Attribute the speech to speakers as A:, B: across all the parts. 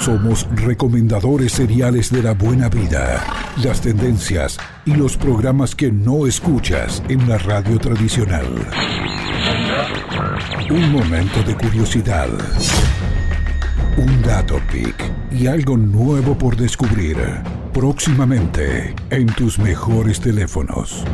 A: Somos recomendadores seriales de la buena vida, las tendencias y los programas que no escuchas en la radio tradicional. Un momento de curiosidad, un dato pic y algo nuevo por descubrir. Próximamente en tus mejores teléfonos.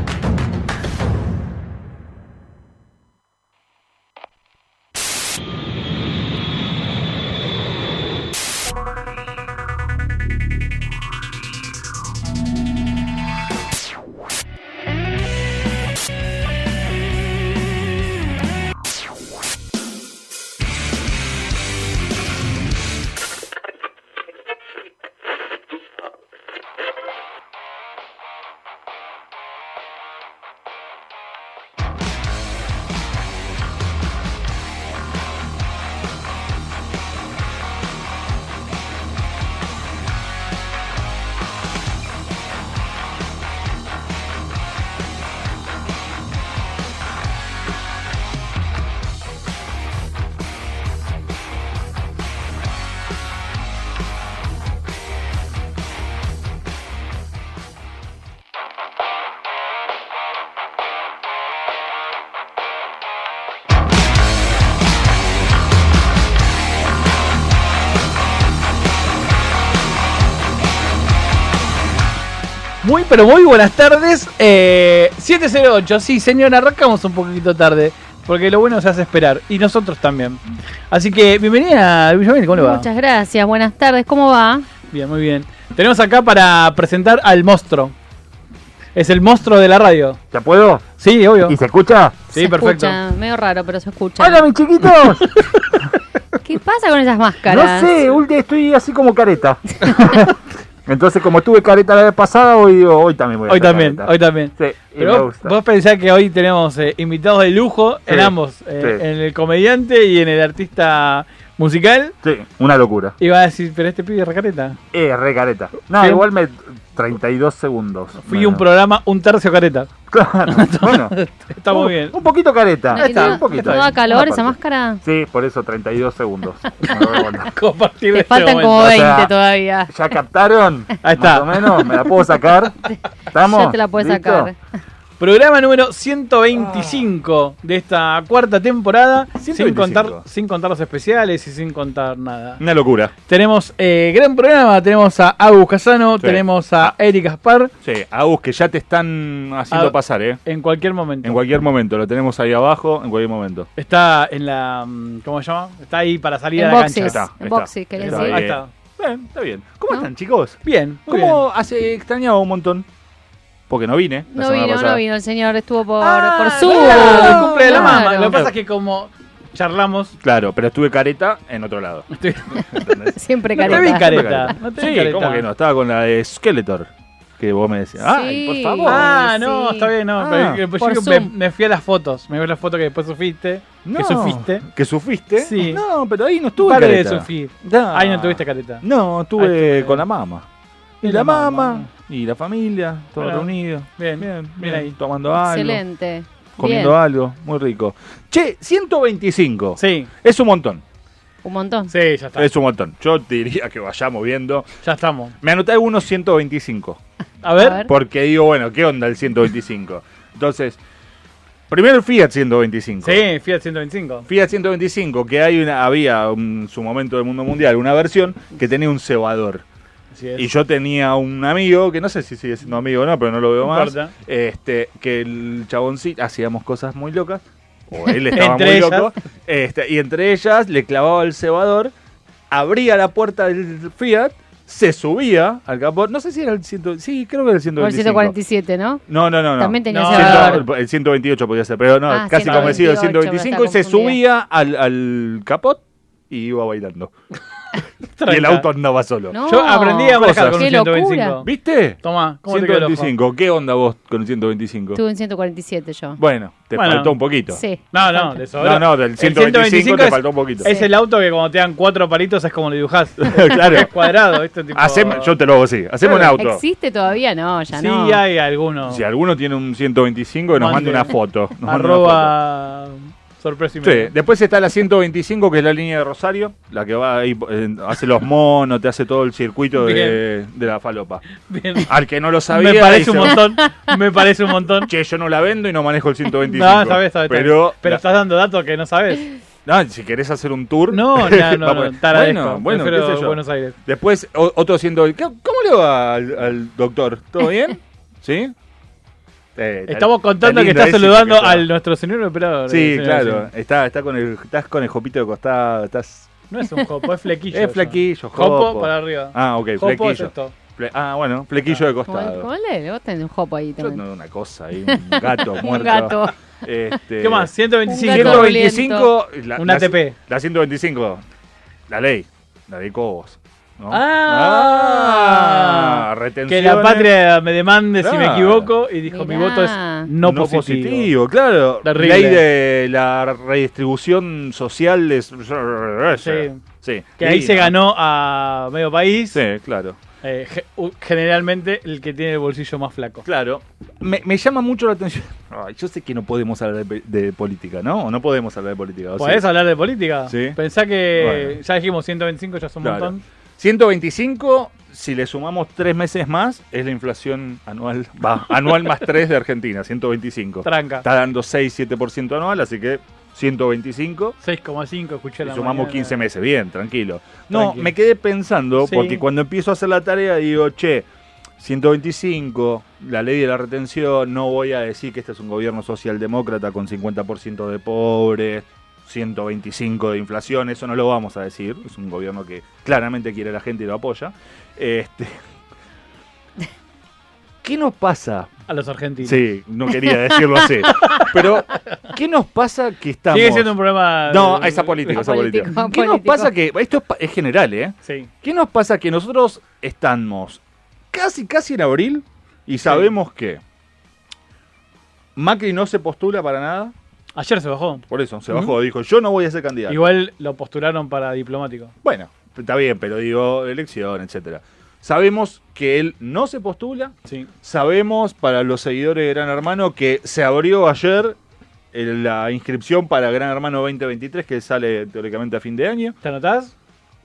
B: Muy, pero muy buenas tardes. Eh, 708, sí, señor, arrancamos un poquitito tarde. Porque lo bueno se hace esperar. Y nosotros también. Así que, bienvenida, Villamil, ¿cómo le va?
C: Muchas gracias, buenas tardes, ¿cómo va?
B: Bien, muy bien. Tenemos acá para presentar al monstruo. Es el monstruo de la radio.
D: ¿Ya puedo?
B: Sí, obvio.
D: ¿Y se escucha?
B: Sí,
C: Se
B: perfecto.
C: Escucha, medio raro, pero se escucha.
D: ¡Hola, mis chiquitos!
C: ¿Qué pasa con esas
D: no
C: máscaras?
D: sé, hoy estoy así como careta. Entonces, como tuve careta la vez pasada, hoy, digo, hoy también voy a
B: Hoy
D: estar
B: también,
D: careta.
B: hoy también.
D: Sí, y
B: Pero
D: me
B: vos,
D: gusta.
B: vos pensás que hoy tenemos eh, invitados de lujo en
D: Sí,
B: ambos. eh,
D: sí.
B: En el comediante y en el artista musical.
D: Sí, una locura.
B: Y va a decir, pero este pibe es recareta.
D: Eh, re careta. No,
B: Sí.
D: igual me... 32 segundos.
B: Fui
D: Bueno.
B: un programa, un tercio careta.
D: Claro, bueno. Uh,
B: Está muy bien.
D: Un poquito careta.
C: No, que
D: Está,
C: no-
D: un poquito.
C: no da calor
D: Una
C: esa
D: parte.
C: máscara.
D: Sí, por eso 32 segundos. Me doy cuenta.
B: Compartir este
C: Te faltan como
D: O
C: 20
D: sea,
C: todavía.
D: ¿Ya captaron?
B: Ahí está.
D: Más o menos, ¿me la puedo sacar? ¿Estamos?
C: Ya te la puedes
D: ¿Listo?
C: sacar.
B: Programa número 125 de esta cuarta temporada, sin
D: 125.
B: contar, sin contar los especiales y sin contar nada.
E: Una locura.
B: Tenemos eh, gran programa, tenemos a Agus Casano,
E: Sí.
B: tenemos a Eric Gaspar
E: Sí, Agus, que ya te están haciendo
B: Ah.
E: pasar, ¿eh?
B: en cualquier momento.
E: En cualquier momento, lo tenemos ahí abajo, en cualquier momento.
B: Está en la... mm, ¿Cómo se llama? Está ahí para salir a
C: En
B: la
C: boxes.
B: cancha.
E: está,
C: en
E: está.
C: boxes, querés
E: Está
C: decir.
B: Ahí
E: bien.
B: está.
E: Bien, está bien. ¿Cómo
C: ¿No?
E: están, chicos?
B: Bien, muy bien.
E: ¿Cómo hace extrañaba un montón? Porque no vine. la
C: No
E: semana
C: vino,
E: pasada.
C: no vino, el señor estuvo por,
B: Ah,
C: por
B: claro,
C: Zoom.
B: el cumple de la
C: Claro.
B: mamá. Lo que pasa es que como charlamos...
E: Claro, pero estuve careta en otro lado.
B: estoy-
E: ¿entendés?
C: Siempre
B: No te vi
C: careta.
B: careta. No te vi
E: sí,
B: careta.
E: ¿cómo que no? Estaba con la de Skeletor. Que vos me decías. Ay, por
C: Sí.
E: favor.
B: Ah,
C: Ay,
B: no,
C: sí.
B: está bien, no.
E: Ah,
B: pero yo-
C: por
B: yo me,
C: Zoom.
B: me fui a las fotos. Me fui a las fotos que después sufiste. Que sufiste.
E: ¿Que sufiste?
B: Sí.
E: No, pero ahí no
B: Un
E: estuve
B: par de
E: careta.
B: sufí.
E: No.
B: Ahí no tuviste careta.
E: No,
B: Ahí estuve.
E: estuve con la mamá. Y la, mamá, y la familia, todos
B: Bueno,
E: reunidos.
B: bien, bien ahí.
E: Tomando algo,
C: Excelente.
E: comiendo
C: Bien,
E: algo, muy rico. Che, 125.
B: Sí,
E: Es un montón,
C: un montón.
B: sí, ya está.
E: es un montón. Yo te diría que vayamos viendo.
B: Ya estamos.
E: Me anoté algunos 125,
B: A ver.
C: A ver.
E: porque digo, bueno, ¿qué onda el 125? Entonces, Primero el Fiat 125.
B: Sí, Fiat 125.
E: Fiat 125, que hay una, había en su momento del mundo mundial una versión que tenía un cebador.
B: Así es.
E: Y yo tenía un amigo, que no sé si sigue siendo amigo o no, pero no lo veo
B: No
E: más.
B: importa.
E: Este, que el chaboncito hacíamos cosas muy locas. O él estaba
B: Entre
E: muy
B: ellas.
E: loco. este, y entre ellas le clavaba el cebador, abría la puerta del Fiat, se subía al capó. No sé si era el 100. Sí, creo que era el
C: O el
E: 125.
C: 147, ¿no?
E: No, no, no, no.
C: También tenía
B: No,
C: ese
B: no,
C: valor.
E: Ciento- el 128 podía ser, pero no,
C: Ah,
E: casi convencido el
C: 128,
E: 125 y
C: está
E: se
C: confundida.
E: subía al, al capot y iba bailando. y el
B: Tranca.
E: auto andaba solo.
C: No.
B: Yo aprendí a manejar con
E: Qué
B: un 125.
C: locura.
E: ¿Viste?
B: Toma, ¿cómo te quedó el ojo?
E: 125. ¿Qué onda vos con el 125?
C: Estuve en 147 yo.
E: Bueno, te
B: Bueno.
E: faltó un poquito.
C: Sí.
B: No, no, de sobra.
E: No, no, del
B: El
E: 125 te
B: es-
E: faltó un poquito.
B: Es el auto que cuando te dan cuatro palitos es como lo dibujás.
E: Claro.
B: Es cuadrado, ¿viste? Tipo-
E: Haceme- yo te lo hago así. Hacemos un auto.
C: ¿Existe todavía? No, ya
B: Sí,
C: no.
B: hay alguno.
E: Si alguno tiene un 125, que nos mande
B: Mande.
E: una foto. Nos mande una
B: Arroba sorpresa y
E: foto. Sí,
B: media.
E: después está la 125, que es la línea de Rosario, la que va ahí, eh, hace los monos, te hace todo el circuito de, de la falopa.
B: Bien.
E: Al que no lo sabía,
B: Me parece
E: dice,
B: un montón. Me parece un montón.
E: Che, yo no la vendo y no manejo el 125.
B: No, sabes, sabes.
E: Pero,
B: pero estás dando datos que no sabes.
E: No, si querés hacer un tour.
B: No, no, no,
E: vamos.
B: no, te agradezco.
E: Bueno, bueno,
B: Prefiero
E: qué sé yo.
B: Buenos Aires.
E: Después, o- otro siendo. el- ¿Cómo cómo le va al, al doctor? ¿Todo bien? ¿Sí? Eh, está-
B: Estamos
E: está
B: contando que
E: lindo
B: está
E: ese
B: saludando
E: sujeto.
B: al nuestro señor operador.
E: Sí,
B: señor,
E: claro.
B: sí.
E: Está, está con el, estás con el jopito de costado. Estás.
B: No es un jopo, es flequillo.
E: Es
B: eso.
E: flequillo, jopo.
B: Jopo para arriba.
E: Ah, ok,
B: Jopo es
E: flequillo.
B: esto.
E: Fle- ah, bueno, flequillo de
C: Como el, como
E: costado.
C: el de- vos tenés un jopo ahí
E: Yo
C: también.
E: no, una cosa ahí, un gato muerto.
C: gato.
E: Este,
B: ¿Qué más? 125.
C: Un gato.
E: 125. La,
B: Un
E: la-
B: ATP.
E: La 125. La ley. La de Cobos. ¿no?
B: Ah.
E: Ah, retenciones.
B: Que la patria me demande si me
E: Claro.
B: equivoco y dijo mi
C: Mirá.
B: voto es no,
E: No positivo.
B: positivo.
E: claro.
B: Terrible.
E: Ley de la redistribución social de. Sí.
B: Que ahí
E: Sí,
B: se
E: no.
B: ganó a medio país.
E: Sí, claro.
B: eh, ge- u- generalmente el que tiene el bolsillo más flaco.
E: Claro. Me, me llama mucho la atención. Ay, yo sé que no podemos hablar de, de política, ¿no? O no podemos hablar de política. ¿o sí?
B: ¿Podés hablar de política?
E: Sí.
B: Pensá que
E: Bueno.
B: ya dijimos 125, ya es un
E: Claro.
B: montón.
E: 125, si le sumamos tres meses más, es la inflación anual, va, anual más 3 de Argentina, 125.
B: Tranca.
E: Está dando 6, 7% anual, así que 125.
B: 6,5, escuché
E: Y
B: la
E: sumamos
B: mañana.
E: 15 meses, bien, tranquilo. No,
B: Tranquilo.
E: me quedé pensando,
B: Sí.
E: porque cuando empiezo a hacer la tarea digo, che, 125, la ley de la retención, no voy a decir que este es un gobierno socialdemócrata con 50% de pobres, 125 de inflación, eso no lo vamos a decir, es un gobierno que claramente quiere a la gente y lo apoya. Este, ¿Qué nos pasa?
B: A los argentinos.
E: Sí, no quería decirlo así. Pero, ¿qué nos pasa que estamos...
B: Sigue siendo un problema.
E: No,
B: eh,
E: ahí está político, está
C: Político,
E: político. ¿Qué nos
C: político.
E: pasa que, esto es, pa- es general, ¿eh?
B: Sí.
E: ¿Qué nos pasa que nosotros estamos casi, casi en abril y sabemos que Macri no se postula para nada?
B: Ayer se bajó.
E: Por eso, se bajó, dijo, yo no voy a ser candidato.
B: Igual lo postularon para diplomático.
E: Bueno, está bien, pero digo, elección, etcétera. Sabemos que él no se postula,
B: Sí.
E: Sabemos para los seguidores de Gran Hermano que se abrió ayer el- la inscripción para Gran Hermano 2023 que sale teóricamente a fin de año.
B: ¿Te anotás?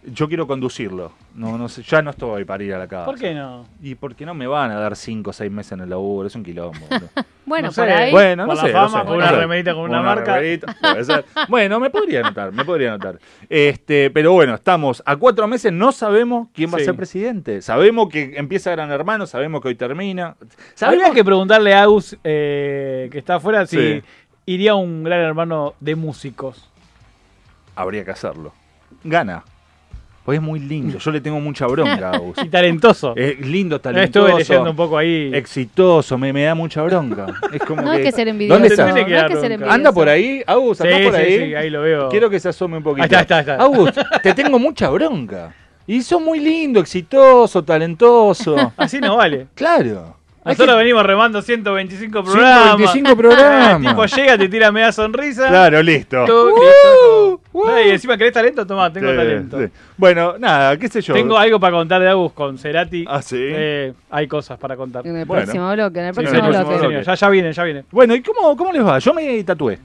E: Yo quiero conducirlo. No, no sé, ya no estoy para ir a la casa.
B: ¿Por qué no?
E: Y porque no me van a dar 5 o 6 meses en el laburo, es un quilombo. boludo.
C: Bueno,
B: No sé.
C: por ahí.
E: Bueno, no
B: Por la
E: sé.
B: fama,
E: no sé,
B: por
E: no
B: una
E: sé.
B: remerita con una marca.
E: remerita, puede ser. Bueno, me podría anotar, me podría anotar. Este, pero bueno, estamos a cuatro meses, no sabemos quién va
B: Sí.
E: a ser presidente. Sabemos que empieza Gran Hermano, sabemos que hoy termina.
B: Habría que preguntarle a Agus, eh, que está afuera, si
E: Sí.
B: iría un gran hermano de músicos.
E: habría que hacerlo. Gana. Porque es muy lindo. Yo le tengo mucha bronca a Agus.
B: Y talentoso.
E: Es lindo, talentoso.
B: Estuve leyendo un poco ahí.
E: Exitoso, me, me da mucha bronca. Es como
C: No
E: que,
C: hay que ser envidioso.
E: ¿Dónde
B: Se
E: está?
C: No hay
B: tiene que dar
C: que ser
B: bronca.
C: envidioso.
E: ¿Anda por ahí? Agus, ¿andás
B: Sí,
E: por
B: sí,
E: ahí?
B: sí, ahí lo veo.
E: Quiero que se asome un poquito.
B: Ahí está, está, está.
E: Agus, te tengo mucha bronca. Y sos muy lindo, exitoso, talentoso.
B: Así no vale.
E: Claro. Hay que-
B: Nosotros venimos remando 125 programas.
E: 125
B: El tipo
E: programas.
B: llega, te tira media sonrisa.
E: Claro, listo.
B: Tú,
E: Uh,
B: listo, no.
E: uh.
B: Ah, Y encima, ¿querés talento? Tomá, tengo
E: Sí,
B: talento.
E: sí. Bueno, nada, qué sé yo.
B: Tengo algo para contar de Agus con Cerati.
E: Ah, ¿sí?
B: Eh, hay cosas para contar.
C: En el
E: Bueno.
C: próximo bloque, en el
B: Sí,
C: próximo
E: en el
C: bloque.
E: próximo bloque.
B: señor, ya, ya viene, ya viene.
E: Bueno, ¿y cómo, cómo les va? Yo me tatué.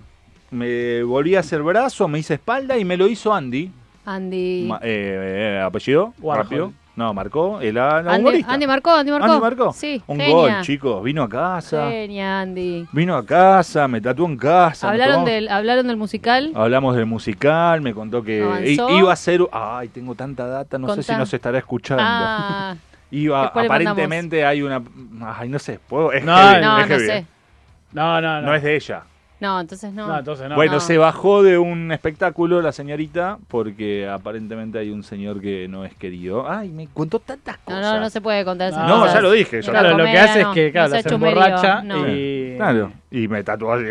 E: Me volví a hacer brazo, me hice espalda y me lo hizo Andy.
C: Andy.
E: Ma- eh, eh, apellido,
B: Warhol.
E: rápido. No, marcó el a- la
C: Andy,
E: humorista.
C: Andy marcó, Andy marcó.
E: Andy marcó.
C: Sí.
E: Un
C: genia.
E: gol, chicos. Vino a casa.
C: Genia, Andy.
E: Vino a casa, me tatuó en casa. nos
C: Hablaron
E: tomamos-
C: del, hablaron del musical.
E: Hablamos del musical, me contó que i-
C: ¿Avanzó?
E: iba a ser... Ay, tengo tanta data, no sé
C: Contá.
E: si nos estará escuchando.
C: Ah,
E: Iba,
C: Después le mandamos.
E: aparentemente hay una... Ay, no sé, puedo... Es
B: No,
E: heavy,
C: no,
E: es
C: no
E: heavy. ¿eh?
C: sé.
B: No, no, no.
E: No es de ella.
C: No, entonces no.
B: No, entonces no.
E: bueno,
C: no.
E: se bajó de un espectáculo la señorita porque aparentemente hay un señor que no es querido. Ay, me contó tantas
C: No,
E: cosas.
C: no, no se puede contar esas
B: No,
C: cosas.
B: ya
E: lo dije,
C: Ni
E: yo.
C: en la
B: claro, lo que
C: Ah, comedia,
B: hace es
C: no.
B: que, claro,
C: No
B: la
C: se
B: se emborracha
C: no.
B: y...
E: Claro. Y me tatuó así.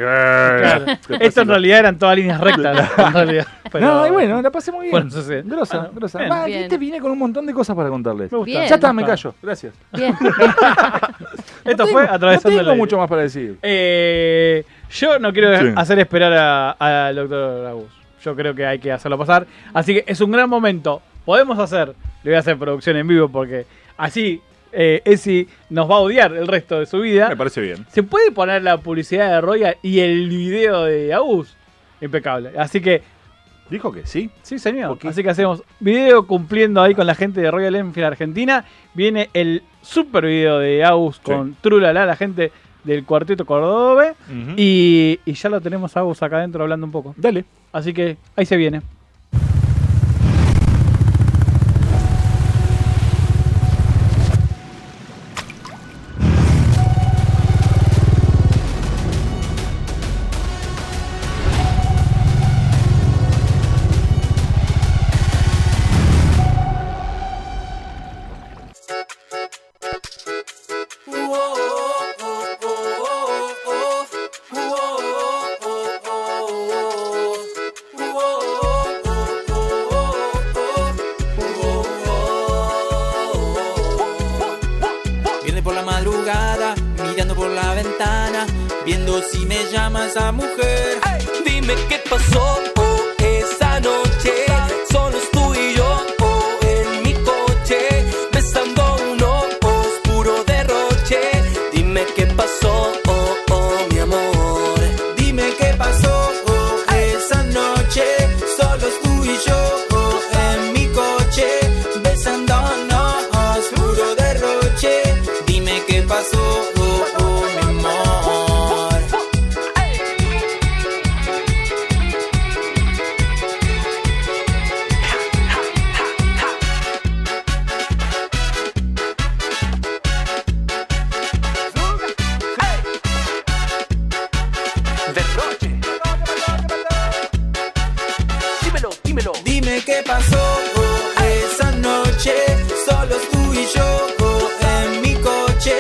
B: Esto en realidad eran todas líneas rectas. en realidad, pero-
E: No, y bueno, la pasé muy bien.
B: Bueno, eso sí.
E: Grosa,
B: Bueno,
E: grosa.
B: bien.
E: Va,
C: Bien.
E: viste, vine con un montón de cosas para contarles.
B: Me gusta.
C: Bien.
E: Ya está, me
B: Está.
E: callo. Gracias.
C: Bien.
B: Esto
E: No
B: fue
E: tengo-
B: atravesando
E: No
B: el
E: tengo
B: aire.
E: mucho más para decir.
B: Eh, yo no quiero
E: Sí.
B: hacer esperar a- al doctor Agus. Yo creo que hay que hacerlo pasar. Así que es un gran momento. Podemos hacer, le voy a hacer producción en vivo porque así eh, Esi nos va a odiar el resto de su vida.
E: Me parece bien.
B: Se puede poner la publicidad de Roya y el video de Agus. Impecable. Así que,
E: Dijo que sí.
B: sí, señor.
E: Ok.
B: Así que hacemos video cumpliendo ahí con la gente de Royal Enfield Argentina. Viene el super video de Agus con Trulala, la gente del Cuarteto Cordobés.
E: Y
B: Y, y ya lo tenemos a Agus acá adentro hablando un poco.
E: dale.
B: Así que ahí se viene.
F: Viene por la madrugada, mirando por la ventana, viendo si me llama esa mujer. Dime qué pasó oh, esa noche, solo tú y yo oh, en mi coche, besando un oh, oscuro derroche. Dime qué pasó, oh, oh, mi amor. Dime qué pasó oh, esa noche, solo tú y yo oh, en mi coche, besándonos oscuro derroche. Dime qué pasó, oh, oh, mi amor. Dime qué pasó oh, esa noche, solo tú y yo oh, en mi coche,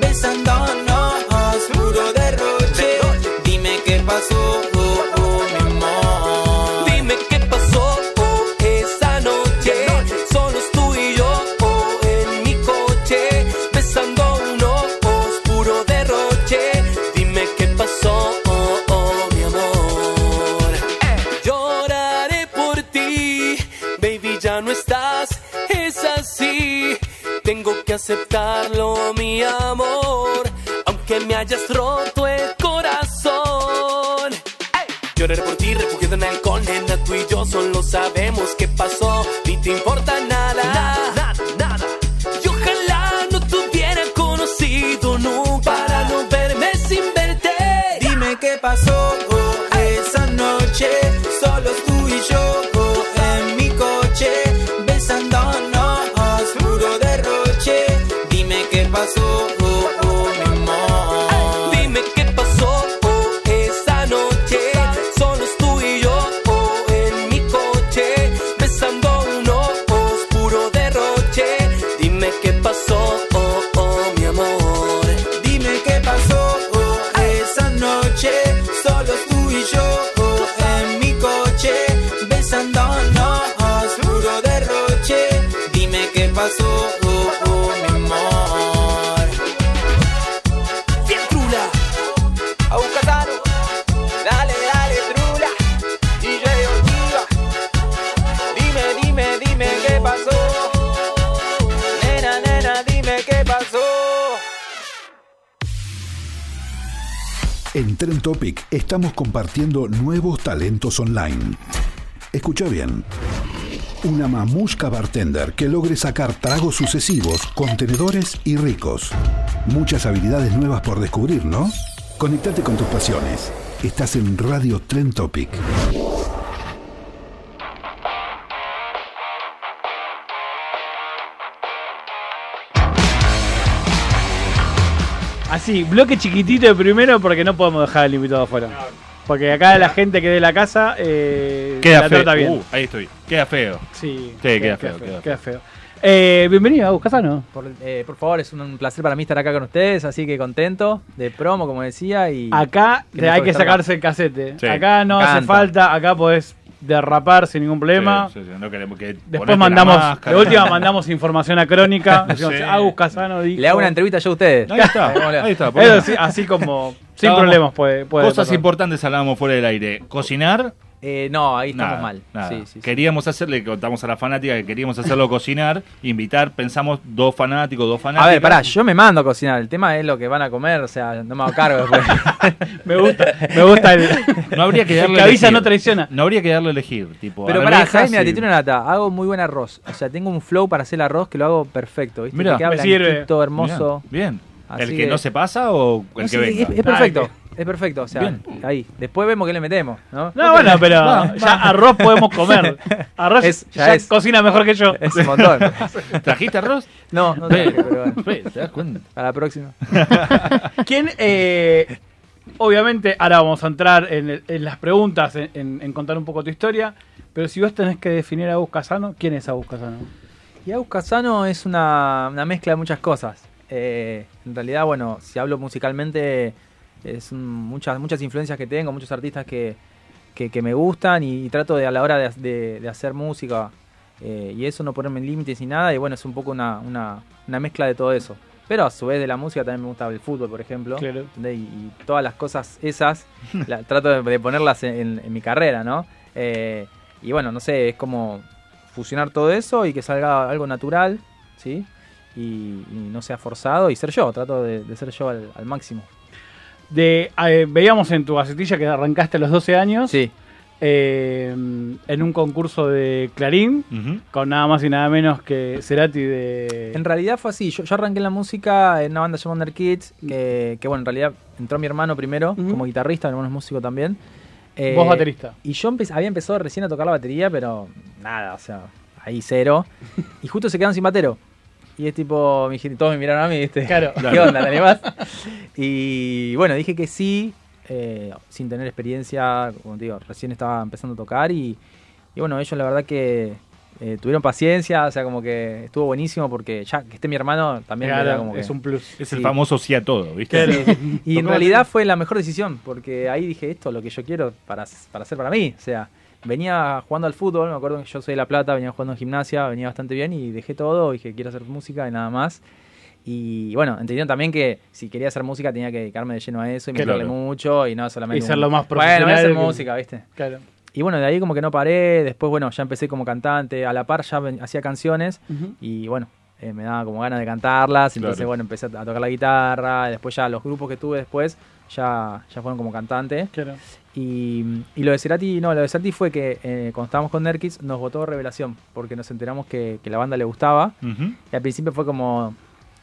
F: besándonos oscuro derroche. Dime qué pasó, oh, oh, mi amor. Dime qué pasó oh, esa noche, solo tú y yo oh, en mi coche, besando un oscuro derroche. Dime qué pasó, oh, oh, mi amor. Lloraré por ti, baby, ya no estás, es así. Tengo que aceptarlo, mi amor, aunque me hayas roto el corazón. Ey. Lloraré por ti, refugiado en alcohol, nena, tú y yo solo sabemos qué pasó, ni te importa nada. Nada, nada. Y ojalá no te hubiera conocido nunca para no verme sin verte. Dime qué pasó oh, esa noche, solo tú y yo oh, en mi coche, besándonos oscuro derroche. Dime qué pasó, oh, oh, mi amor. Dime qué pasó oh, esa noche, solo tú y yo oh, en mi coche, besando un oscuro derroche. Dime qué pasó, oh, oh, mi amor. Dime qué pasó oh, esa noche, solo tú y yo oh, en mi coche, besándonos oscuro derroche. Dime qué pasó, oh, oh, mi amor. Bien, Trula, a un cataro. Dale, dale, Trula, DJ Ortiva. Dime, dime, dime qué pasó. Nena, nena, dime qué pasó.
A: En Trend Topic estamos compartiendo nuevos talentos online. Escucha bien. Una mamusca bartender que logre sacar tragos sucesivos, contenedores y ricos. Muchas habilidades nuevas por descubrir, ¿no? Conectate con tus pasiones. Estás en Radio Tren Topic.
B: Así, bloque chiquitito de primero porque no podemos dejar al invitado afuera. Porque acá la gente que de la casa eh,
E: Queda
B: la trata
E: feo.
B: bien.
E: Uh, ahí estoy. Queda feo.
B: Sí,
E: queda, feo, queda
B: queda feo. Eh, bienvenido, Agus Casano.
G: Por, eh, por favor, es un, un placer para mí estar acá con ustedes, así que contento, de promo, como decía, y...
B: Acá
G: qué
B: te- hay
G: mejor
B: que
G: estar acá.
B: sacarse el casete.
G: Sí.
B: Acá no hace
G: Canta.
B: falta, acá podés derrapar sin ningún problema.
E: Sí, sí, sí, no queremos que ponete
B: Después
E: la
B: mandamos,
E: máscara.
B: de última mandamos información a Crónica. Decimos,
E: Sí.
B: Agus Casano dijo...
G: Le hago una entrevista yo a ustedes.
E: Ahí está, ahí está.
B: Pero sí, así como, sin
E: Estábamos-
B: problemas puede, puede
E: Cosas
B: pasar.
E: importantes hablábamos fuera del aire. Cocinar.
G: Eh, no, ahí
E: estamos
G: mal. Sí,
E: Queríamos hacerle, contamos a la fanática que queríamos hacerlo cocinar, invitar, pensamos dos fanáticos, dos fanáticas.
G: A ver, pará, yo me mando a cocinar, el tema es lo que van a comer, o sea, no me hago cargo después.
B: me gusta, me gusta el...
E: No habría que
B: el
E: darle
B: que avisa
E: elegir.
B: no traiciona.
E: No habría que darle a elegir, tipo.
G: Pero pará,
E: arvejas
G: Jaime,
E: y-
G: te tiro una nata, hago muy buen arroz, o sea, tengo un flow para hacer el arroz que lo hago perfecto, ¿viste?
E: Mirá,
G: Me queda
E: me sirve.
G: blanquito, hermoso.
E: Mirá, bien.
G: Así
E: ¿El que no se pasa o el
G: No,
E: que
G: sí,
E: venga? Ah,
G: Es,
B: Ah,
G: es perfecto, es perfecto, o sea, ahí. Después vemos qué le metemos, ¿no?
B: No, bueno, pero
G: Va,
B: ya
G: Ah, va.
B: arroz podemos comer. Arroz
G: Es- ya
B: ya
G: es.
B: cocina mejor que yo.
G: Es un montón.
E: ¿Trajiste arroz?
G: No, no
B: Ve,
G: traje, pero bueno.
E: ve, ¿te das cuenta?
G: A la próxima.
B: ¿Quién, eh, obviamente, ahora vamos a entrar en, el- en las preguntas, en, en- en contar un poco tu historia, pero si vos tenés que definir a Agus Casano, ¿quién es Agus Casano?
G: Y Agus Casano es una, una mezcla de muchas cosas. Eh, en realidad, bueno, si hablo musicalmente, es un- muchas, muchas influencias que tengo, muchos artistas que, que, que me gustan y, trato de a la hora de, de- de hacer música eh, y eso, no ponerme en límites ni nada. Y bueno, es un poco una, una- una mezcla de todo eso. Pero a su vez de la música también me gusta el fútbol, por ejemplo.
B: Claro.
G: ¿entendés? Y, y todas las cosas esas, la- trato de, de ponerlas en, en- en mi carrera, ¿no? Eh, y bueno, no sé, es como fusionar todo eso y que salga algo natural, ¿sí? Y, y no sea forzado y ser yo, trato de, de ser yo al, al máximo.
B: De, eh, veíamos en tu gacetilla que arrancaste a los 12 años. eh, en un concurso de Clarín, con nada más y nada menos que Cerati de...
G: En realidad fue así, yo, yo arranqué en la música en una banda llamada Under Kids, que, que, bueno, en realidad entró mi hermano primero como guitarrista, mi hermano es músico también. Eh,
B: Vos baterista.
G: Y yo empe- había empezado recién a tocar la batería, pero nada, o sea, ahí cero. Y justo se quedaron sin batero. Y es tipo, me dije- todos me miraron a mí, ¿viste?
B: Claro.
G: ¿Qué
B: Claro.
G: onda, te animás? Y bueno, dije que sí, eh, sin tener experiencia, como te digo, recién estaba empezando a tocar y, y bueno, ellos la verdad que eh, tuvieron paciencia, o sea, como que estuvo buenísimo porque ya que esté mi hermano también
E: Claro,
G: era como
E: es
G: que-
E: un plus. Es el
G: Sí.
E: famoso sí a todo, ¿viste?
G: Sí.
E: Claro.
G: Y en
E: Tocó
G: realidad fue la mejor decisión porque ahí dije esto es lo que yo quiero para, para hacer para mí, o sea, venía jugando al fútbol, me acuerdo que yo soy de La Plata, venía jugando en gimnasia, venía bastante bien y dejé todo, dije quiero hacer música y nada más. Y bueno, entendieron también que si quería hacer música tenía que dedicarme de lleno a eso y
B: Claro.
G: meterle mucho y no
B: Y
G: solamente.
B: ser
G: un-
B: lo más
G: Bueno, voy a
B: profesional
G: hacer
B: que-
G: música, ¿viste?
B: Claro.
G: Y bueno, de ahí como que no paré, después bueno, ya empecé como cantante, a la par ya ven- hacía canciones
B: Ujú.
G: y bueno, eh, me daba como ganas de cantarlas, entonces
B: Claro.
G: bueno, empecé a a tocar la guitarra, después ya los grupos que tuve después ya, ya fueron como cantante. Y, y lo de Cerati, no, lo de Cerati fue que eh, cuando estábamos con Nerkis nos votó Revelación, porque nos enteramos que, que la banda le gustaba
E: Ujú.
G: y al principio fue como,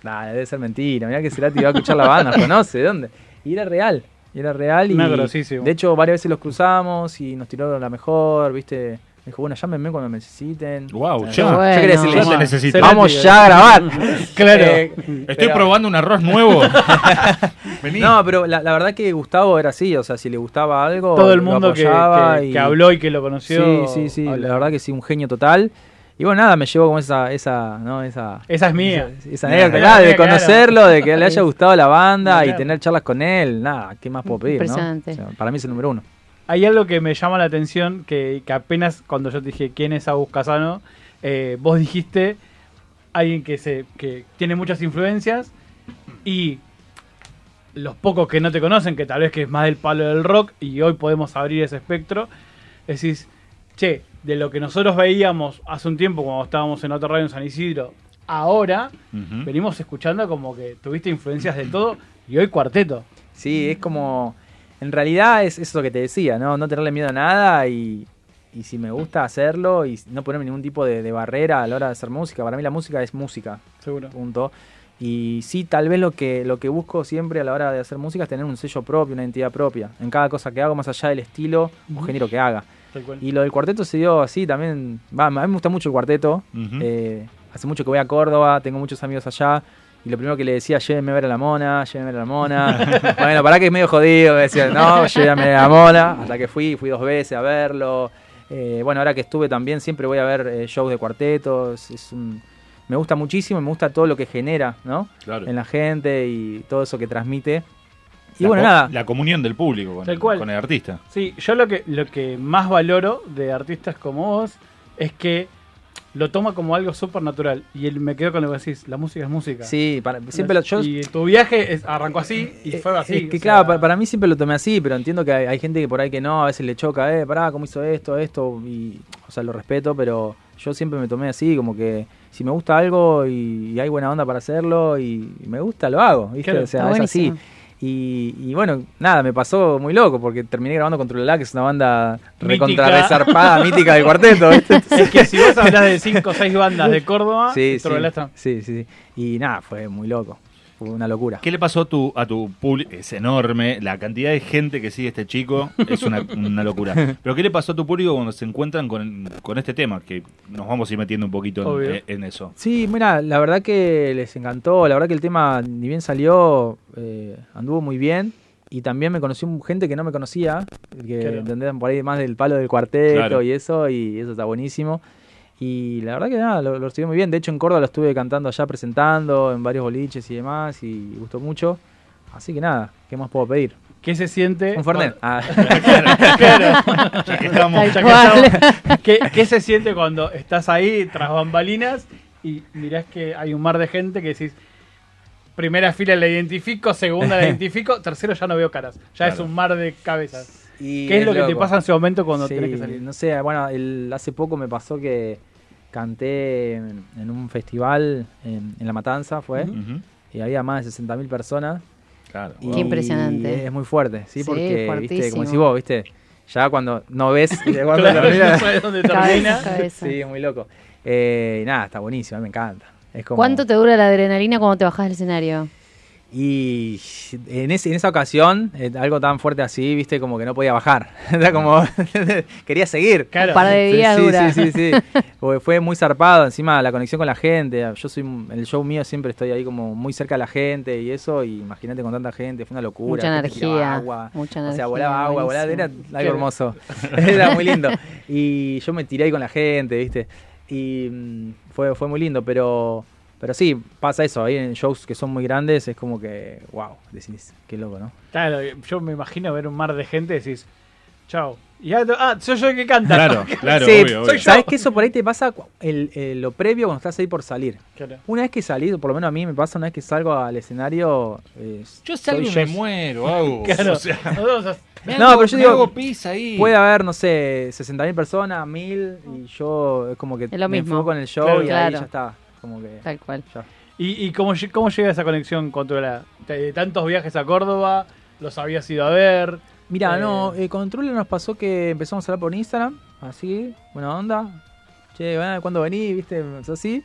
G: nah, debe ser mentira, mirá que Cerati va a escuchar la banda, conoce, ¿de dónde? Y era real, y era real. Y
B: Una grosísimo.
G: de hecho, varias veces los cruzamos y nos tiraron la mejor, ¿viste? Me dijo, bueno, llámenme cuando me necesiten.
E: Wow,
G: Eh,
E: ya.
G: yo
E: Bueno.
G: quería decirle,
E: Ya te necesito.
G: Vamos ya a grabar.
E: Claro.
G: Eh,
E: Estoy probando un arroz nuevo. Vení.
G: No, pero la, la verdad que Gustavo era así, o sea, si le gustaba algo,
B: Todo el
G: lo
B: mundo que-
G: apoyaba
B: que- que habló y que lo conoció,
G: Sí, sí, sí,
B: habla.
G: la verdad que sí, un genio total. Y bueno, nada, me llevó como esa, esa, ¿no? Esa,
B: Esa es mía.
G: esa anécdota,
B: Claro,
G: nada, de
B: claro.
G: conocerlo, de que le haya gustado la banda
B: Claro.
G: y tener charlas con él, nada, ¿qué más puedo pedir? no?
B: Impresionante.
G: O sea, para mí es el número uno.
B: Hay algo que me llama la atención, que, que apenas cuando yo te dije quién es Agus Casano, eh, vos dijiste alguien que, se, que tiene muchas influencias y los pocos que no te conocen, que tal vez que es más del palo del rock y hoy podemos abrir ese espectro, decís, che, de lo que nosotros veíamos hace un tiempo cuando estábamos en otra radio en San Isidro, ahora
E: Ujú.
B: venimos escuchando como que tuviste influencias de todo y hoy cuarteto.
G: Sí, es como. En realidad es eso que te decía, ¿no? No tenerle miedo a nada y, y y si me gusta hacerlo y no ponerme ningún tipo de, de barrera a la hora de hacer música, para mí la música es música.
F: Seguro.
G: Punto. Y sí, tal vez lo que, lo que busco siempre a la hora de hacer música es tener un sello propio, una identidad propia, en cada cosa que hago, más allá del estilo o
F: Ujú.
G: género que haga.
F: Tal cual.
G: Y lo del cuarteto se dio así también. Va, a mí me gusta mucho el cuarteto.
F: Ujú.
G: Eh, hace mucho que voy a Córdoba, tengo muchos amigos allá. Y lo primero que le decía, llévenme a ver a la mona, llévenme a ver a la mona. bueno, pará que es medio jodido. Me decían, no, llévenme a la mona. Hasta que fui, fui dos veces a verlo. Eh, bueno, ahora que estuve también, siempre voy a ver eh, shows de cuartetos. Es un- me gusta muchísimo, me gusta todo lo que genera, ¿no?
E: Claro.
G: En la gente y todo eso que transmite. Y
E: La
G: bueno,
E: co-
G: nada.
E: La comunión del público con,
F: Tal
E: el,
F: cual.
E: con el artista.
F: Sí, yo lo que, lo que más valoro de artistas como vos es que lo toma como algo súper natural. Y él- me quedo con lo que decís, la música es música.
G: Sí, para- siempre lo- yo- Eh,
F: Y tu viaje es- arrancó así y fue así.
G: Es que
F: o sea,
G: claro, pa- para, mí siempre lo tomé así, pero entiendo que hay, hay gente que por ahí que no, a veces le choca, eh, pará, ¿cómo hizo esto, esto? Y, o sea, lo respeto, pero yo siempre me tomé así, como que si me gusta algo y, y hay buena onda para hacerlo y, y me gusta, lo hago, ¿viste?
F: Claro.
G: o sea,
F: Está
G: es así.
F: buenísimo.
G: Y, y bueno, nada, me pasó muy loco porque terminé grabando Control La, que es una banda
F: Mítica.
G: recontra resarpada, mítica del cuarteto. ¿viste?
F: Es que si vos hablas de cinco o seis bandas de Córdoba,
G: Sí, sí,
F: Trololá está.
G: sí, sí, sí. Y nada, fue muy loco. Fue una locura.
E: ¿Qué le pasó a tu, a tu público? Es enorme, la cantidad de gente que sigue este chico es una, una locura. Pero ¿qué le pasó a tu público cuando se encuentran con, con este tema? Que nos vamos a ir metiendo un poquito
G: Obvio.
E: en, en eso.
G: Sí, mira, la verdad que les encantó, la verdad que el tema, ni bien salió, eh, anduvo muy bien. Y también me conoció gente que no me conocía, que
F: Claro.
G: entendían por ahí más del palo del cuarteto
F: Claro.
G: y eso, y eso está buenísimo. Y la verdad que nada, lo, lo recibí muy bien. De hecho, en Córdoba lo estuve cantando allá, presentando en varios boliches y demás, y gustó mucho. Así que nada, ¿qué más puedo pedir?
F: ¿Qué se siente?
G: Un Fernet.
F: cuando-
G: Ah.
F: Claro, claro.
G: Ya que estamos.
F: Ya que
G: Tal
F: estamos. ¿Qué, qué se siente cuando estás ahí tras bambalinas y mirás que hay un mar de gente que decís, primera fila la identifico, segunda la identifico, tercero ya no veo caras, ya es
G: Claro.
F: un mar de cabezas.
G: Y
F: ¿Qué es, lo que te
G: loco.
F: pasa en ese momento cuando
G: Sí,
F: tenés que salir?
G: No sé, bueno, el- hace poco me pasó que canté en, en un festival en, en La Matanza, fue,
E: Ujú.
G: y había más de 60.000 personas.
E: Claro.
G: Y
C: Qué impresionante.
G: Es, muy fuerte, sí,
C: Sí,
G: porque, viste,
C: fuertísimo.
G: como decís vos, viste, ya cuando no ves, y cuando
F: Claro,
G: termina-
F: no sabes dónde termina. Cabeza, cabeza.
G: Sí, es muy loco. Eh, y nada, está buenísimo, a mí me encanta. Es como,
C: ¿Cuánto te dura la adrenalina cuando te bajas del escenario?
G: y en, ese- en esa ocasión, eh, algo tan fuerte así, viste, como que no podía bajar. Era como. quería seguir.
C: Un par de
G: Sí,
C: días
G: sí,
C: dura.
G: Sí, sí, sí. Porque Fue muy zarpado, encima la conexión con la gente. Yo soy. En el show mío siempre estoy ahí como muy cerca de la gente y eso. Y imagínate con tanta gente, fue una locura.
C: Mucha
G: gente tiraba
C: energía,
G: Agua.
C: mucha
G: O
C: energía,
G: sea, volaba agua, volaba. Era
C: buenísimo.
G: algo hermoso. Era muy lindo. Y yo me tiré ahí con la gente, viste. Y mm, fue, fue muy lindo, pero. Pero sí, pasa eso, ahí en shows que son muy grandes es como que, wow, decís, qué loco, ¿no?
F: Claro, yo me imagino ver un mar de gente y decís, chao. Y ya- ah, soy yo el que canta.
G: Sí,
F: Soy yo.
G: ¿Sabes que eso por ahí te pasa cu- el- eh, lo previo cuando estás ahí por salir?
F: Claro.
G: Una vez que salí, por lo menos a mí me pasa, una vez que salgo al escenario. eh,
E: Yo
G: soy
E: salgo y
G: yo.
E: me muero, hago.
F: Claro.
E: O sea,
F: Nosotros-
E: me
G: No,
E: hago-
G: pero yo
E: me
G: digo,
E: hago pis ahí.
G: puede haber, no sé, 60.000 personas, 1.000, y yo es como que
C: Es lo
G: me
C: mismo.
G: enfoco en el show
F: Claro.
G: y ahí
F: Claro.
G: ya está. Como que,
C: Tal cual.
G: ya.
F: ¿Y, y cómo, lle- cómo llega esa conexión controlada? De tantos viajes a Córdoba, los habías ido a ver.
G: Mira,
F: Eh,
G: no, eh, con Trullo nos pasó que empezamos a hablar por Instagram, así, buena onda. Che, bueno, ¿cuándo venís? ¿Viste? Empezó así.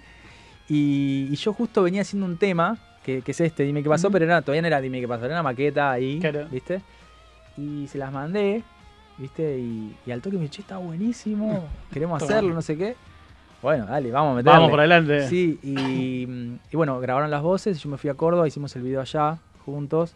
G: Y, y yo justo venía haciendo un tema, que, que es este, dime qué pasó, pero era, todavía no era dime qué pasó, era una maqueta ahí,
F: Claro.
G: ¿viste? Y se las mandé, ¿viste? Y, y al toque me dice, che, está buenísimo, queremos
F: Toma.
G: hacerlo, no sé qué. Bueno, dale, vamos a meterle.
F: Vamos para adelante.
G: Sí, y, mm, y bueno, grabaron las voces, yo me fui a Córdoba, hicimos el video allá, juntos.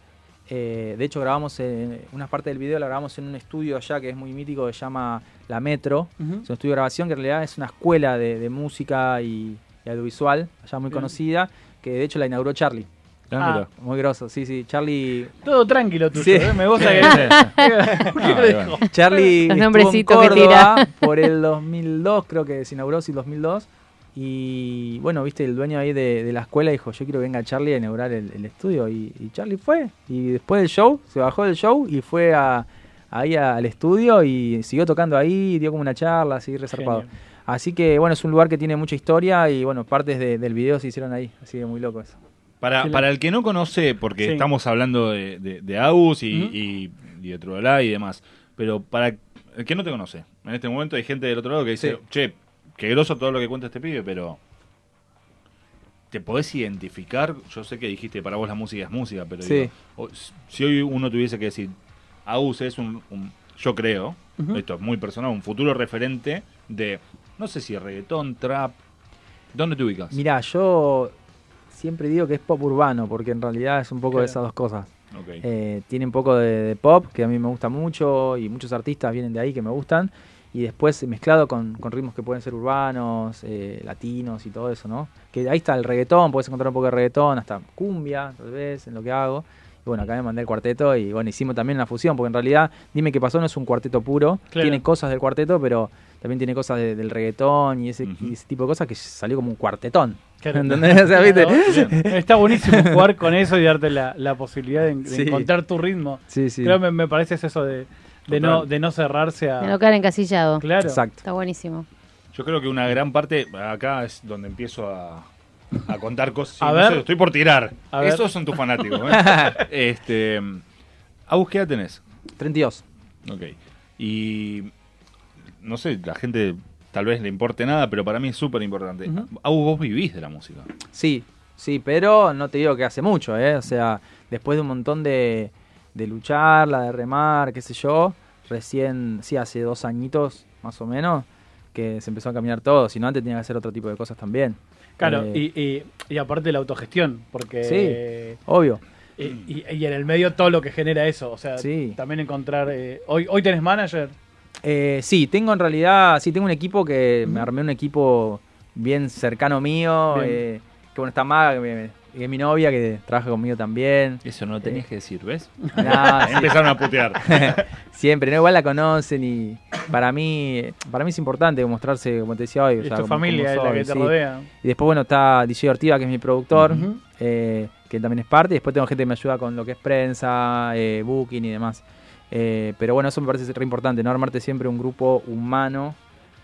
G: Eh, de hecho, grabamos eh, una parte del video, la grabamos en un estudio allá que es muy mítico, que se llama La Metro.
F: Ujú.
G: Es un estudio de grabación que en realidad es una escuela de, de música y, y audiovisual, allá muy
F: Bien.
G: conocida, que de hecho la inauguró Charlie.
F: Ah, mira.
G: Muy grosso, sí, sí. Charlie
F: Todo tranquilo tuyo,
G: Sí.
F: ¿eh? me gusta que...
G: Sí, sí.
F: ¿Por qué
G: No,
F: lo
G: bueno.
F: dijo?
G: Charlie
C: Los
G: estuvo en
C: nombrecitos que
G: Córdoba
C: tira.
G: por el 2002, creo que se inauguró, sí, 2002. Y bueno, viste, el dueño ahí de, de la escuela dijo, yo quiero que venga Charlie a inaugurar el, el estudio. Y, y Charlie fue. Y después del show, se bajó del show y fue a- ahí al estudio y siguió tocando ahí, dio como una charla, así resarpado.
F: Genio.
G: Así que bueno, es un lugar que tiene mucha historia y bueno, partes de- del video se hicieron ahí. Así que muy loco eso.
E: Para,
G: Sí,
E: para el que no conoce, porque
G: Sí.
E: estamos hablando de, de, de Agus y, y, y de Trololá y demás, pero para el que no te conoce. En este momento hay gente del otro lado que dice,
G: Sí.
E: che, qué groso todo lo que cuenta este pibe, pero te podés identificar. Yo sé que dijiste, para vos la música es música, pero
G: Sí.
E: digo, o- si hoy uno tuviese que decir, Agus es un, un- yo creo,
G: Ujú.
E: esto es muy personal, un futuro referente de, no sé si reggaetón, trap, ¿dónde te ubicas?
G: Mirá, yo siempre digo que es pop urbano, porque en realidad es un poco de
E: Claro.
G: esas dos cosas.
E: Ok.
G: Eh, tiene un poco de, de pop, que a mí me gusta mucho, y muchos artistas vienen de ahí que me gustan, y después mezclado con, con ritmos que pueden ser urbanos, eh, latinos y todo eso, ¿no? Que ahí está el reggaetón, puedes encontrar un poco de reggaetón, hasta cumbia, tal vez, en lo que hago. Y bueno, acá me mandé el cuarteto y bueno, hicimos también la fusión, porque en realidad, dime qué pasó, no es un cuarteto puro,
B: Claro.
G: tiene cosas del cuarteto, pero también tiene cosas de- del reggaetón y ese, y ese tipo de cosas que salió como un cuartetón.
B: Claro.
G: ¿Entendés? O sea, ¿viste?
B: Claro, bien. Está buenísimo jugar con eso y darte la, la posibilidad de, de
G: Sí.
B: encontrar tu ritmo.
G: Sí, sí.
B: Creo que me, me parece es eso de, de,
E: Total.
B: no, de no cerrarse a...
C: De no quedar encasillado.
B: Claro.
G: Exacto.
C: Está buenísimo.
E: Yo creo que una gran parte, acá es donde empiezo a, a contar cosas. Sí,
B: A
E: no
B: ver.
E: sé, estoy por tirar.
B: A ver.
E: Esos son tus fanáticos. ¿eh? este, ¿A qué edad tenés?
G: 32.
E: Ok. Y no sé, la gente tal vez le importe nada, pero para mí es súper importante.
G: Ujú.
E: Agus, Ah, vos vivís de la música.
G: Sí, sí, pero no te digo que hace mucho, ¿eh? O sea, después de un montón de, de lucharla, de remar, qué sé yo, recién, sí, hace dos añitos más o menos, que se empezó a caminar todo. Si no, antes tenía que hacer otro tipo de cosas también.
B: Claro,
G: Eh,
B: y, eh, y- y aparte la autogestión, porque...
G: Sí, obvio.
B: Y, y- y en el medio todo lo que genera eso, o sea,
G: Sí.
B: también encontrar... eh, hoy, hoy tenés manager,
G: Eh, sí, tengo en realidad, sí, tengo un equipo que me
B: Ujú.
G: armé un equipo bien cercano mío,
B: Bien.
G: eh, que bueno, está Maga, que, me- que es mi novia, que trabaja conmigo también. Eh,
E: Eso no lo tenías que decir, ¿ves?
G: Nada, sí.
E: Empezaron a putear.
G: Siempre, ¿no? Igual la conocen y para mí, para mí es importante mostrarse, como te decía hoy. o
B: es
G: sea,
B: tu
G: como-
B: familia es
G: como
B: la
G: soy,
B: que te
G: sí.
B: rodea.
G: Y después, bueno, está DJ Ortiva, que es mi productor,
B: Ujú.
G: eh, que también es parte. Y después tengo gente que me ayuda con lo que es prensa, eh, booking y demás. Eh, pero bueno, eso me parece re importante, ¿no? Armarte siempre un grupo humano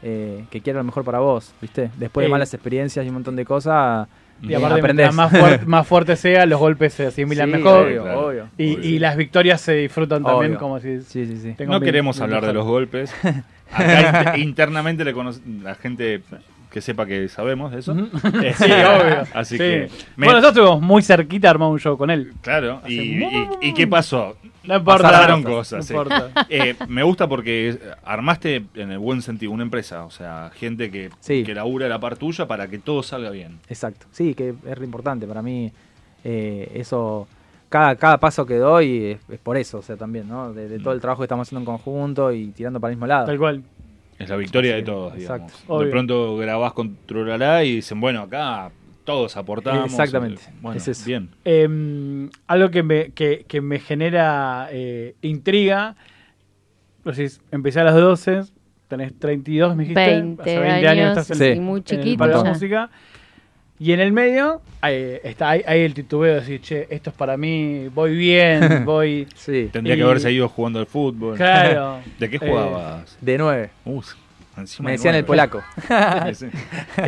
G: eh, que quiera lo mejor para vos, ¿viste? Después de
B: Sí.
G: malas experiencias y un montón de cosas,
B: Y
G: eh,
B: aparte, mientras
G: aprendés.
B: más, fuert- más fuerte sea, los golpes se asimilan
G: Sí,
B: mejor.
G: obvio,
E: Claro.
G: obvio.
B: Y,
E: Obvio.
B: y las victorias se disfrutan también
G: Obvio.
B: como si...
G: Sí, sí, sí.
B: tengo
E: No
B: mi-
E: queremos
B: mi
E: hablar de
B: mujer.
E: los golpes. Acá in- internamente le cono- la gente que sepa que sabemos de eso. Eh,
B: Sí, obvio.
E: Así
B: Sí.
E: que. me-
B: Bueno, nosotros estuvimos muy cerquita de armar un show con él.
E: Claro, y,
B: Hace-
E: y- y qué pasó?
B: No importa.
E: Pasaron
B: No
E: cosas. sí.
B: importa.
E: Eh, me gusta porque armaste, en el buen sentido, una empresa. O sea, gente que,
G: Sí.
E: que labura la par tuya para que todo salga bien.
G: Exacto, sí, que es re importante para mí. eh, eso, cada, cada paso que doy es, es por eso, o sea, también, ¿no? De, de todo el trabajo que estamos haciendo en conjunto y tirando para el mismo lado.
B: Mm. Tal cual.
E: Es la victoria
G: Sí,
E: de todos,
G: exacto.
E: digamos.
B: Obvio.
E: De pronto grabás con Truralá y dicen, bueno, acá todos aportamos.
G: Exactamente,
E: Bueno,
G: es eso.
E: bien.
B: Eh, algo que me, que, que me genera eh, intriga. Entonces, empecé a las 12, tenés 32, me dijiste.
C: 20
B: hace
C: años,
B: estás en,
G: sí.
B: en
G: Y
C: muy
B: el
C: chiquito
B: palo de la
C: ya.
B: música. Y en el medio eh, está ahí, ahí el titubeo de decir, che, esto es para mí, voy bien, voy...
G: Sí,
E: Tendría
B: Y-
E: que haber seguido jugando al fútbol.
B: Claro.
E: ¿De qué
B: Eh,
E: jugabas?
G: de nueve.
E: Uh, encima
G: Me
E: de
G: decían el
E: nueve.
G: polaco.
E: Sí.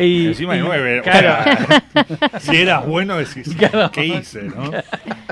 B: Y-
E: Encima de
B: y-
E: nueve. o
B: Claro.
E: sea, si eras bueno, decís,
B: Claro.
E: ¿qué hice? ¿no?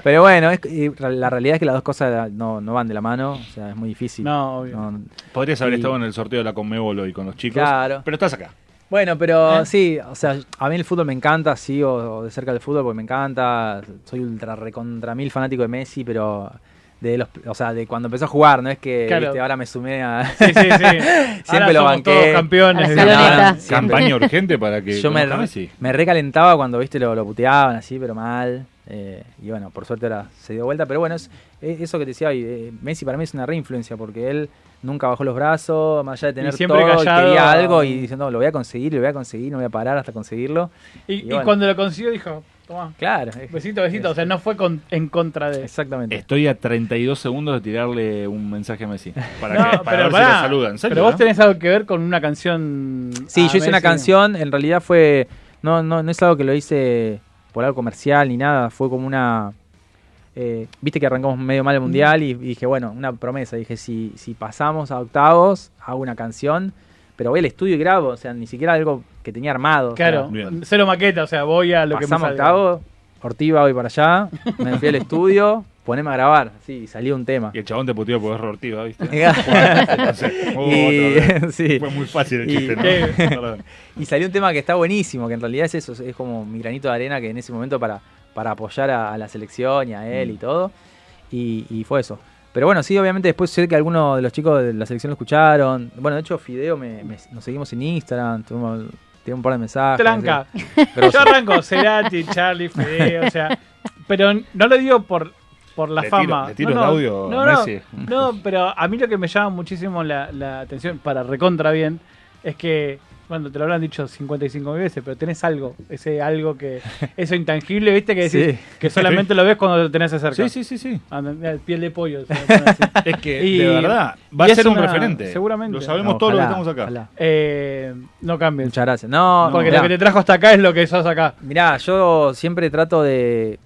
G: Pero bueno, es- y la realidad es que las dos cosas no, no van de la mano, o sea, es muy difícil.
B: No, obvio.
G: No-
E: Podrías haber
G: Y-
E: estado en el sorteo de la Conmebol hoy con los chicos.
G: Claro.
E: Pero estás acá.
G: Bueno, pero
B: ¿Eh?
G: sí, o sea, a mí el fútbol me encanta, sigo de cerca del fútbol porque me encanta, soy ultra recontra mil fanático de Messi, pero de los, o sea, de cuando empecé a jugar, no es que
B: Claro.
G: viste, ahora me sumé a
B: Sí, sí, sí. Siempre
G: Siempre lo banqué.
B: Todos campeones.
C: A la
B: ¿no?
C: escaloneta.
G: Sí.
E: Campaña urgente para que.
G: Yo me,
E: conozca a Messi.
G: me recalentaba cuando viste lo, lo puteaban así, pero mal. eh, y bueno, por suerte ahora se dio vuelta. Pero bueno, es, es- eso que te decía hoy, eh, Messi para mí es una reinfluencia porque él nunca bajó los brazos, más allá de tener
B: siempre
G: todo, y
B: callado.
G: quería algo y diciendo, lo voy a conseguir, lo voy a conseguir, no voy a parar hasta conseguirlo.
B: Y,
G: Y
B: y
G: bueno.
B: cuando lo consiguió dijo, tomá,
G: Claro. es-
B: besito, besito. O sea, no fue con- en contra de...
G: Exactamente.
E: Estoy a 32 segundos de tirarle un mensaje a Messi. Para,
B: No,
E: que, para ver si
B: pará,
E: lo saluda. ¿En serio,
B: pero vos
E: eh?
B: tenés algo que ver con una canción.
G: Sí,
B: a
G: yo hice una
B: Messi.
G: canción, en realidad fue. No, no, no es algo que lo hice por algo comercial ni nada, fue como una. eh, Viste que arrancamos medio mal el mundial y, y dije, bueno, una promesa. Dije, si, si pasamos a octavos, hago una canción, pero voy al estudio y grabo, o sea, ni siquiera algo que tenía armado. o sea,
B: Claro,
E: Bien.
B: cero maqueta, o sea, voy a lo que me
G: pasamos a
B: salga.
G: octavos, Ortiva voy para allá, me fui al estudio, poneme a grabar. Sí, y salió un tema.
E: Y el chabón te puteó por error, tío, ¿viste?
G: Claro.
E: Oh, otra vez.
G: sí.
E: Fue muy fácil el
G: Y-
E: chiste, ¿no? Perdón.
G: y salió un tema que está buenísimo, que en realidad es eso, es como mi granito de arena que en ese momento para, para apoyar a, a la selección y a él
E: Mm.
G: y todo. Y, y fue eso. Pero bueno, sí, obviamente después sé que algunos de los chicos de la selección lo escucharon. Bueno, de hecho, Fideo me- me- nos seguimos en Instagram, tuvimos, tiene un par de mensajes.
B: Tranca.
G: así. Grosso.
B: Yo arranco Cerati, Charlie, Fideo, o sea. Pero no lo digo por, por la
E: Le tiro-
B: fama.
E: le tiro
B: no,
E: el
B: no,
E: audio,
B: no, no,
E: Messi.
B: no, pero a mí lo que me llama muchísimo la, la atención, para recontra bien, es que, bueno, te lo habrán dicho 55 mil veces, pero tenés algo, ese algo que, eso intangible, viste, que decís,
E: Sí.
B: que solamente lo ves cuando lo tenés cerca.
E: Sí, sí, sí, sí.
B: Anda, piel de pollo. se lo ponen así.
E: Es que,
B: Y-
E: de verdad, va a
B: y es
E: ser un
B: una-
E: referente.
B: Seguramente.
E: Lo sabemos todos los que estamos acá.
B: Eh, no cambien.
G: Muchas gracias. No,
B: Porque
G: mirá.
B: lo que te trajo hasta acá es lo que sos acá.
G: Mirá, yo siempre trato de,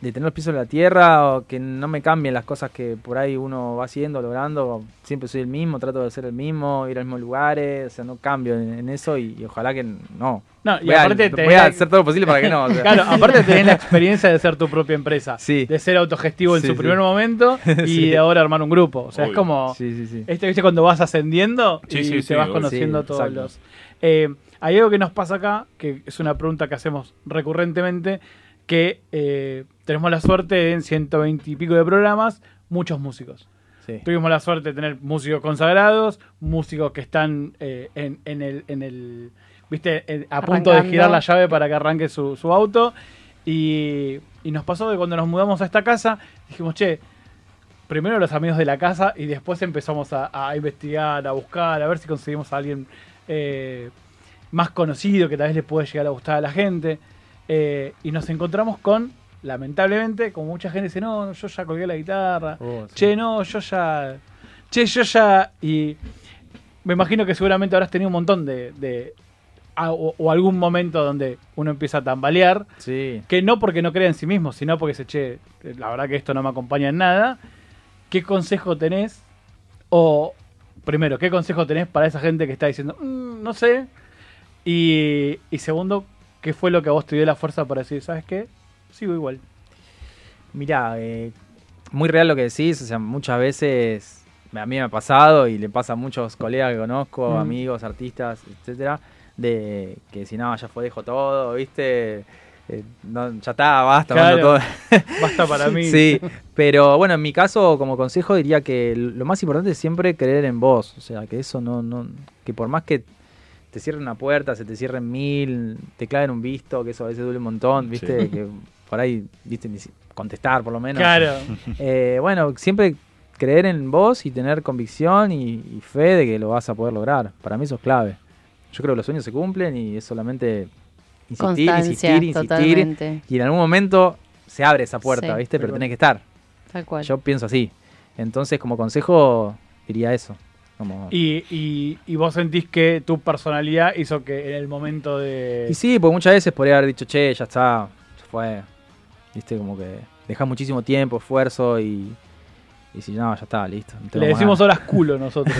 G: de tener los pisos en la tierra, o que no me cambien las cosas que por ahí uno va haciendo, logrando. Siempre soy el mismo, trato de ser el mismo, ir a los mismos lugares, o sea, no cambio en, en eso y, y ojalá que no.
B: No, y
G: voy a-
B: aparte
G: voy
B: te
G: a, hacer todo lo posible para que no. o sea.
B: Claro, aparte tenés la experiencia de ser tu propia empresa.
G: Sí.
B: De ser autogestivo en
G: Sí,
B: su
G: sí.
B: primer momento y
G: Sí.
B: de ahora armar un grupo. O sea, es
G: Obvio.
B: como.
G: Sí, sí, sí.
B: Este, viste, cuando vas ascendiendo
G: Sí,
B: y
G: sí,
B: te
G: sí,
B: vas
G: obvio.
B: conociendo
G: Sí,
B: todos
G: exacto.
B: los. Eh, hay algo que nos pasa acá, que es una pregunta que hacemos recurrentemente, que eh, tenemos la suerte de, en 120 y pico de programas, muchos músicos.
G: Sí.
B: Tuvimos la suerte de tener músicos consagrados, músicos que están eh, en, en el, en el- viste, en- a punto de
H: Arrancando.
B: girar la llave para que arranque su, su auto. Y, y nos pasó que cuando nos mudamos a esta casa, dijimos, che, primero los amigos de la casa y después empezamos a, a investigar, a buscar, a ver si conseguimos a alguien eh, más conocido que tal vez le puede llegar a gustar a la gente. Eh, y nos encontramos con, lamentablemente, con mucha gente que dice, no, yo ya colgué la guitarra,
I: Oh.
B: che, no, yo ya, che, yo ya, y me imagino que seguramente habrás tenido un montón de... de- a- o, o algún momento donde uno empieza a tambalear,
G: Sí.
B: que no porque no crea en sí mismo, sino porque se che, la verdad que esto no me acompaña en nada. ¿Qué consejo tenés? O, primero, ¿qué consejo tenés para esa gente que está diciendo, "Mm, no sé? Y, y segundo, ¿qué fue lo que a vos te dio la fuerza para decir, ¿sabes qué? Sigo igual.
G: Mirá, eh, muy real lo que decís, o sea, muchas veces a mí me ha pasado y le pasa a muchos colegas que conozco,
B: Mm.
G: amigos, artistas, etcétera, de que si no, ya fue, dejo todo, ¿viste? Eh, no, ya está, basta, mando
B: Claro.
G: todo.
B: Basta para mí.
G: Sí, pero bueno, en mi caso, como consejo, diría que lo más importante es siempre creer en vos, o sea, que eso no, no que por más que te cierren una puerta, se te cierren mil, te claven un visto, que eso a veces duele un montón, ¿viste?
B: Sí.
G: Que por ahí, ¿viste? Ni si- contestar por lo menos.
B: Claro.
G: Eh, bueno, siempre creer en vos y tener convicción y, y fe de que lo vas a poder lograr. Para mí eso es clave. Yo creo que los sueños se cumplen y es solamente insistir,
C: Constancia,
G: insistir, insistir.
C: totalmente.
G: Y en algún momento se abre esa puerta,
C: Sí.
G: ¿viste?
C: Tal
G: Pero
C: cual.
G: tenés que estar.
C: Tal cual.
G: Yo pienso así. Entonces, como consejo, diría eso. Como- Y,
B: Y, y- y vos sentís que tu personalidad hizo que en el momento de...
G: sí, porque muchas veces podría haber dicho, che, ya está, ya fue. ¿Viste? Como que dejas muchísimo tiempo, esfuerzo y. Y si no, ya está, listo. no tengo
B: Le
G: más
B: decimos
G: ganas.
B: horas culo nosotros.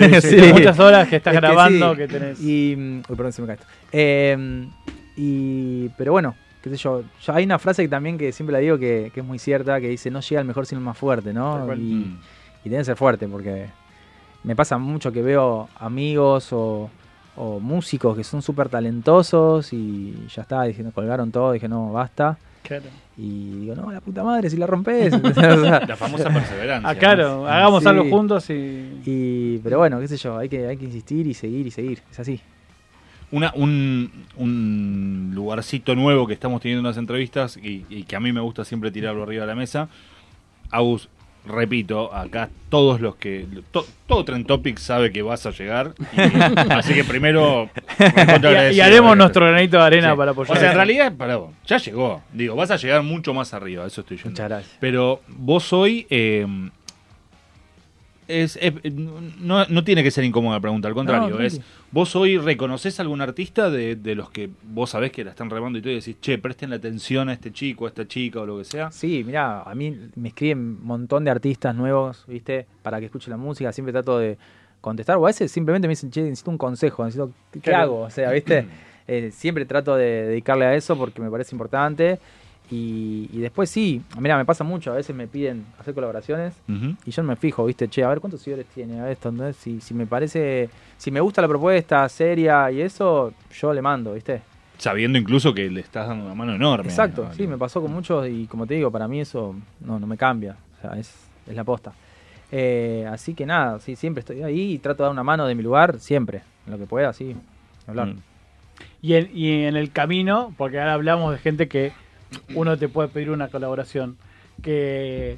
B: Muchas horas que estás
G: Es
B: grabando,
G: sí.
B: que tenés.
G: Y. mm, Uy, perdón, se me cae esto. Eh, y. Pero bueno, qué sé yo. Ya hay una frase que también que siempre la digo que, que es muy cierta, que dice, no llega el mejor sino el más fuerte,
B: Tal
G: ¿no?
B: cual.
G: Y, y tiene que ser fuerte, porque me pasa mucho que veo amigos o, o músicos que son súper talentosos y ya está, dije, no, colgaron todo, dije, no, basta.
B: Claro.
G: Y digo, no, la puta madre, si la rompes.
E: La famosa perseverancia,
B: Ah, claro, ¿no? hagamos algo juntos
G: y... Pero bueno, qué sé yo, hay que, hay que insistir y seguir y seguir, es así.
E: Una, un, un lugarcito nuevo que estamos teniendo en las entrevistas y, y que a mí me gusta siempre tirarlo arriba de la mesa. Agus, repito, acá todos los que. to- todo Trend Topic sabe que vas a llegar. y- así que primero. recontra
B: Y- y
E: agradecido.
B: haremos nuestro granito de arena para apoyar.
E: O sea, en realidad, pará, vos, ya llegó. Digo, vas a llegar mucho más arriba, eso estoy yendo.
G: Muchas gracias.
E: Pero vos hoy. eh, es, es- no, no tiene que ser incómoda la pregunta, al contrario.
G: No,
E: es
G: tranqui.
E: ¿Vos hoy reconoces algún artista de, de los que vos sabés que la están remando y todo y decís, che, presten la atención a este chico, a esta chica o lo que sea?
G: Sí, mira, a mí me escriben un montón de artistas nuevos, ¿viste? Para que escuche la música, siempre trato de contestar. O a veces simplemente me dicen, che, necesito un consejo, necesito, ¿qué, qué
B: Claro.
G: hago? O sea, ¿viste? Eh, siempre trato de dedicarle a eso porque me parece importante. Y, y después sí, mira, me pasa mucho, a veces me piden hacer colaboraciones y yo no me fijo, ¿viste? Che, a ver cuántos seguidores tiene, a ver esto, ¿entendés? Si, si me parece, si me gusta la propuesta seria y eso, yo le mando, ¿viste?
E: Sabiendo incluso que le estás dando una mano enorme.
G: Exacto, sí, me pasó con muchos y como te digo, para mí eso no, no me cambia, o sea, es, es la posta. Eh, así que nada, sí, siempre estoy ahí y trato de dar una mano de mi lugar, siempre, en lo que pueda, sí, ni hablar.
E: Mm.
B: Y en, y en el camino, porque ahora hablamos de gente que uno te puede pedir una colaboración. Que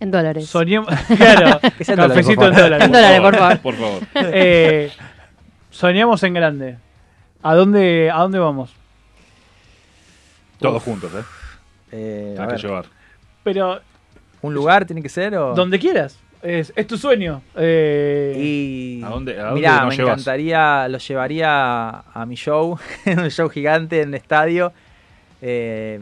C: En dólares.
B: soñemos. Claro,
C: Que sea en dólares,
B: cafecito
C: por favor. En dólares, por favor.
E: Por favor.
B: Eh, soñemos en grande. ¿A dónde, a dónde vamos?
E: Todos juntos, ¿eh?
G: Eh,
E: Hay
G: a
E: que
G: ver,
E: llevar.
B: Pero
G: ¿Un lugar tiene que ser o...?
B: donde quieras. Es, es tu sueño. Eh,
G: Y...
E: ¿A dónde, a dónde
G: Mirá,
E: nos
G: me
E: llevas?
G: encantaría, lo llevaría a mi show, un show gigante en el estadio. Eh,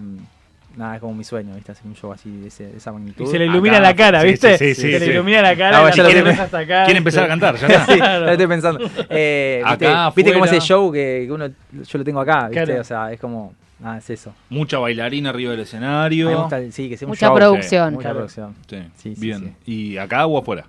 G: nada, es como mi sueño, ¿viste? Hacer un show así de, ese- de esa magnitud.
B: y se le ilumina
G: Acá,
B: la cara,
G: sí,
B: ¿viste?
G: sí, sí,
B: se
G: sí.
B: le ilumina la cara.
G: Ah,
B: la
G: ya lo
B: quiere,
G: tengo.
B: hasta acá,
E: Quiere empezar a
B: ¿viste?
E: cantar, ya está.
G: Sí,
B: Claro.
G: ya estoy pensando. Eh, ¿viste,
E: Acá,
G: viste como
E: afuera.
G: ese show que que uno, yo lo tengo acá, ¿viste?
B: Claro.
G: O sea, es como, nada, es eso.
E: Mucha bailarina arriba del
G: A mí me
E: escenario.
G: gusta el- sí, que sea un
C: Mucha
G: show.
C: producción.
G: Mucha
B: Claro.
G: producción.
E: Sí,
G: Sí, sí,
E: bien. ¿Y acá o afuera?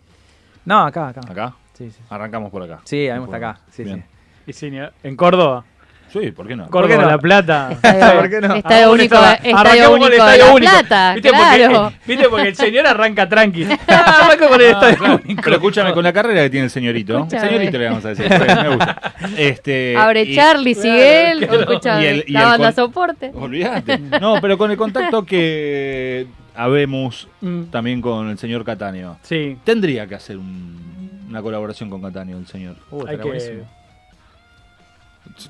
G: No, acá, acá.
E: ¿Acá?
G: Sí, sí.
E: Arrancamos por acá.
G: Sí, a mí me gusta acá. Sí,
E: Bien.
B: Y sí, en Córdoba.
E: Sí, ¿por qué no?
B: Córdoba,
G: no?
B: La Plata.
C: ¿Por
G: qué no?
C: Estadio
B: Arrancamos
C: único,
B: con el
C: estadio
B: Arrancamos
C: único
B: con el
C: de
B: Estadio
C: La
B: Único.
C: Plata,
B: ¿Viste?
C: claro.
B: Porque, viste, porque el señor arranca tranqui. Arranca con el
E: Ah,
B: Estadio
E: claro.
B: Único.
E: Pero escúchame, con la carrera que tiene el señorito.
C: Escúchame.
E: Señorito le vamos a decir. sí, me gusta. Este,
C: Abre
E: y-
C: Charlie, Siguel,
B: claro.
C: escuchame,
E: Y el- y
C: la
E: el
C: banda
E: con-
C: soporte.
E: Olvídate. No, pero con el contacto que habemos
B: Mm,
E: también con el señor Cataño.
B: Sí,
E: Tendría que hacer un- una colaboración con Cataño, el señor.
G: Uh,
B: hay
G: estaría
B: que...
G: buenísimo.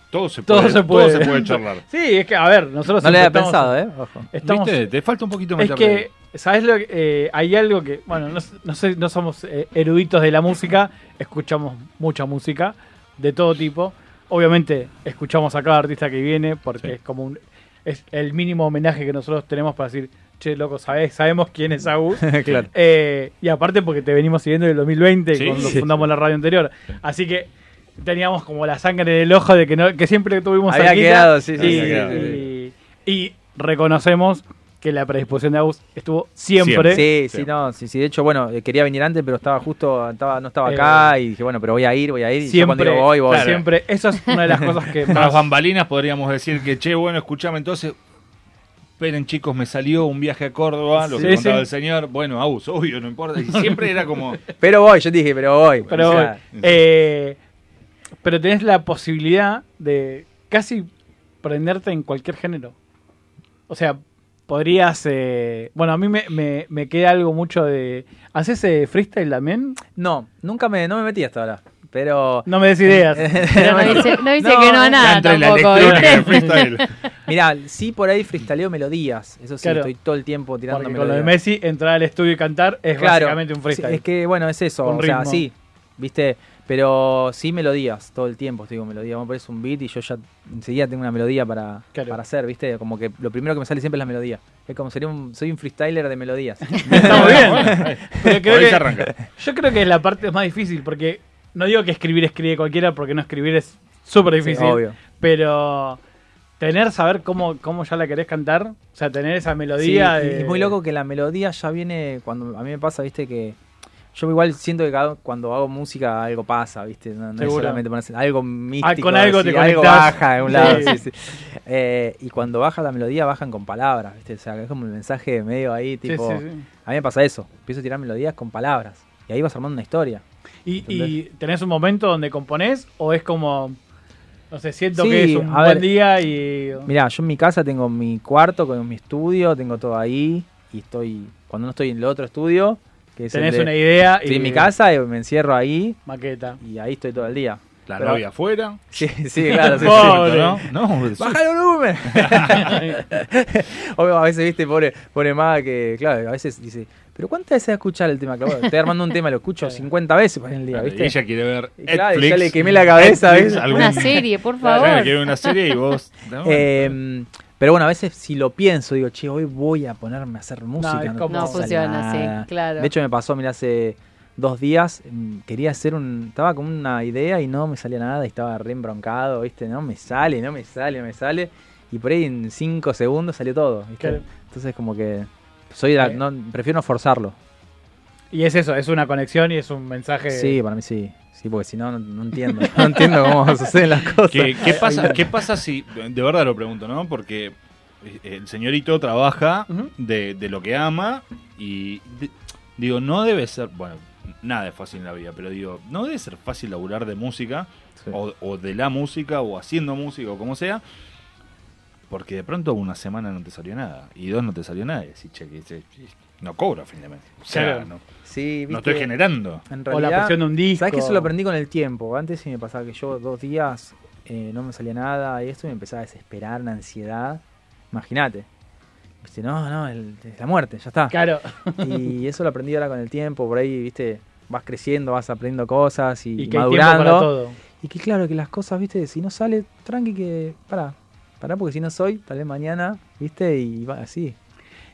E: Todo se
B: Todo
E: puede,
B: se puede.
E: todo se puede charlar.
B: Sí, es que, a ver, nosotros...
G: No lo
B: siempre
G: había
B: estamos-
G: pensado, ¿eh? Ojo.
B: Estamos,
E: ¿Viste? Te falta un poquito más
B: es que, ¿sabes lo que...? eh, hay algo que, bueno, no, no sé, no somos eh, eruditos de la música, escuchamos mucha música de todo tipo. Obviamente escuchamos a cada artista que viene porque
E: Sí.
B: es como un... Es el mínimo homenaje que nosotros tenemos para decir, che, loco, ¿sabes? sabemos quién es Agus.
G: claro.
B: Eh, y aparte porque te venimos siguiendo desde el 2020,
E: Sí.
B: cuando
E: Sí.
B: fundamos la radio anterior. Así que teníamos como la sangre en el ojo de que, no, que siempre tuvimos
G: Había
B: cerquita.
G: quedado, sí, sí,
B: y,
E: había quedado,
B: y- y reconocemos que la predisposición de Agus estuvo siempre.
E: Siempre.
G: Sí, sí,
E: Sí.
G: no, sí, sí. De hecho, bueno, eh, quería venir antes, pero estaba justo, estaba, no estaba acá y dije, bueno, pero voy a ir, voy a ir. Y yo cuando
B: Eh, Siempre,
G: digo voy, voy.
B: claro, siempre. Eso es una de las cosas que
E: Las
B: más...
E: bambalinas podríamos decir que, che, bueno, escuchame entonces. Esperen, chicos, me salió un viaje a Córdoba, lo que
B: Sí,
E: contaba
B: sí.
E: el señor. Bueno, aus, obvio, no importa. Y siempre era como.
G: Pero voy, yo dije, pero voy.
B: Pero,
G: O sea,
B: eh, pero tenés la posibilidad de casi prenderte en cualquier género. O sea, podrías... eh, bueno, a mí me, me- me queda algo mucho de... ¿Haces eh, freestyle también?
G: No, nunca me, no me metí hasta ahora. Pero.
B: No me des ideas.
C: No dice, no dice
G: No,
C: que no
E: Ya
G: ya
C: a nada
E: entre la
C: tampoco,
E: electrónica y el
C: ¿viste?
E: freestyle.
G: Mirá, sí por ahí freestaleo melodías. Eso sí,
B: Claro.
G: estoy todo el tiempo tirando
B: Porque con lo de
G: melodías.
B: Messi, entrar al estudio y cantar es básicamente un freestyle.
G: Sí, es que, bueno, es eso.
B: Con
G: o sea,
B: ritmo.
G: sí, ¿viste? Pero sí melodías, todo el tiempo estoy con melodías. Vos me pones un beat y yo ya enseguida tengo una melodía para,
B: Claro.
G: para hacer, ¿viste? Como que lo primero que me sale siempre es la melodía. Es como sería un, soy un freestyler de melodías.
B: Está muy bien. Pero
E: Por
B: creo
E: ahí
B: que-
E: se arranca.
B: yo creo que es la parte más difícil, porque no digo que escribir escribe cualquiera, porque no escribir es súper
G: Sí,
B: difícil.
G: obvio.
B: Pero tener, saber cómo, cómo ya la querés cantar, o sea, tener esa
G: Sí,
B: melodía.
G: y-
B: de-
G: y muy loco que la melodía ya viene cuando a mí me pasa, viste, que yo igual siento que cada- cuando hago música algo pasa, viste, no, no es
B: Seguro. Ah,
G: solamente ponerse algo místico,
B: con algo
G: así,
B: te
G: algo
B: conectás.
G: baja de un lado,
B: Sí.
G: sí, sí. Eh, y cuando baja la melodía bajan con palabras, viste, o sea, que es como el mensaje medio ahí,
B: Sí,
G: tipo,
B: sí, sí.
G: a mí me pasa eso, empiezo a tirar melodías con palabras y ahí vas armando una historia.
B: Y, y tenés un momento donde componés, o es como. No sé, siento
G: Sí,
B: que es un
G: a
B: buen
G: ver.
B: día y.
G: Mira, yo en mi casa tengo mi cuarto con mi estudio, tengo todo ahí y estoy cuando no estoy en el otro estudio, que es el
B: tenés
G: de-
B: una idea.
G: Estoy
B: y
G: en mi casa y me encierro ahí
B: Maqueta.
G: y ahí estoy todo el día.
E: La
G: Pero-
E: novia afuera.
G: Sí, sí, claro. sí, sí.
B: Pobre.
E: ¿No? No, es-
G: ¡Baja el volumen! Obvio, a veces, viste, pone, pone más que, claro, a veces dice, pero ¿cuántas veces vas a escuchar el tema? Claro, estoy armando un tema, lo escucho 50 veces en el día,
E: Claro,
G: ¿viste?
E: y ella quiere ver
G: Y claro,
E: Netflix.
G: ya le quemé la cabeza,
E: Netflix,
G: ¿viste?
E: algún-
C: Una serie, por
E: Claro,
C: favor.
E: quiere ver una serie y vos. ¿no?
G: Eh, pero bueno, a veces si lo pienso, digo, che, hoy voy a ponerme a hacer música.
B: es como-
G: te
B: No
G: sale
C: funciona, sí,
G: nada.
C: claro.
G: De hecho, me pasó, mira, hace dos días mm, quería hacer un. Estaba con una idea y no me salía nada y estaba re embroncado, ¿viste? No me sale, no me sale, no me sale. y por ahí en 5 segundos salió todo. ¿viste?
B: Claro.
G: Entonces como que soy la-
B: Sí.
G: no, prefiero no forzarlo.
B: Y es eso, es una conexión y es un mensaje.
G: Sí, para mí sí. Sí, porque si no, no, no entiendo. No entiendo cómo suceden las cosas.
E: ¿Qué, qué pasa, ¿Qué pasa si, de verdad lo pregunto, ¿no? Porque eh, el señorito trabaja de, de lo que ama y de- digo, no debe ser, bueno, nada es fácil en la vida, pero digo, no debe ser fácil laburar de música o, o de la música o haciendo música o como sea. Porque de pronto una semana no te salió nada y dos no te salió nada. Y decís, che, que- che, no cobro a fin de mes. O sea,
G: Claro.
E: no,
G: Sí,
E: no
G: viste,
E: estoy generando.
G: En realidad, ¿Sabes que eso lo aprendí con el tiempo? Antes sí me pasaba que yo dos días eh, no me salía nada y esto y me empezaba a desesperar, una ansiedad. Imagínate. Viste, no, no, el- es la muerte, ya está.
B: Claro.
G: Y eso lo aprendí ahora con el tiempo, por ahí, viste, vas creciendo, vas aprendiendo cosas y,
B: Y que hay tiempo
G: madurando.
B: para todo.
G: Y que claro, que las cosas, viste, si no sale, tranqui que, pará, pará porque si no soy, tal vez mañana, viste, y va así.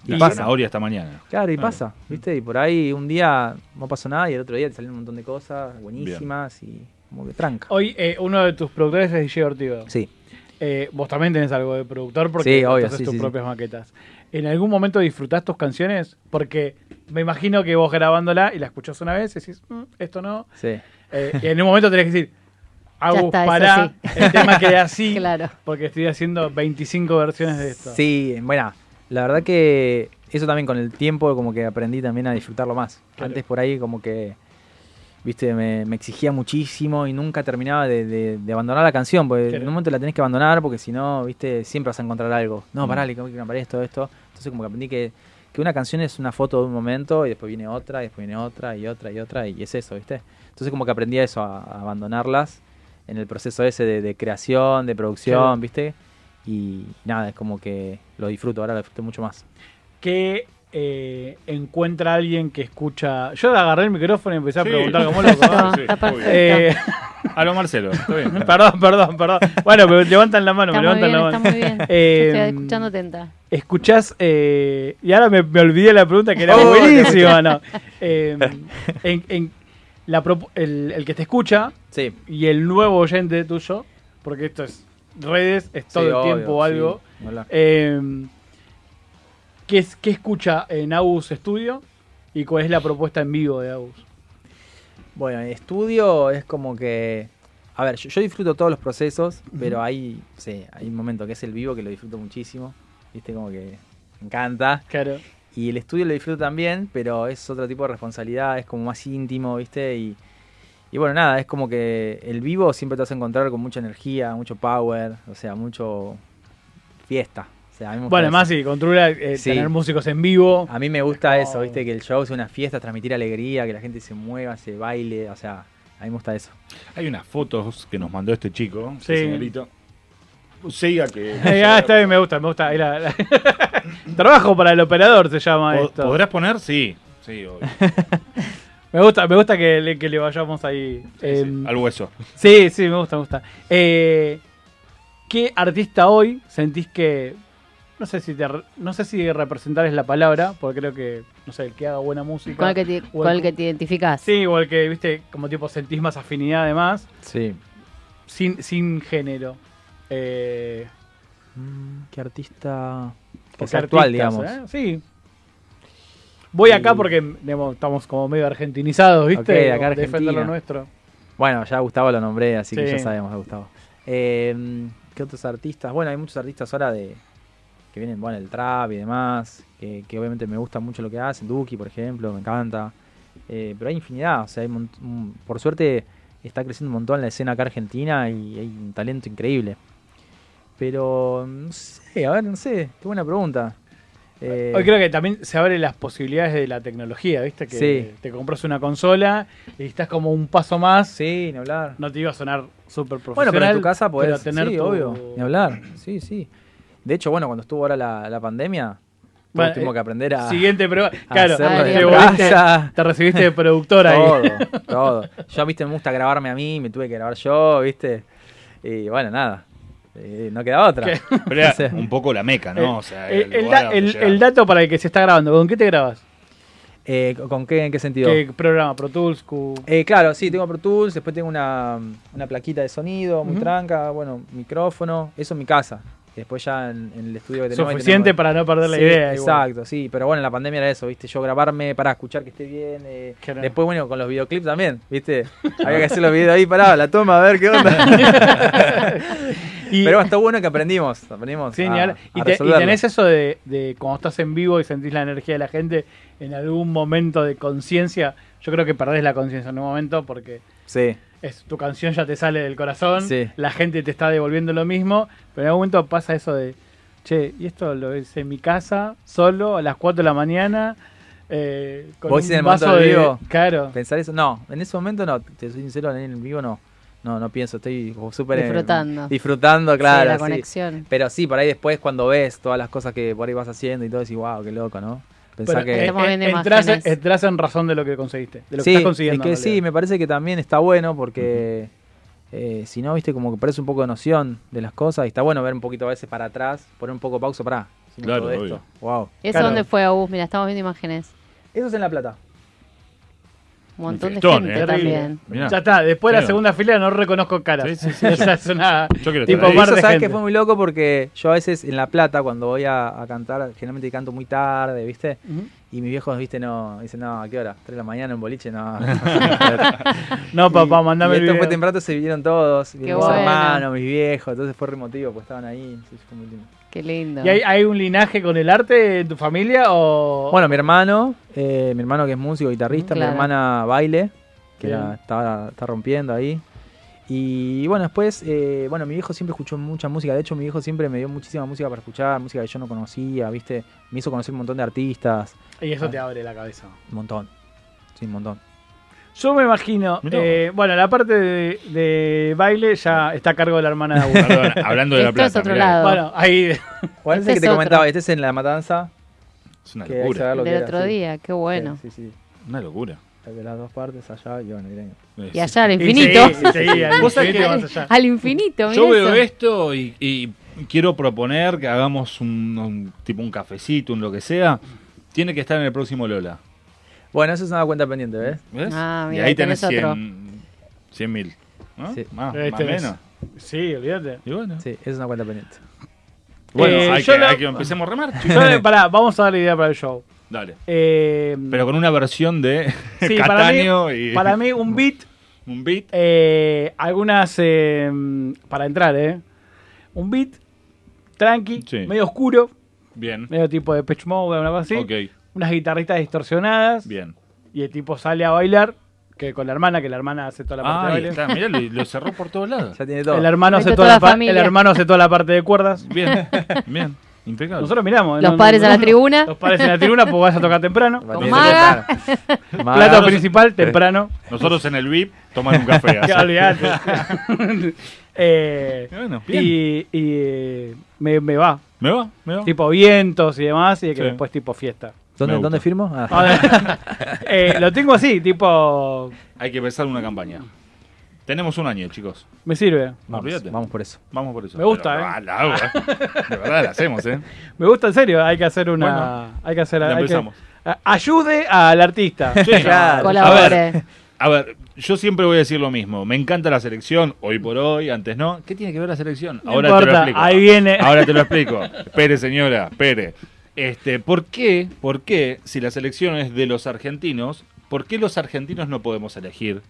E: Y la zanahoria hasta mañana.
G: Claro, y
E: Claro.
G: pasa, ¿viste? Y por ahí un día no pasó nada y el otro día te salen un montón de cosas buenísimas y como que tranca.
B: Hoy eh, uno de tus productores es DJ Ortigo.
G: Sí.
B: Eh, vos también tenés algo de productor porque
G: Sí, obvio,
B: haces
G: sí,
B: tus
G: sí, sí.
B: propias maquetas. ¿En algún momento disfrutás tus canciones? Porque me imagino que vos grabándola y la escuchás una vez y decís, "Mm, esto no.
G: Sí.
B: Eh, y en un momento tenés que decir, Agus,
C: está, es
B: pará,
C: así.
B: el tema queda así, porque estoy haciendo 25 versiones de esto.
G: Sí, bueno, la verdad que eso también con el tiempo como que aprendí también a disfrutarlo más.
B: Claro.
G: Antes por ahí como que, viste, me, me exigía muchísimo y nunca terminaba de, de- de abandonar la canción, porque
B: Claro.
G: en un momento la tenés que abandonar porque si no, viste, siempre vas a encontrar algo. No,
B: Mm.
G: pará, le tengo que cambiar esto, esto. Entonces como que aprendí que, que una canción es una foto de un momento y después viene otra, y después viene otra y otra y otra y es eso, viste. Entonces como que aprendí a eso, a, a abandonarlas en el proceso ese de, de creación, de producción,
B: Claro.
G: viste. Y nada, es como que lo disfruto, ahora lo disfruto mucho más.
B: que eh, encuentra alguien que escucha. Yo agarré el micrófono y empecé a
E: Sí,
B: preguntar como
E: está
B: loco. ¿no?
E: perfecto, está perfecto.
B: Eh,
E: A lo Marcelo, está bien.
B: perdón, perdón, perdón. Bueno, me levantan la mano,
C: Está
B: me levantan
C: muy bien,
B: la
C: está
B: mano.
C: muy bien.
B: Eh,
C: Yo estoy escuchando atenta.
B: Escuchás, eh, y ahora me, me olvidé la pregunta que era
C: Oh,
B: buenísima, ¿no? Eh, en- en la propu- el, el que te escucha
G: Sí.
B: y el nuevo oyente tuyo, porque esto es redes, es todo
G: Sí,
B: el
G: obvio,
B: tiempo
G: sí,
B: algo.
G: ni hablar.
B: Eh, ¿qué, es- qué escucha en Agus Studio y cuál es la propuesta en vivo de Agus?
G: Bueno, en estudio es como que. A ver, yo, yo disfruto todos los procesos, pero hay, sí, hay un momento que es el vivo que lo disfruto muchísimo. Viste, como que me encanta.
B: Claro.
G: Y el estudio lo disfruto también, pero es otro tipo de responsabilidad, es como más íntimo, viste. Y, y bueno, nada, es como que el vivo siempre te vas a encontrar con mucha energía, mucho power, o sea, mucho fiesta. O sea, a mí me gusta
B: Bueno,
G: eso.
B: más si controla eh,
G: Sí.
B: tener músicos en vivo. Oh.
G: A mí me gusta eso, viste, que el show sea una fiesta, transmitir alegría, que la gente se mueva, se baile, o sea, a mí me gusta eso.
E: Hay unas fotos que nos mandó este chico,
B: Sí.
E: este señorito. Siga que.
B: Eh, ah, está bien, me gusta, me gusta. Era- era- Trabajo para el operador se llama
E: ¿Pod-
B: esto.
E: ¿Podrás poner? Sí. Sí, obvio.
B: Me gusta, me gusta que le, que le vayamos ahí. Eh,
E: Al hueso.
B: Sí, sí, me gusta, me gusta. Eh, ¿Qué artista hoy sentís que... No sé si te re- no sé si representar es la palabra, porque creo que, no sé, el que haga buena música...
C: Con el que te,
B: o
C: con el que te identificás.
B: Sí, o el que, viste, como tipo sentís más afinidad además,
G: Sí.
B: sin, sin género. Eh,
G: Mm, ¿Qué artista
B: porque
G: es actual,
B: artistas,
G: digamos?
B: ¿eh? Sí. Voy acá porque digamos, estamos como medio argentinizados, ¿viste?
G: Ok, acá
B: Defender lo
G: Argentina.
B: nuestro.
G: Bueno, ya a Gustavo lo nombré, así que
B: Sí.
G: ya sabemos de Gustavo. Eh, ¿Qué otros artistas? Bueno, hay muchos artistas ahora de que vienen, bueno, el trap y demás, que, que obviamente me gusta mucho lo que hacen. Duki, por ejemplo, me encanta. Eh, pero hay infinidad, o sea, hay mont- un- por suerte está creciendo un montón la escena acá argentina y hay un talento increíble. Pero, no sé, a ver, no sé, qué buena pregunta. Eh,
B: Hoy creo que también se abren las posibilidades de la tecnología, ¿viste? Que
G: Sí.
B: te compras una consola y estás como un paso más.
G: Sí, ni hablar.
B: No te iba a sonar súper profesional.
G: Bueno, pero en tu casa podés
B: pero tener
G: sí,
B: tu-
G: obvio, ni hablar. Sí, sí. De hecho, bueno, cuando estuvo ahora la, la pandemia,
B: Bueno,
G: tuvimos
B: eh,
G: que aprender a.
B: Siguiente prueba.
G: a
B: Claro,
G: hacerlo
B: te,
G: de
B: volviste-
G: casa.
B: te recibiste de productora
G: todo,
B: ahí.
G: todo. Yo, viste, me gusta grabarme a mí, me tuve que grabar yo, viste. Y bueno, nada. Eh, no queda otra.
B: ¿Qué? Eh,
E: Pero era
G: O sea,
E: un poco la meca, ¿no? O sea,
B: el, el
E: lugar
B: da-
E: donde
B: el-
E: llegaba.
B: el dato para el que se está grabando, ¿con qué te grabas?
G: eh, ¿Con qué, en qué sentido?
B: ¿Qué programa? ¿Pro Tools? Q-
G: Eh, claro, sí, tengo Pro Tools, después tengo una, una plaquita de sonido muy
B: Ujú.
G: tranca, bueno, micrófono, eso en mi casa. Después ya en, en el estudio que tenemos... ahí
B: Suficiente
G: tenemos-
B: para no perder la
G: Sí,
B: idea. igual.
G: Exacto, sí. Pero bueno, en la pandemia era eso, ¿viste? Yo grabarme para escuchar que esté bien. eh, Después, bueno, con los videoclips también, ¿viste? Había que hacer los videos ahí, pará, la toma, a ver qué onda. Pero está bueno que aprendimos, aprendimos
B: Sí,
G: a-
B: ni
G: Ah, a
B: hablar. y, te- y
G: resolverlo.
B: tenés eso de, de cuando estás en vivo y sentís la energía de la gente, en algún momento de conciencia, yo creo que perdés la conciencia en un momento porque
G: Sí.
B: es, tu canción ya te sale del corazón,
G: Sí.
B: la gente te está devolviendo lo mismo, pero en algún momento pasa eso de, che, y esto lo hice en mi casa, solo, a las 4 de la mañana, eh, con
G: ¿Vos
B: un
G: hiciste en el
B: vaso
G: momento del
B: de...
G: vivo?
B: Claro.
G: Pensar eso, no, en ese momento no, te soy sincero, en el vivo no. No, no pienso, estoy como súper... eh,
C: Disfrutando.
G: Disfrutando,
C: Sí,
G: claro.
C: la
G: sí.
C: conexión.
G: Pero sí, por ahí después cuando ves todas las cosas que por ahí vas haciendo y todo, decís, wow, qué loco, ¿no? Pensar
B: Pero, eh, eh, entras, entras en razón de lo que conseguiste, de lo que
G: sí,
B: estás consiguiendo. en
G: Es que
B: realidad. Mm.
G: sí, me parece que también está bueno porque eh, si no, viste, como que parece un poco de noción de las cosas y está bueno ver un poquito a veces para atrás, poner un poco pausa para.
E: Claro,
G: todo esto.
E: obvio.
G: Wow.
C: ¿Eso dónde fue, Agus? Mira, estamos viendo imágenes.
G: Eso es en La Plata.
C: Un montón
B: Festón,
C: de
B: eh,
C: gente
B: terrible.
C: también.
E: Mirá.
B: Ya está, después de la
E: Claro.
B: segunda fila no reconozco caras. Esa es una
E: quiero estar
B: tipo
E: ahí.
B: mar
G: Eso
B: de
G: sabes
B: gente.
G: que fue muy loco porque yo a veces en La Plata, cuando voy a, a cantar, generalmente canto muy tarde, ¿viste?
B: Ujú.
G: Y mis viejos, ¿viste? No, dicen, no, ¿a qué hora? ¿Tres de la mañana en boliche? No.
B: No, papá,
G: Y-
B: mandame
G: y
B: el
G: esto fue
B: video.
G: temprano, se vinieron todos. Vinieron mis
C: bueno.
G: hermanos, mis viejos. Entonces fue remotivo, pues estaban ahí. entonces fue muy lindo.
C: Qué lindo.
B: ¿Y hay, hay un linaje con el arte en tu familia o...?
G: Bueno, mi hermano, eh, mi hermano que es músico, guitarrista,
B: Claro.
G: mi hermana baile, que
B: Bien.
G: la- está, está rompiendo ahí. Y bueno, después, eh, bueno, mi viejo siempre escuchó mucha música. De hecho, mi viejo siempre me dio muchísima música para escuchar, música que yo no conocía, ¿viste? Me hizo conocer un montón de artistas,
B: Y eso te abre la cabeza.
G: un montón. Sí, un montón.
B: Yo me imagino,
E: Mirá vos.
B: eh, bueno, la parte de, de baile ya está a cargo de la hermana de Agus.
E: Perdón, hablando de la
C: Esto es
E: plata.
C: otro
E: mirá,
C: lado.
B: Bueno, ahí...
G: ¿Cuál es
C: Este
G: el que
C: es
G: te
C: otro.
G: comentaba? Este es en La Matanza.
E: Es una
G: que hay que
E: locura.
G: saber lo que
C: Del
G: era,
C: otro
G: sí.
C: día, qué bueno.
G: Sí, sí.
E: Una locura.
G: sí. De las dos partes, allá y bueno, directo.
E: Eh,
C: Y allá al
B: Y
C: infinito.
B: seguí, y seguí, al
E: Vos sabés
B: infinito
E: que-
B: más allá.
C: Al infinito,
E: Yo
C: mira
E: veo
C: eso.
E: esto y, y quiero proponer que hagamos un, un- tipo un cafecito, un lo que sea. Tiene que estar en el próximo Lola.
G: Bueno, eso es una cuenta pendiente, ¿ves?
E: ¿Ves?
C: Ah,
E: y
C: mira,
E: ahí
C: tenés
E: tenés
C: otro.
E: 100 mil. ¿no?
G: Sí.
E: Más,
B: Ahí
E: más
B: tenés.
E: menos.
B: Este Sí, olvídate.
E: Y bueno.
G: Sí, es una cuenta pendiente.
E: Bueno,
B: Eh,
E: hay,
B: yo
E: que,
B: lo-
E: hay que empecemos a remar. chicos.
B: Yo, pará, vamos a dar la idea para el show.
E: Dale.
B: Eh,
E: Pero con una versión de
B: sí, para mí,
E: Cataño y
B: para mí un beat
E: un beat.
B: Eh, algunas eh, para entrar, ¿eh? Un beat tranqui,
E: Sí.
B: medio oscuro,
E: Bien.
B: medio tipo de pitch mode, una cosa así.
E: Ok,
B: Unas guitarritas distorsionadas
E: bien.
B: y el tipo sale a bailar que con la hermana, que la hermana hace toda la parte
E: Ah, ahí
B: de baile.
E: está. Mirá, lo, lo cerró por todos lados.
G: Ya tiene todo.
B: El hermano, hace
C: Metió
B: toda
C: toda
B: la
C: la
B: pa-
C: familia.
B: el hermano hace toda la parte de cuerdas.
E: Bien, bien. Impecable.
B: Nosotros miramos. ¿eh?
C: Los padres a la tribuna.
B: Los padres en la tribuna, pues vas a tocar temprano.
C: Con Maga.
G: Maga.
B: Plato principal, temprano.
E: Nosotros en el VIP tomando un café. así.
B: Ya, olvidate. Eh,
E: Y Bueno, bien.
B: y y, eh, me, me va,
E: ¿Me va? ¿Me va?
B: tipo vientos y demás, y que
E: Sí.
B: después tipo fiesta.
E: Me
G: ¿Dónde,
E: gusta.
G: ¿dónde firmo? Ah.
B: Eh, lo tengo así, tipo,
E: Hay que empezar una campaña. Tenemos un año, chicos.
B: me sirve.
E: No,
G: Vamos,
E: olvídate.
G: vamos por eso.
E: Vamos por eso.
B: Me gusta,
E: Pero,
B: ¿eh?
E: ah, la hago, ¿eh? De verdad, la hacemos, ¿eh?
B: Me gusta en serio, hay que hacer una... hay que hacer...
E: la
B: hay que-
E: empezamos.
B: a- ayude al artista.
G: claro.
E: A
C: Colabore.
E: ver, a ver, yo siempre voy a decir lo mismo. Me encanta la selección, hoy por hoy, antes no. ¿Qué tiene que ver la selección?
B: No
E: Ahora te lo
B: importa,
E: explico.
B: ahí viene.
E: Ahora te lo explico. Pere, señora, pere. Este, ¿por qué, por qué, si la selección es de los argentinos, por qué los argentinos no podemos elegir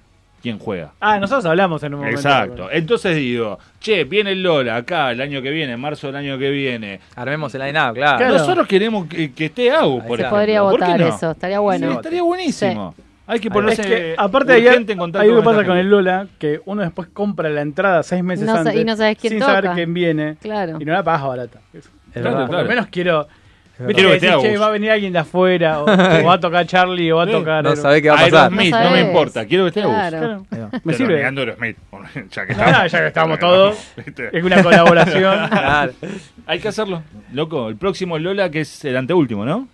E: quién juega?
B: Ah, nosotros hablamos en un momento.
E: Exacto. Entonces digo, che, viene el Lola acá el año que viene, marzo del año que viene.
G: Armemos el line-up, claro.
B: Claro.
E: Nosotros queremos que, que esté AU, por
G: Se
E: ejemplo.
C: Podría
E: ¿Por qué
C: votar
E: no?
C: eso, estaría
E: Sí,
C: bueno.
E: estaría buenísimo. Hay que
B: Es
E: ponerse
B: que, aparte hay,
E: urgente en
B: hay
E: contacto
B: algo que pasa
E: esta
B: con el
E: gente.
B: Lola, que uno después compra la entrada seis meses
C: No sa-
B: antes
C: y no sabes quién
B: sin
C: toca.
B: saber quién viene
C: Claro.
B: y no la pagas barata.
G: Es
E: Claro,
G: verdad.
B: Por lo menos quiero... Viste
E: Quiero
B: que
E: que te
B: decís,
E: hago
B: "Che,
E: vos".
B: va a venir alguien de afuera, o, o va a tocar Charlie, o va a
E: Sí.
B: tocar...
G: No sabe qué va a pasar.
E: Aerosmith,
C: No
E: no, me
C: sabes.
E: importa, quiero que esté AU.
C: Claro.
G: Ahí va.
B: Me
E: Pero
B: sirve.
E: negando Aerosmith, ya que
B: Ah,
E: estamos.
B: ya que estamos todos,
E: Viste.
B: es una colaboración.
G: Claro.
E: Hay que hacerlo. Loco, el próximo Lola, que es el anteúltimo, ¿no?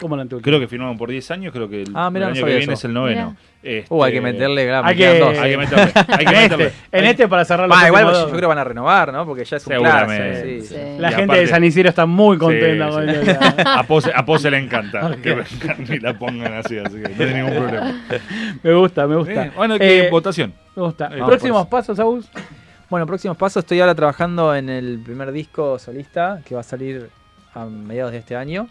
B: ¿Cómo la anteúltima?
E: Creo que firmaron por 10 años, creo que el,
G: Ah,
E: el
G: mirá, no
E: año que
G: sabía
E: viene
G: eso.
E: es el noveno. Este,
G: Uh, hay que meterle, claro,
B: Hay
G: me quedan
B: que-
G: dos.
E: Hay que meterle. Hay que
B: en
E: meterle.
B: este, en este para cerrar los
G: Va, igual
B: últimos
G: yo
B: dos.
G: creo que van a renovar, ¿no? Porque ya es un
E: Seguramente.
G: clásico. sí, sí.
C: Sí.
B: La
E: Y
B: gente
E: aparte-
B: de San Isidro está muy contenta
E: Sí,
B: con
E: sí.
B: el
G: Este.
B: Lola.
E: A Pose, a Pose le encanta que vengan y la pongan así, así que no tiene ningún problema.
B: Me gusta, me gusta.
E: Eh, bueno, ¿qué
B: Eh,
E: votación?
B: me gusta.
E: Ahí va,
B: Próximos
E: pues.
B: pasos, Agus.
G: Bueno, próximos pasos. Estoy ahora trabajando en el primer disco solista que va a salir a mediados de este año.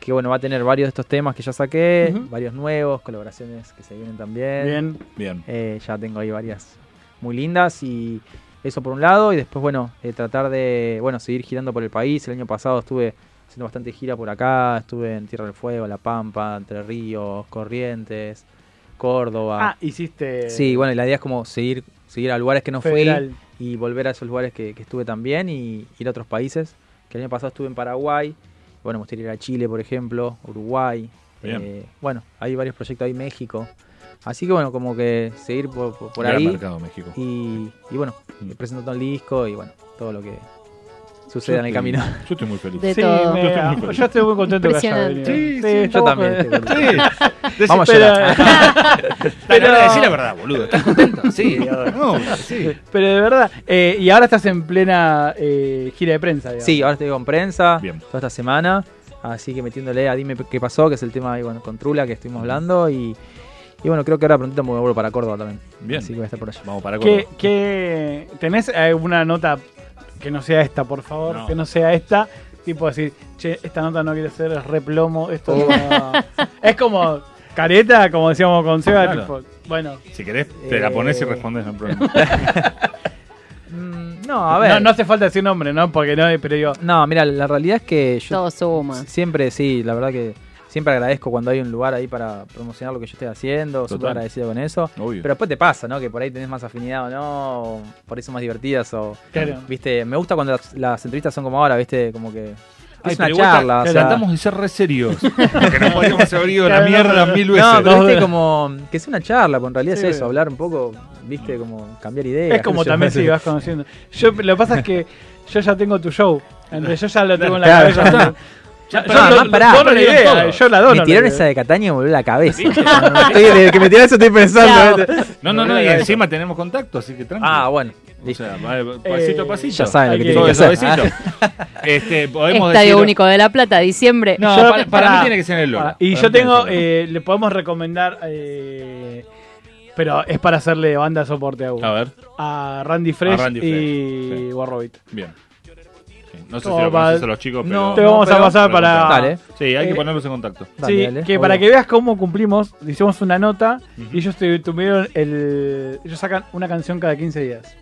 G: Que bueno, va a tener varios de estos temas que ya saqué,
B: Ujú.
G: varios nuevos, colaboraciones que se vienen también.
B: Bien.
E: Bien.
G: Eh, ya tengo ahí varias muy lindas y eso por un lado. Y después, bueno, eh, tratar de, bueno, seguir girando por el país. El año pasado estuve haciendo bastante gira por acá. Estuve en Tierra del Fuego, La Pampa, Entre Ríos, Corrientes, Córdoba.
B: Ah, hiciste.
G: Sí, bueno, y la idea es como seguir, seguir a lugares que no
B: Federal.
G: fui y volver a esos lugares que, que estuve también y ir a otros países. Que el año pasado estuve en Paraguay. Bueno, me gustaría ir a Chile, por ejemplo, Uruguay.
E: Bien.
G: Eh, bueno, hay varios proyectos ahí, México. Así que bueno, como que seguir por, por, por
E: Gran
G: ahí.
E: mercado, México. Mm.
G: Y, y bueno, presentando el disco y bueno, todo lo que
E: Yo
G: suceda en el
E: estoy-
G: camino.
E: Yo estoy muy feliz.
G: De
B: Sí,
G: todo.
B: me-
G: Yo estoy muy feliz.
B: yo estoy muy contento que haya
G: Impresionante.
B: venido.
G: Sí, sí,
B: yo
G: estamos
B: también.
G: contentos.
B: Sí.
G: Vamos a llorar.
B: Pero-
J: Pero... Decí la verdad, boludo. ¿Estás contento? Sí. No, sí.
B: Pero de verdad, eh, y ahora estás en plena eh, gira de prensa. digamos.
G: Sí, ahora estoy con prensa toda esta semana. Así que metiéndole a Dime qué pasó, que es el tema ahí, bueno, con Trula que estuvimos hablando. Y, y bueno, creo que ahora prontito me vuelvo para Córdoba también.
E: Bien.
G: Así que voy a estar por allá.
E: Vamos para
B: ¿Qué, qué- tenés alguna nota que no sea esta, por favor?
G: No.
B: Que no sea esta. Tipo decir, che, esta nota no quiere ser, es replomo. Esto no- es como careta, como decíamos con Seba.
E: Claro.
B: tipo, eh, bueno.
E: Si querés, te la pones
G: Eh,
E: y respondes, no hay problema.
G: no, a ver.
B: No, hace falta decir nombre, ¿no? Porque no, pero digo.
G: No, mira, la realidad es que yo.
C: Todo suma.
G: Siempre, sí, la verdad que siempre agradezco cuando hay un lugar ahí para promocionar lo que yo estoy haciendo. Súper
B: Total.
G: agradecido con eso.
B: Obvio.
G: Pero después te pasa, ¿no? Que por ahí tenés más afinidad o no, o por ahí son más divertidas o.
B: Claro.
G: Viste, me gusta cuando las, las entrevistas son como ahora, ¿viste? Como que.
E: Ay,
G: es una
E: pero igual
G: charla.
E: tra-
G: o sea-
E: tratamos de ser re serios. que nos podríamos haber ido a la
G: Claro, no,
E: mierda
G: pero-
E: mil veces.
G: No, pero viste como que sea una charla, porque en realidad
B: Sí.
G: es eso, hablar un poco, viste, como cambiar ideas.
B: Es como
G: qué sé yo.
B: también si vas conociendo. Yo, lo que pasa es que yo ya tengo tu show. Entonces yo ya lo tengo en la
G: Claro,
B: cabeza.
G: ya está.
B: Ya-
G: No,
B: yo
G: además,
B: lo-
G: pará,
B: dono la idea,
G: todo.
B: yo la dono.
G: Me tiraron
B: la
G: esa de Catania y me volvió la cabeza.
E: ¿Viste?
G: No, no, estoy- desde que me tiraron eso estoy pensando. ¿viste?
E: No, no,
G: Me
E: no,
G: volvió
E: y
G: la cabeza.
E: encima tenemos contacto, así que tranquilo.
G: Ah, bueno.
E: O sea, va- pasito a
G: Eh,
E: pasito.
G: ya saben lo que
E: Todo
G: tienen que
E: suavecito.
G: hacer.
E: Este, podemos
C: Estadio
E: decir-
C: Único de La Plata, diciembre.
E: No,
B: Yo-
E: para, para mí
B: pará.
E: tiene que ser en el Lola.
B: Pará. Y
E: Para
B: yo
E: mí tiene
B: tengo,
E: que ser en el
B: eh, le podemos recomendar, eh, pero es para hacerle banda soporte a uno.
E: A ver.
B: A Randy Fresh,
E: A Randy
B: y Warrovit.
E: Lola. Bien. Sí, No sé si
B: Como
E: lo
B: para-
E: conoces a los chicos, pero.
B: Te vamos a pasar para.
E: Dale. Sí, hay que
B: Eh,
E: ponerlos en contacto.
B: sí, que para que veas cómo cumplimos, hicimos una nota
E: Ujú.
B: y ellos te- tuvieron el. Ellos sacan una canción cada 15 días.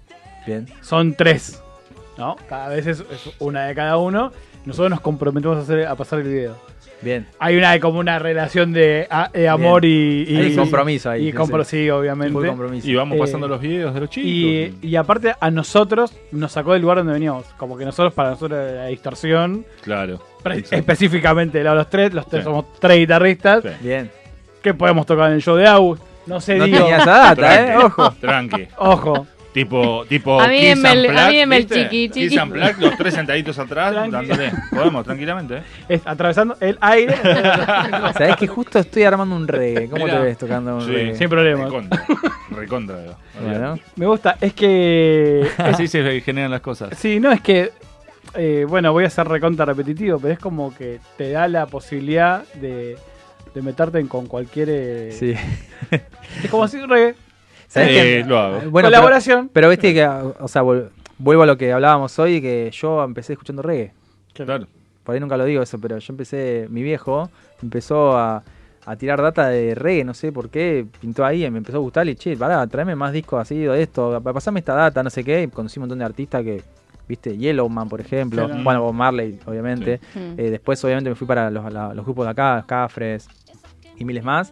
G: Bien.
B: Son tres. ¿No? Cada vez es, es una de cada uno. Nosotros nos comprometemos a, hacer, a pasar el video.
G: Bien.
B: Hay una como una relación de a- eh, amor y, y-
G: Hay compromiso ahí,
B: Y compro-
G: sí.
B: sí, obviamente.
G: Full compromiso.
E: Y vamos
B: Eh,
E: pasando los videos de los chicos.
B: Y, y aparte a nosotros nos sacó del lugar donde veníamos. Como que nosotros, para nosotros, era la distorsión.
E: Claro.
B: Pre- Específicamente la de los tres, los tres
E: Sí.
B: somos tres guitarristas.
G: Bien.
B: Que podemos tocar en el show de Agus. No sé,
E: No
B: digo.
E: tenía esa data, Tranqui, eh, ojo. tranqui.
B: Ojo.
E: Tipo, tipo.
B: A mí
E: Kiss
B: denme
E: and
B: el- a
E: Plug,
B: mí denme el
E: ¿viste?
B: chiqui, chiqui.
E: Kiss and Plug, los tres sentaditos atrás, dándole. Podemos, tranquilamente, ¿eh?
B: Es atravesando el aire.
G: Sabés que justo estoy armando un reggae. ¿Cómo
E: Mirá.
G: te ves tocando un
E: Sí,
G: reggae?
E: sin
B: problemas.
E: Recontra. Recontra, digo.
G: Bueno.
B: Me gusta, es que.
E: Así se generan las cosas.
B: Sí, no, es que. eh, bueno, voy a ser recontra repetitivo, pero es como que te da la posibilidad de, de meterte en- con cualquier. eh,
G: Sí.
B: Es como si reggae.
G: ¿Sabés
E: Eh,
G: qué?
E: lo hago.
G: Bueno,
B: Colaboración.
G: Pero, pero viste que, o sea, vol- vuelvo a lo que hablábamos hoy, que yo empecé escuchando reggae.
E: Claro.
G: Por ahí nunca lo digo eso, pero yo empecé, mi viejo empezó a, a tirar data de reggae, no sé por qué, pintó ahí y me empezó a gustar y che, pará, tráeme más discos así de esto, pa- pasame esta data, no sé qué, y conocí un montón de artistas que, viste, Yellowman, por ejemplo,
B: Claro.
G: bueno, Bob Marley, obviamente.
B: Sí. Mm.
G: Eh, después, obviamente, me fui para los, la- los grupos de acá, Cafres y miles más,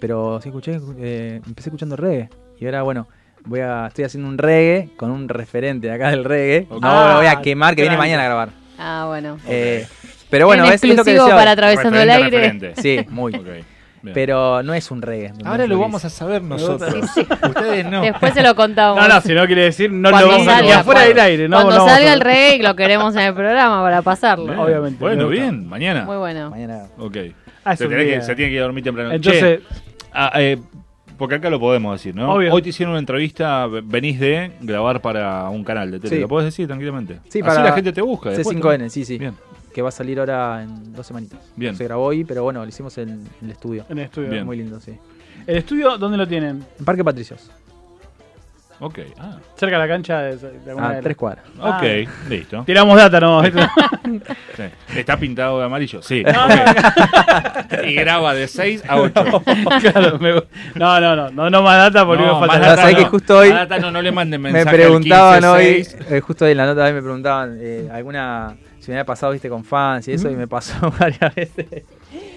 G: pero sí escuché, eh, empecé escuchando reggae y ahora, bueno. Voy a, estoy haciendo un reggae con un referente de acá del reggae. No
C: Ah,
G: lo voy a quemar, que viene
C: tranqui.
G: mañana a grabar.
C: Ah, bueno.
G: Eh, pero bueno,
C: En
G: es, es lo que
C: exclusivo
G: decía-
C: para Atravesando el Referente, Aire. referente.
G: Sí, muy. Pero no es un reggae. ¿entendés?
E: Ahora lo
G: que
E: vamos
G: hice.
E: a saber
G: Me
E: nosotros.
G: gusta.
E: Ustedes no.
C: Después se lo contamos.
B: No, no, si no quiere decir, eh, no
C: Cuando
B: lo vamos a
C: salga,
B: ni afuera
C: cuando-
B: del aire, no,
C: Cuando
B: no vamos a-
C: salga el reggae lo queremos en el programa para pasarlo.
E: Bien. Bueno, bien, mañana.
C: Muy bueno.
G: Mañana.
E: Ok.
B: Ah, es
E: se,
B: un
E: tenés
B: día.
E: que, se tiene que dormir temprano.
B: Entonces-
E: Che, ah, eh, porque acá lo podemos decir, ¿no?
B: Obvio.
E: Hoy te hicieron una entrevista, ve- venís de grabar para un canal de tele.
G: Sí.
E: Lo podés decir tranquilamente.
G: Sí,
E: Así
G: para
E: la gente te busca. después,
G: C5N,
E: ¿no?
G: sí, sí. Que va a salir ahora en dos semanitas.
E: Bien.
G: Se grabó hoy, pero bueno, lo hicimos en, en el estudio.
B: En el estudio. Bien.
G: Muy lindo, sí.
B: ¿El estudio dónde lo tienen?
G: En Parque Patricios.
E: Ok, ah.
B: Cerca de la cancha de, de alguna
E: Ah,
B: de-
E: tres cuadras.
B: Ah.
E: Ok, listo.
B: Tiramos data nomás.
E: Sí. ¿Está pintado de amarillo? Sí.
B: No.
E: Ok. y graba de 6 a 8.
B: Claro, me- no, no, no, no, no más data porque
E: No,
B: me
E: más
B: falta
E: data
G: Sabés que justo hoy
E: Nada, no, no le manden
G: me
E: mensaje al
G: preguntaban
E: 15,
G: hoy,
E: 6.
G: eh, justo hoy en la nota hoy me preguntaban eh, alguna si me había pasado viste con fans y eso
E: Mm.
G: y me pasó varias veces.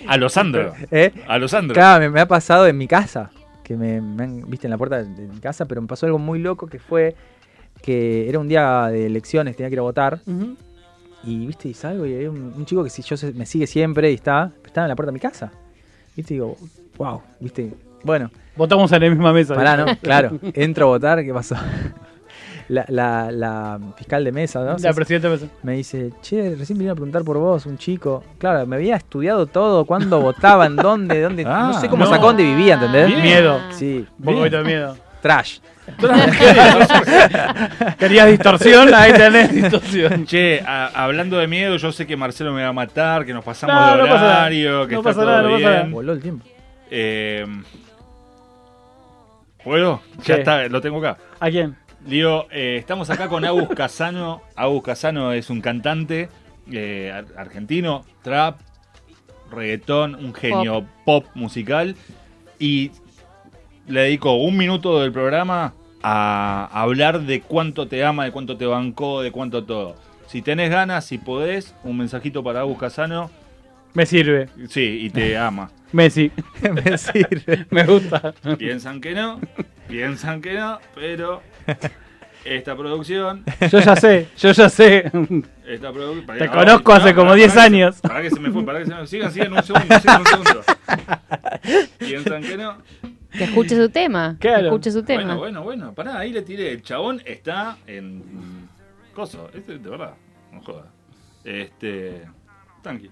E: A los Sandro.
G: ¿Eh?
E: A los Sandro.
G: Claro, me, me ha pasado en mi casa, que me, me han viste en la puerta de, de mi casa, pero me pasó algo muy loco que fue que era un día de elecciones, tenía que ir a votar. Y viste, y salgo y hay un, un chico que si yo se- me sigue siempre y está, estaba en la puerta de mi casa. Viste, y digo, wow, viste, bueno.
B: Votamos en la misma mesa.
G: Pará,
B: ¿viste?
G: no, claro. Entro a votar, ¿qué pasó? La, la- la fiscal de mesa, ¿no?
B: La presidenta de mesa.
G: Me dice, che, recién vinieron a preguntar por vos, un chico. Claro, me había estudiado todo, cuándo votaban, dónde, dónde.
B: Ah,
G: no sé cómo
B: no.
G: sacó dónde vivía, ¿entendés?
B: Bien. Miedo.
G: Sí.
B: Un poquito de miedo.
G: Trash.
B: Querías distorsión, ahí tenés distorsión.
E: Che, a- hablando de miedo, yo sé que Marcelo me va a matar, que nos pasamos
B: No,
E: de
B: no pasa nada.
E: horario, que
B: No
E: está
B: pasa
E: todo
B: nada, no pasa nada.
E: bien.
G: Voló el tiempo.
E: Eh, ¿Puedo? Ya
B: ¿Qué?
E: está, lo tengo acá.
B: ¿A quién?
E: Digo, eh, estamos acá con Agus Casano. Agus Casano es un cantante eh, ar- argentino, trap, reggaetón, un genio pop musical. Y le dedico un minuto del programa a hablar de cuánto te ama, de cuánto te bancó, de cuánto todo. Si tenés ganas, si podés, un mensajito para Agus Casano.
B: Me sirve.
E: Sí, y te ama.
B: Messi. Me sirve. Me gusta.
E: Piensan que no, piensan que no, pero esta producción.
B: Yo ya sé, yo ya sé.
E: Esta produ-
B: Te
E: no,
B: conozco
E: Ah, no,
B: hace como 10
E: pará, pará que se-
B: años.
E: Pará que se me fue, pará que se me Sigan, sigan un segundo, sigan un segundo. Piensan que no.
C: Que escuche su tema. Que
E: Claro.
C: escuche su tema.
E: Bueno, bueno, bueno, pará, ahí le tiré. El chabón está en. Coso, este, de verdad, no joda. Este. Tranqui.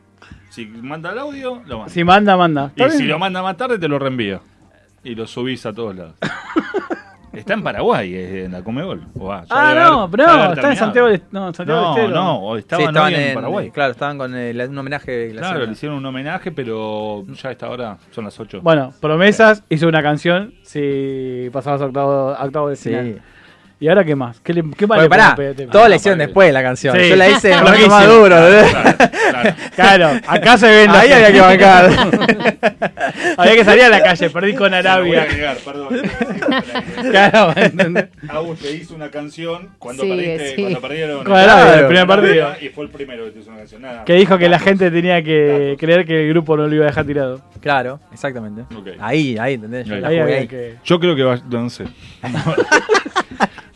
E: Si manda el audio, lo manda.
B: Si manda, manda.
E: Y
B: Está
E: si
B: bien.
E: lo manda más tarde, te lo reenvío. Y lo subís a todos lados. Está en Paraguay, eh, en la Comebol. O va, ya
B: Ah,
E: debe
B: no,
E: haber-
B: pero
E: ya
B: no,
E: debe haber
B: está en
E: terminado.
B: Santiago del, no, en Santiago
E: No,
B: del Estero.
E: no, o estaban
G: Sí, estaban
E: hoy en
G: en-
E: Paraguay.
G: Claro, estaban con eh, la- un homenaje de Glaciana.
E: Claro, le hicieron un homenaje, pero ya a esta hora son las 8.
B: Bueno, Promesas hizo una canción si pasabas a octavo, a octavo de
G: Sí.
B: final. ¿Y ahora qué más? ¿Qué, le, qué más
G: Pero
B: le
G: pará,
B: podemos pedir?
G: todos la hicieron después la canción.
B: Sí.
G: Yo la hice en
B: Lo
G: Rock
B: mismo.
G: Maduro.
B: Claro, acá se vende.
G: Ahí había que bancar.
B: había que salir a la calle, perdí con Arabia.
E: Voy a agregar, perdón.
B: Claro, ¿entendés?
E: Agus te hizo una canción cuando
B: Sigue,
E: perdiste,
B: sigue.
E: cuando perdieron
B: Con Arabia, el primer
E: con Arabia,
B: partido.
E: Y fue el primero que te hizo una canción. Nada.
B: que dijo que la gente tenía que creer que el grupo no lo iba a dejar tirado.
G: Claro, exactamente. Ahí, ahí, ¿entendés? Yo la
B: Ahí
G: jugué
B: había
G: ahí.
B: que-
E: Yo creo que va. No sé.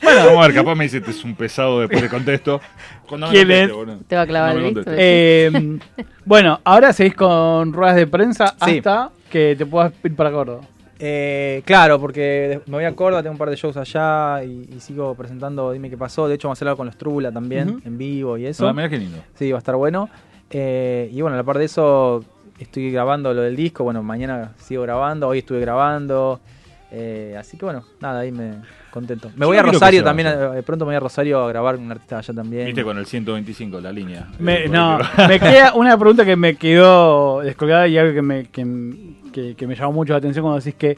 E: bueno, vamos a ver, capaz me dice, es un pesado después de contesto. Cuando me
B: ¿Quién
E: conteste,
B: es?
E: boludo.
C: Te va a clavar
E: No me
C: el visto.
E: conteste.
B: Eh, bueno, ahora seguís con ruedas de prensa
G: Sí.
B: hasta que te puedas ir para Córdoba.
G: Eh, claro, porque me voy a Córdoba, tengo un par de shows allá y, y sigo presentando Dime qué pasó. De hecho, vamos a hacer algo con los Trula también,
B: Ujú.
G: en vivo y eso.
E: Ah, mirá qué lindo.
G: Sí, va a estar bueno. Eh, y bueno, a la par de eso, estoy grabando lo del disco. Bueno, mañana sigo grabando, hoy estuve grabando. Eh, así que bueno, nada, ahí me contento. Me
E: Yo
G: voy
E: no
G: a
E: quiero que
G: Rosario
E: se
G: también,
E: vaya.
G: eh, pronto me voy a Rosario a grabar con un artista allá también.
E: Viste con el 125, la línea.
B: Me-
E: Eh,
B: no,
E: porque-
B: me queda una pregunta que me quedó descolgada y algo que me, que, que- que me llamó mucho la atención cuando decís que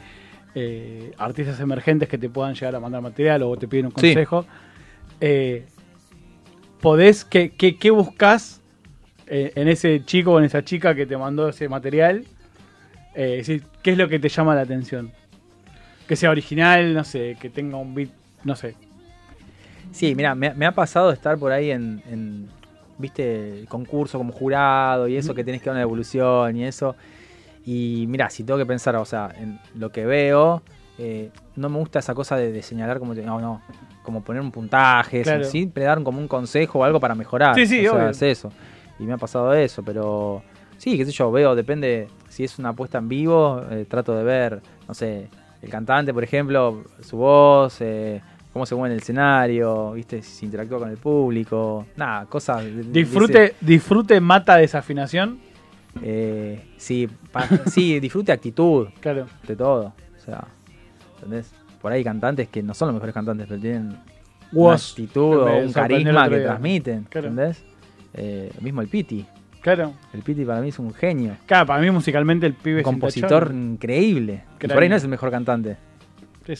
B: eh, artistas emergentes que te puedan llegar a mandar material o te piden un
G: Sí.
B: consejo. eh, ¿Podés, qué, qué, qué buscas eh, en ese chico o en esa chica que te mandó ese material? Eh, es decir, ¿Qué es lo que te llama la atención? Que sea original, no sé, que tenga un beat, no sé.
G: Sí, mira, me, me ha pasado de estar por ahí en, en, viste, el concurso como jurado y eso, que tenés que dar una devolución y eso. Y mira, si tengo que pensar, o sea, en lo que veo, eh, no me gusta esa cosa de, de señalar como, no, no, como poner un puntaje, eso,
B: Claro.
G: siempre dar como un consejo o algo para mejorar.
B: Sí, sí,
G: o sea,
B: obvio.
G: es eso. Y me ha pasado eso, pero sí, qué sé yo, veo, depende si es una apuesta en vivo, eh, trato de ver, no sé, el cantante, por ejemplo, su voz, eh, cómo se mueve en el escenario, viste, si se interactúa con el público, nada, cosas. de- de- de
E: Mm,
B: Disfrute,
G: ese-
B: disfrute mata desafinación.
G: eh, sí, pa- sí, disfrute actitud
B: claro.
G: de todo. O sea, ¿entendés? Por ahí cantantes que no son los mejores cantantes, pero tienen una
B: Woz,
G: actitud
B: que me
G: o
B: sorprendió
G: un
B: el
G: carisma
B: otro
G: que
B: día.
G: transmiten,
B: Claro.
G: ¿entendés? Eh, mismo el Piti.
B: Claro.
G: El Piti para mí es un genio.
B: Claro, para mí musicalmente el pibe
G: Un
B: es un
G: compositor
B: tachón.
G: increíble. Que
B: Cráneo.
G: por ahí no es el mejor cantante.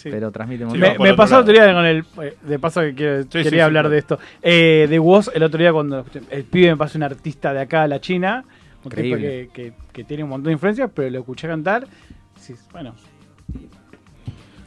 G: Pero transmite mucho.
B: me, me pasó el otro día con el. eh, De paso que quiero- quería
G: sí, sí,
B: hablar
G: claro.
B: de esto. Eh, de Woz, el otro día cuando lo escuché, el pibe me pasó un artista de acá a la China. Un tipo
G: Increíble.
B: que, que- que tiene un montón de influencias, pero lo escuché cantar. sí, bueno.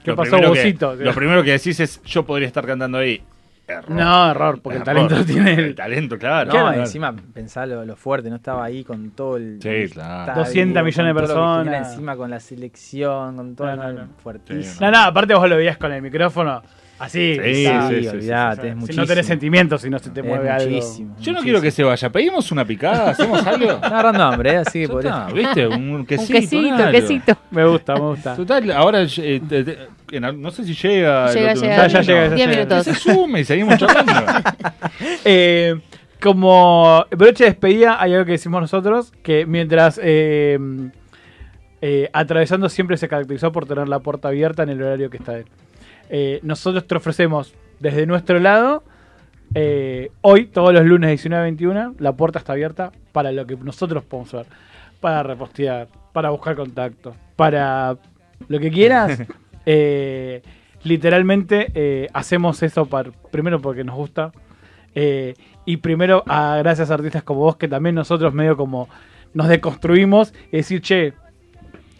B: ¿Qué
I: Lo
B: pasó,
I: primero que-
B: Wozito?
I: Lo primero que decís es, yo podría estar cantando ahí. Error.
B: No, error, porque el talento lo tiene él.
I: El talento, claro.
G: No,
I: Claro.
G: y encima pensá lo, lo fuerte, no estaba ahí con todo el.
I: Sí, claro.
G: estadio,
B: 200 millones de
G: con todo lo que genera
B: personas.
G: Encima con la selección, con todo.
B: No, no, no.
G: Fuertísimo.
B: No, no, aparte vos lo veías con el micrófono. Así,
I: Sí,
B: quizá.
I: sí, sí, sí,
G: olvidate, es
B: si
G: muchísimo.
B: no tenés sentimientos, si no se te
G: Es
B: mueve algo.
G: muchísimo.
I: Yo no quiero que se vaya. Pedimos una picada, hacemos algo.
G: Está agarrando hambre, ¿eh? así que por
I: está, ¿viste? Un quesito,
C: quesito,
I: algo.
C: quesito.
B: Me gusta, me gusta.
I: Total, ahora eh, te- te- en al- no sé si llega. el
C: Llega,
I: otro-
C: llega, Ya, ya llega, ya 10 llega. minutos.
I: Se sume y seguimos charlando.
B: Eh, como broche de despedida, hay algo que decimos nosotros, que mientras eh, eh, atravesando siempre se caracterizó por tener la puerta abierta en el horario que está él. Eh, nosotros te ofrecemos desde nuestro lado, eh, hoy, todos los lunes 19 a 21, la puerta está abierta para lo que nosotros podemos ver. Para repostear, para buscar contactos, para lo que quieras. Eh, literalmente eh, hacemos eso par- primero porque nos gusta, eh, y primero, a, gracias a artistas como vos, que también nosotros medio como nos deconstruimos y decir, che,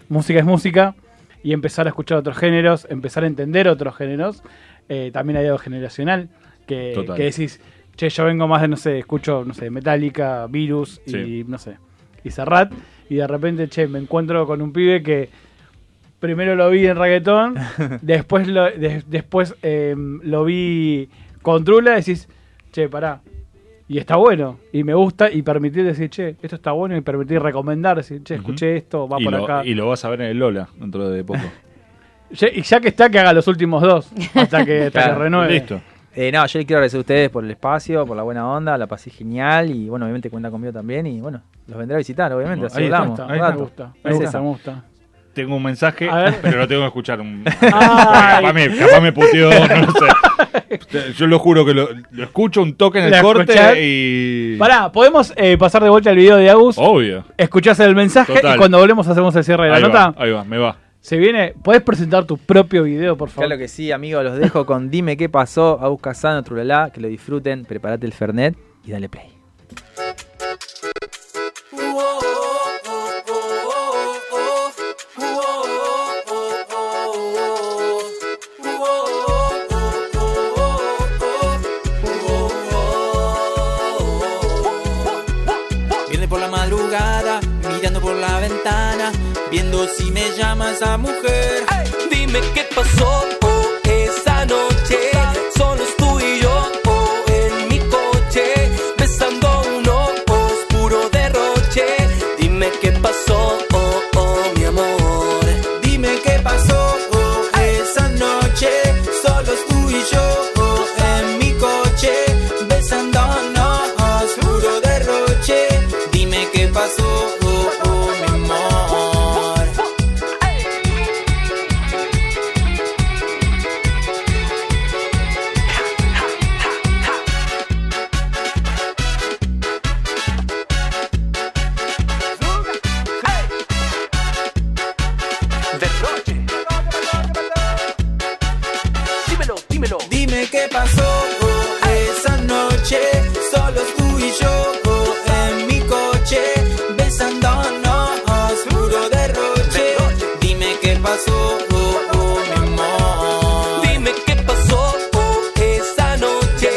B: música es música, y empezar a escuchar otros géneros, empezar a entender otros géneros. Eh, también hay algo generacional, que,
I: Total.
B: que decís, che, yo vengo más de, no sé, escucho, no sé, Metallica, Virus y
I: Sí.
B: no sé, y Serrat, y de repente, che, me encuentro con un pibe que primero lo vi en reggaetón, después lo, de- después eh, lo vi con Trula, decís, che, pará. Y está bueno, y me gusta, y permitir decir, che, esto está bueno, y permitir recomendar, decir, che, escuché esto, va
I: y,
B: por
I: lo,
B: acá.
I: y lo vas a ver en el Lola dentro de poco.
B: Ya- Y ya que está, que haga los últimos dos, hasta que, hasta que
G: Claro,
B: renueve.
G: Eh, no, yo le quiero agradecer a ustedes por el espacio, por la buena onda, la pasé genial y bueno, obviamente cuenta conmigo también y bueno, los vendré a visitar, obviamente, así
I: Ahí está,
G: hablamos.
I: ahí
G: un
I: está.
G: rato.
I: Me gusta,
B: Me
G: Es
B: gusta,
G: esa.
B: me gusta.
I: Tengo un mensaje,
B: A ver.
I: pero lo tengo que escuchar. Un...
B: Ay.
I: capaz, me, capaz me puteó, no sé. Yo lo juro que lo, lo escucho un toque en el
B: La
I: corte
B: escuchás.
I: y.
B: Pará, ¿podemos eh, pasar de vuelta al video de Agus?
I: Obvio.
B: Escuchás el mensaje
I: Total.
B: y cuando volvemos hacemos el cierre de la
I: Ahí
B: nota.
I: va, ahí va, me va.
B: Se viene, ¿podés presentar tu propio video, por favor?
G: Claro que sí, amigos, los dejo con Dime qué pasó, Agus Casano, Trulala, que lo disfruten, prepárate el Fernet y dale play.
K: Viene por la madrugada, mirando por la ventana, viendo si me llama esa mujer. Dime qué pasó oh, esa noche, solo es tú y yo oh, en mi coche, besando uno oscuro derroche. Dime qué pasó, oh, oh, mi amor. Dime qué pasó oh, esa noche, solo es tú y yo oh, en mi coche, besándonos oscuro derroche. Dime qué pasó, oh, oh, mi amor. Dímelo, dímelo. Dime qué pasó oh, esa noche. Solo tú y yo oh, en mi coche. Besándonos, puro derroche. Dime qué pasó, oh, oh, mi amor. Dime qué pasó oh, esa noche.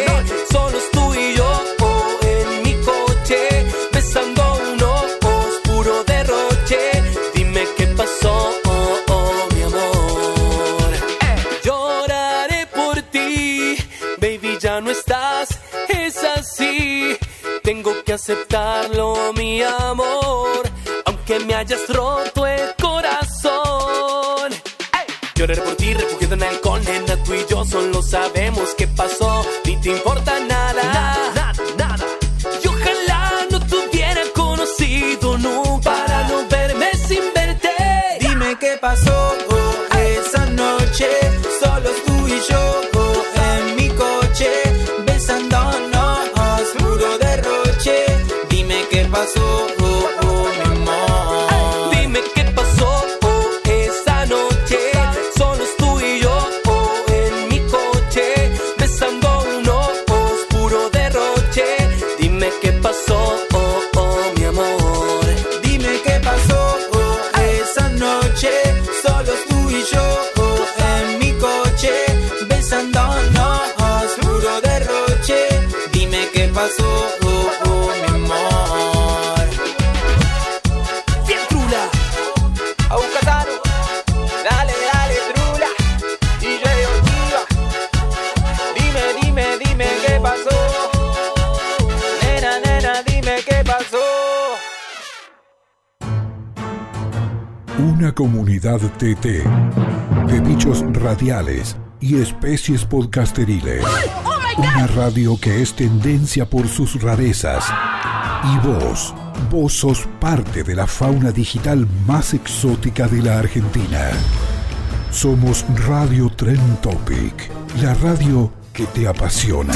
K: Solo tú y yo oh, en mi coche. Besando unos puro derroche. Dime qué pasó, oh, oh, mi amor. Lloraré por ti, baby, ya no estás, es así. Tengo que aceptarlo, mi amor, aunque me hayas roto el corazón. ¡Ey! Lloraré por ti, refugiado en alcohol, nena, tú y yo solo sabemos qué pasó, ni te importa nada. Nada, nada. Y ojalá no te hubiera conocido nunca para no verme sin verte. Dime qué pasó oh, esa noche, solo tú y yo oh, en mi coche, besándonos, puro derroche. Dime qué pasó, oh, oh, mi amor. Dime qué pasó oh, esa noche, solo tú y yo oh, oh,
A: Una comunidad TT de bichos radiales y especies podcasteriles. Una radio que es tendencia por sus rarezas. Y vos, vos sos parte de la fauna digital más exótica de la Argentina. Somos Radio Tren Topic, la radio que te apasiona.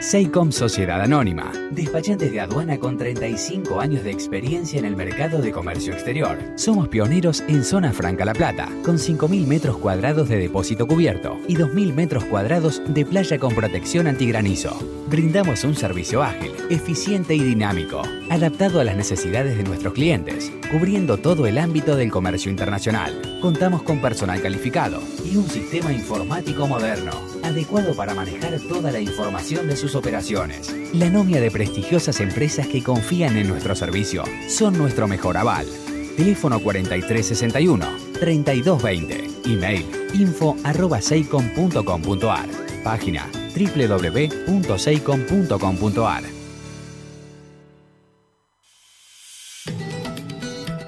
L: Seicom Sociedad Anónima, despachantes de aduana con 35 años de experiencia en el mercado de comercio exterior. Somos pioneros en Zona Franca La Plata, con 5.000 metros cuadrados de depósito cubierto y 2.000 metros cuadrados de playa con protección antigranizo. Brindamos un servicio ágil, eficiente y dinámico, adaptado a las necesidades de nuestros clientes, cubriendo todo el ámbito del comercio internacional. Contamos con personal calificado y un sistema informático moderno, adecuado para manejar toda la información de sus operaciones. La nomia de prestigiosas empresas que confían en nuestro servicio son nuestro mejor aval. Teléfono 4361-3220. Email info arroba seicom punto com punto ar. Página www.seicom.com.ar.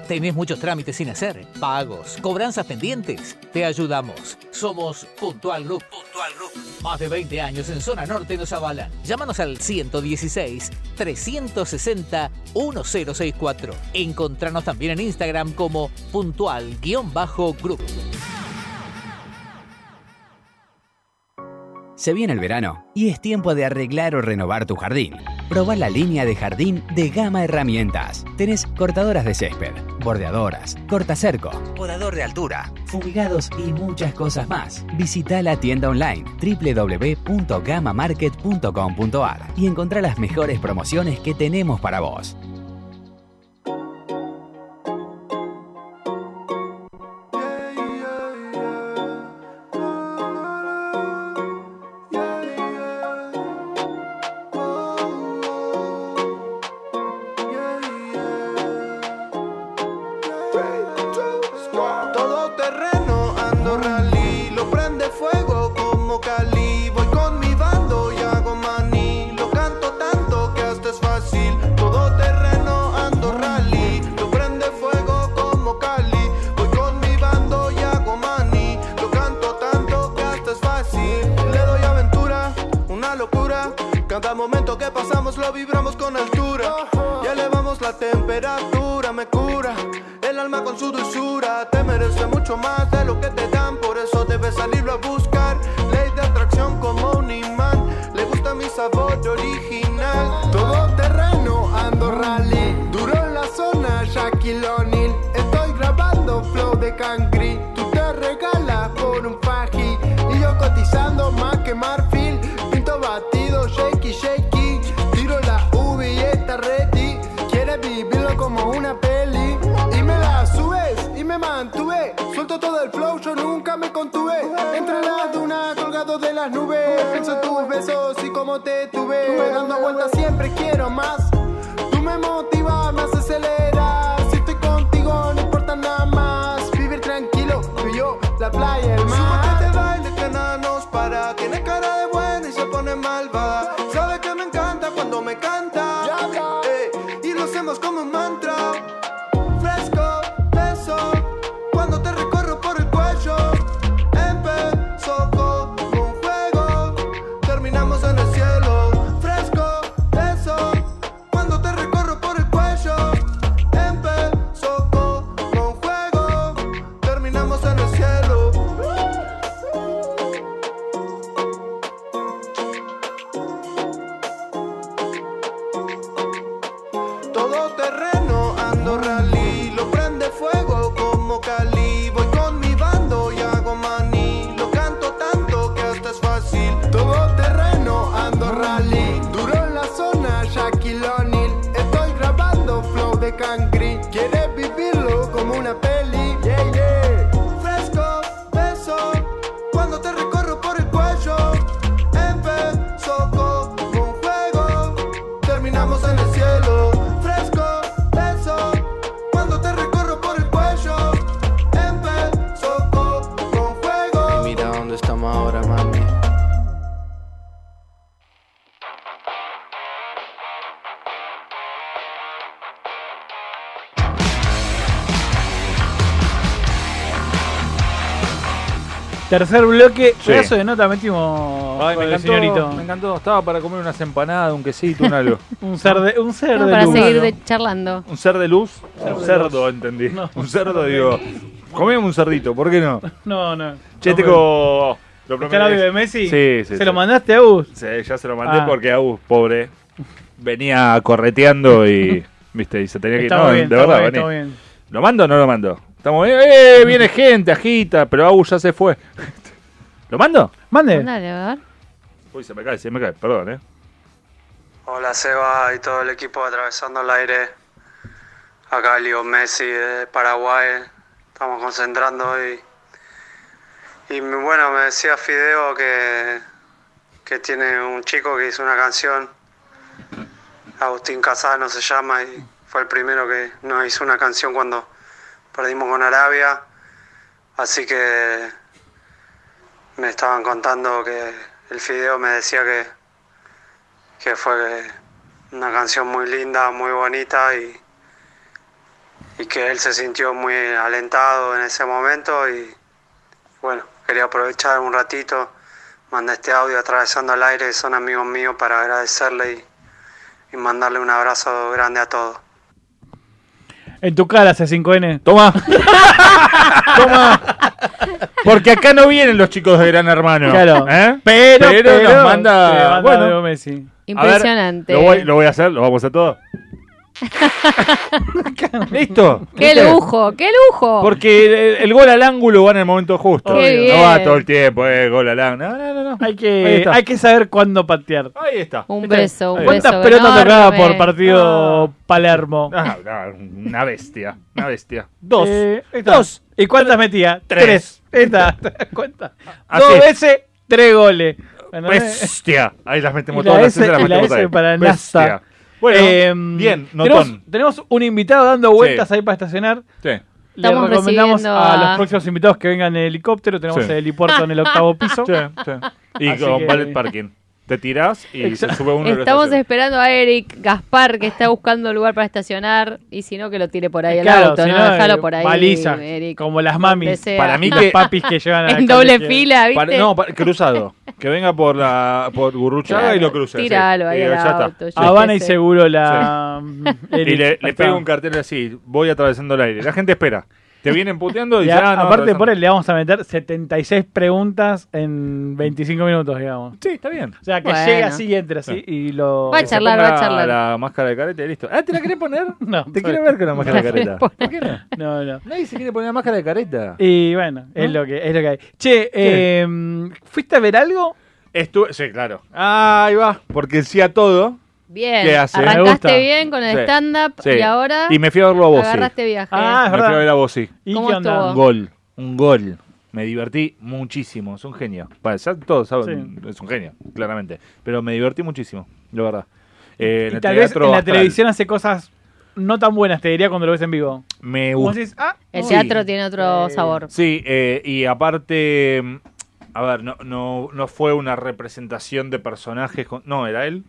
M: ¿Tenés muchos trámites sin hacer? Pagos, cobranzas pendientes. Te ayudamos. Somos Puntual Group. Puntual Group. Más de 20 años en zona norte nos avalan. Llámanos al 116 360 1064. Encontranos también en Instagram como puntual-group.
L: Se viene el verano y es tiempo de arreglar o renovar tu jardín. Proba la línea de jardín de Gama Herramientas. Tenés cortadoras de césped, bordeadoras, cortacerco, podador de altura, fumigados y muchas cosas más. Visita la tienda online www.gamamarket.com.ar y encontrá las mejores promociones que tenemos para vos.
N: Todo terreno ando rally, lo prende fuego como Cali. Voy con mi bando y hago maní, lo canto tanto que hasta es fácil. Todo terreno ando rally, lo prende fuego como Cali. Voy con mi bando y hago maní, lo canto tanto que hasta es fácil. Le doy aventura, una locura. Cada momento que pasamos lo vibramos con altura. Y elevamos la temperatura, me cura. El alma con su dulzura te merece mucho más de lo que te dan. Por eso debes salirlo a buscar. Ley de atracción como un imán. Le gusta mi sabor original. Todo terreno ando rally. Duro en la zona, Shaquille O'Neal. Estoy grabando flow de Cangri. Tú te regalas por un faji. Y yo cotizando más que marfil. Pinto batido, shaky, shaky. Tiro la uvi y está ready. Quieres vivirlo como una peli. Y me la subes y me mantuve. Suelto todo el flow, yo nunca me contuve. Entre las dunas, colgado de las nubes. Pienso en tus besos y cómo te tuve. Dando vueltas siempre quiero más. Tú me motivas, me haces acelerar. Si estoy contigo, no importa nada más. Vivir tranquilo, tú y yo, la playa, el mar. Súbete a este baile que nada nos para. Tiene cara de buena y se pone malvada. Sabe que me encanta cuando me canta. Eh, y lo hacemos como un mantra. Fresco, beso, cuando te recorro por el cuello. Empezó como un juego, terminamos en el cielo. Fresco, beso, cuando te recorro por el cuello. Empezó como un juego, terminamos en el cielo. Todo terreno ando rally, lo prende fuego como Cali. Voy con mi bando y hago maní, lo canto tanto que hasta es fácil. Todo terreno ando rally, duro en la zona Shaquille O'Neal. Estoy grabando flow de Cangri, quieres vivirlo como una peli. Yeah, yeah. Fresco, beso, cuando te recorro por el cuello. Empezó como un juego, terminamos en el cielo. Fresco, beso, cuando te recorro por el cuello. Empezó como un juego.
O: Y mira dónde estamos ahora, mami.
B: Tercer bloque,
E: Sí.
B: pedazo de nota metimos.
E: Ay, me
B: con el
E: encantó,
B: señorito.
E: me encantó. Estaba para comer unas empanadas, un quesito, un algo.
B: un ser de, un ser
C: No,
B: de
C: para
B: luz.
C: seguir de- charlando.
E: Un ser de luz. Un
B: de
E: cerdo, entendí. Un cerdo, digo. Comemos un cerdito, ¿por qué no?
B: No, no.
E: Che,
B: No,
E: tengo. Lo
B: ¿Está el audio de Messi?
E: Sí, sí.
B: ¿Se lo mandaste a Gus?
E: Sí, ya se lo mandé
B: Ah.
E: porque Agus, pobre, venía correteando y. ¿Viste? Y se tenía que ir.
B: Estamos
E: No,
B: bien,
E: de
B: estamos
E: verdad,
B: bien,
E: vení.
B: estamos bien.
E: ¿Lo mando o no lo mando? Estamos bien. ¡Eh! Viene gente, agita, pero Agus ya se fue. ¿Lo mando?
B: Mande.
C: Dale, a ver.
E: Uy, se me cae, se me cae, perdón, ¿eh?
P: Hola Seba y todo el equipo de atravesando el aire. Acá Leo Messi de Paraguay. Estamos concentrando hoy. Y me- bueno, me decía Fideo que, que tiene un chico que hizo una canción. Agustín Casano se llama y fue el primero que nos hizo una canción cuando perdimos con Arabia. Así que me estaban contando que el Fideo me decía que que fue una canción muy linda, muy bonita y, y que él se sintió muy alentado en ese momento y bueno, quería aprovechar un ratito, mandé este audio atravesando el aire, son amigos míos para agradecerle y, y mandarle un abrazo grande a todos.
B: En tu cara, C5N.
E: Toma. Porque acá no vienen los chicos de Gran Hermano.
B: Claro.
E: ¿eh?
B: Pero, pero,
E: nos
B: te
E: manda.
B: manda
E: bueno,
B: Leo Messi.
E: a ver,
C: Impresionante.
E: lo, voy, lo voy a hacer, lo vamos a hacer todo. ¿Listo?
C: ¡Qué
E: ¿Viste?
C: lujo! ¡Qué lujo!
E: Porque el, el gol al ángulo va en el momento justo.
C: Qué
E: no
C: bien.
E: va todo el tiempo, eh, gol al ángulo. No, no, no, no.
B: Hay
E: Ahí
B: que,
E: está.
B: Eh, hay que saber cuándo patear.
E: Ahí está.
C: Un beso, un
B: ¿Cuántas
C: beso
B: pelotas
C: enorme.
B: tocaba por partido Palermo?
E: Ah, ah, una bestia, una bestia. Dos.
B: Eh, ahí está. Dos. ¿Y cuántas metía?
E: Tres.
B: Ahí está, ¿te das cuenta?
E: Así.
B: Dos veces, tres goles. Bueno, eh.
E: Bestia. Ahí las metemos
B: Y la
E: todas.
B: S-
E: las
B: y la
E: metemos
B: S
E: ahí.
B: para
E: Bestia.
B: NASA.
E: Bueno,
B: Eh,
E: bien,
B: tenemos,
E: Notón.
B: tenemos un invitado dando vueltas ahí para estacionar.
E: Sí.
B: Le
C: Estamos
B: recomendamos
C: recibiendo
B: a,
C: a-
B: los próximos invitados que vengan en helicóptero. Tenemos
E: Sí.
B: el helipuerto en el octavo piso.
E: Y
B: Así
E: con
B: que-
E: ballet parking. Te tirás y
B: Exacto.
E: se sube uno de los
C: Estamos esperando a Eric Gaspar, que está buscando lugar para estacionar. Y si no, que lo tire por ahí al
B: Claro,
C: auto,
B: si
C: ¿no?
B: no,
C: Déjalo
B: eh,
C: por ahí.
B: baliza,
C: Eric.
B: como las mamis.
C: sea.
E: Para mí
B: Los
E: que-
B: papis que llevan a la
C: En doble
B: colegial.
C: fila, ¿viste?
E: Para- no, para- cruzado. Que venga por la por Gurruchaga
C: Claro,
E: y lo cruce. sí.
C: tíralo ahí
E: Y
C: al
E: ya está.
C: auto, yo
E: Sí.
B: Habana y seguro la. um, Eric,
E: Y le,
B: ahí
E: le
B: está.
E: pego un cartel así, voy atravesando el aire. La gente espera. Te vienen puteando y
B: Y
E: ya
B: a-
E: no,
B: aparte,
E: atravesando.
B: por él le vamos a meter 76 preguntas en 25 minutos, digamos.
E: Sí, está bien.
B: O sea, que
E: Bueno.
B: llega así y entra así y lo.
C: Va a charlar, va a charlar.
E: La máscara de careta y listo. Ah, ¿te la querés poner?
B: No,
E: Te quiero ver con la máscara de careta. ¿Por qué no?
B: No, no.
E: Nadie se quiere poner la máscara de careta.
B: Y bueno, es,
E: ¿No?
B: lo que, es lo que hay. Che,
E: ¿Qué?
B: eh, ¿fuiste a ver algo?
E: Estuve, sí, claro.
B: Ah,
E: Ahí va. Porque sí a todo.
C: Bien,
E: ¿Qué hace? Me gusta.
C: arrancaste bien con el
E: Sí,
C: stand-up
E: sí.
C: y ahora
E: Y me fui a verlo a vos, sí.
C: agarraste viaje.
B: Ah, es
E: Me fui a
B: verdad.
E: ver a vos, sí.
B: ¿Y
C: ¿Cómo
B: qué onda?
E: Un gol. Un gol. Me divertí muchísimo. Es un genio. Para, ya todos saben, es un genio, claramente. Pero me divertí muchísimo, la verdad. Eh, en
B: Y
E: el
B: tal vez en
E: Teatro
B: la
E: Astral.
B: televisión hace cosas no tan buenas, te diría, cuando lo ves en vivo.
E: Me
B: Vos
E: gustó.
B: decís, ah,
C: El
B: uy.
C: teatro tiene otro sabor.
E: Sí, eh, y aparte, mm, a ver, no, no, no fue una representación de personajes, con- no, era él,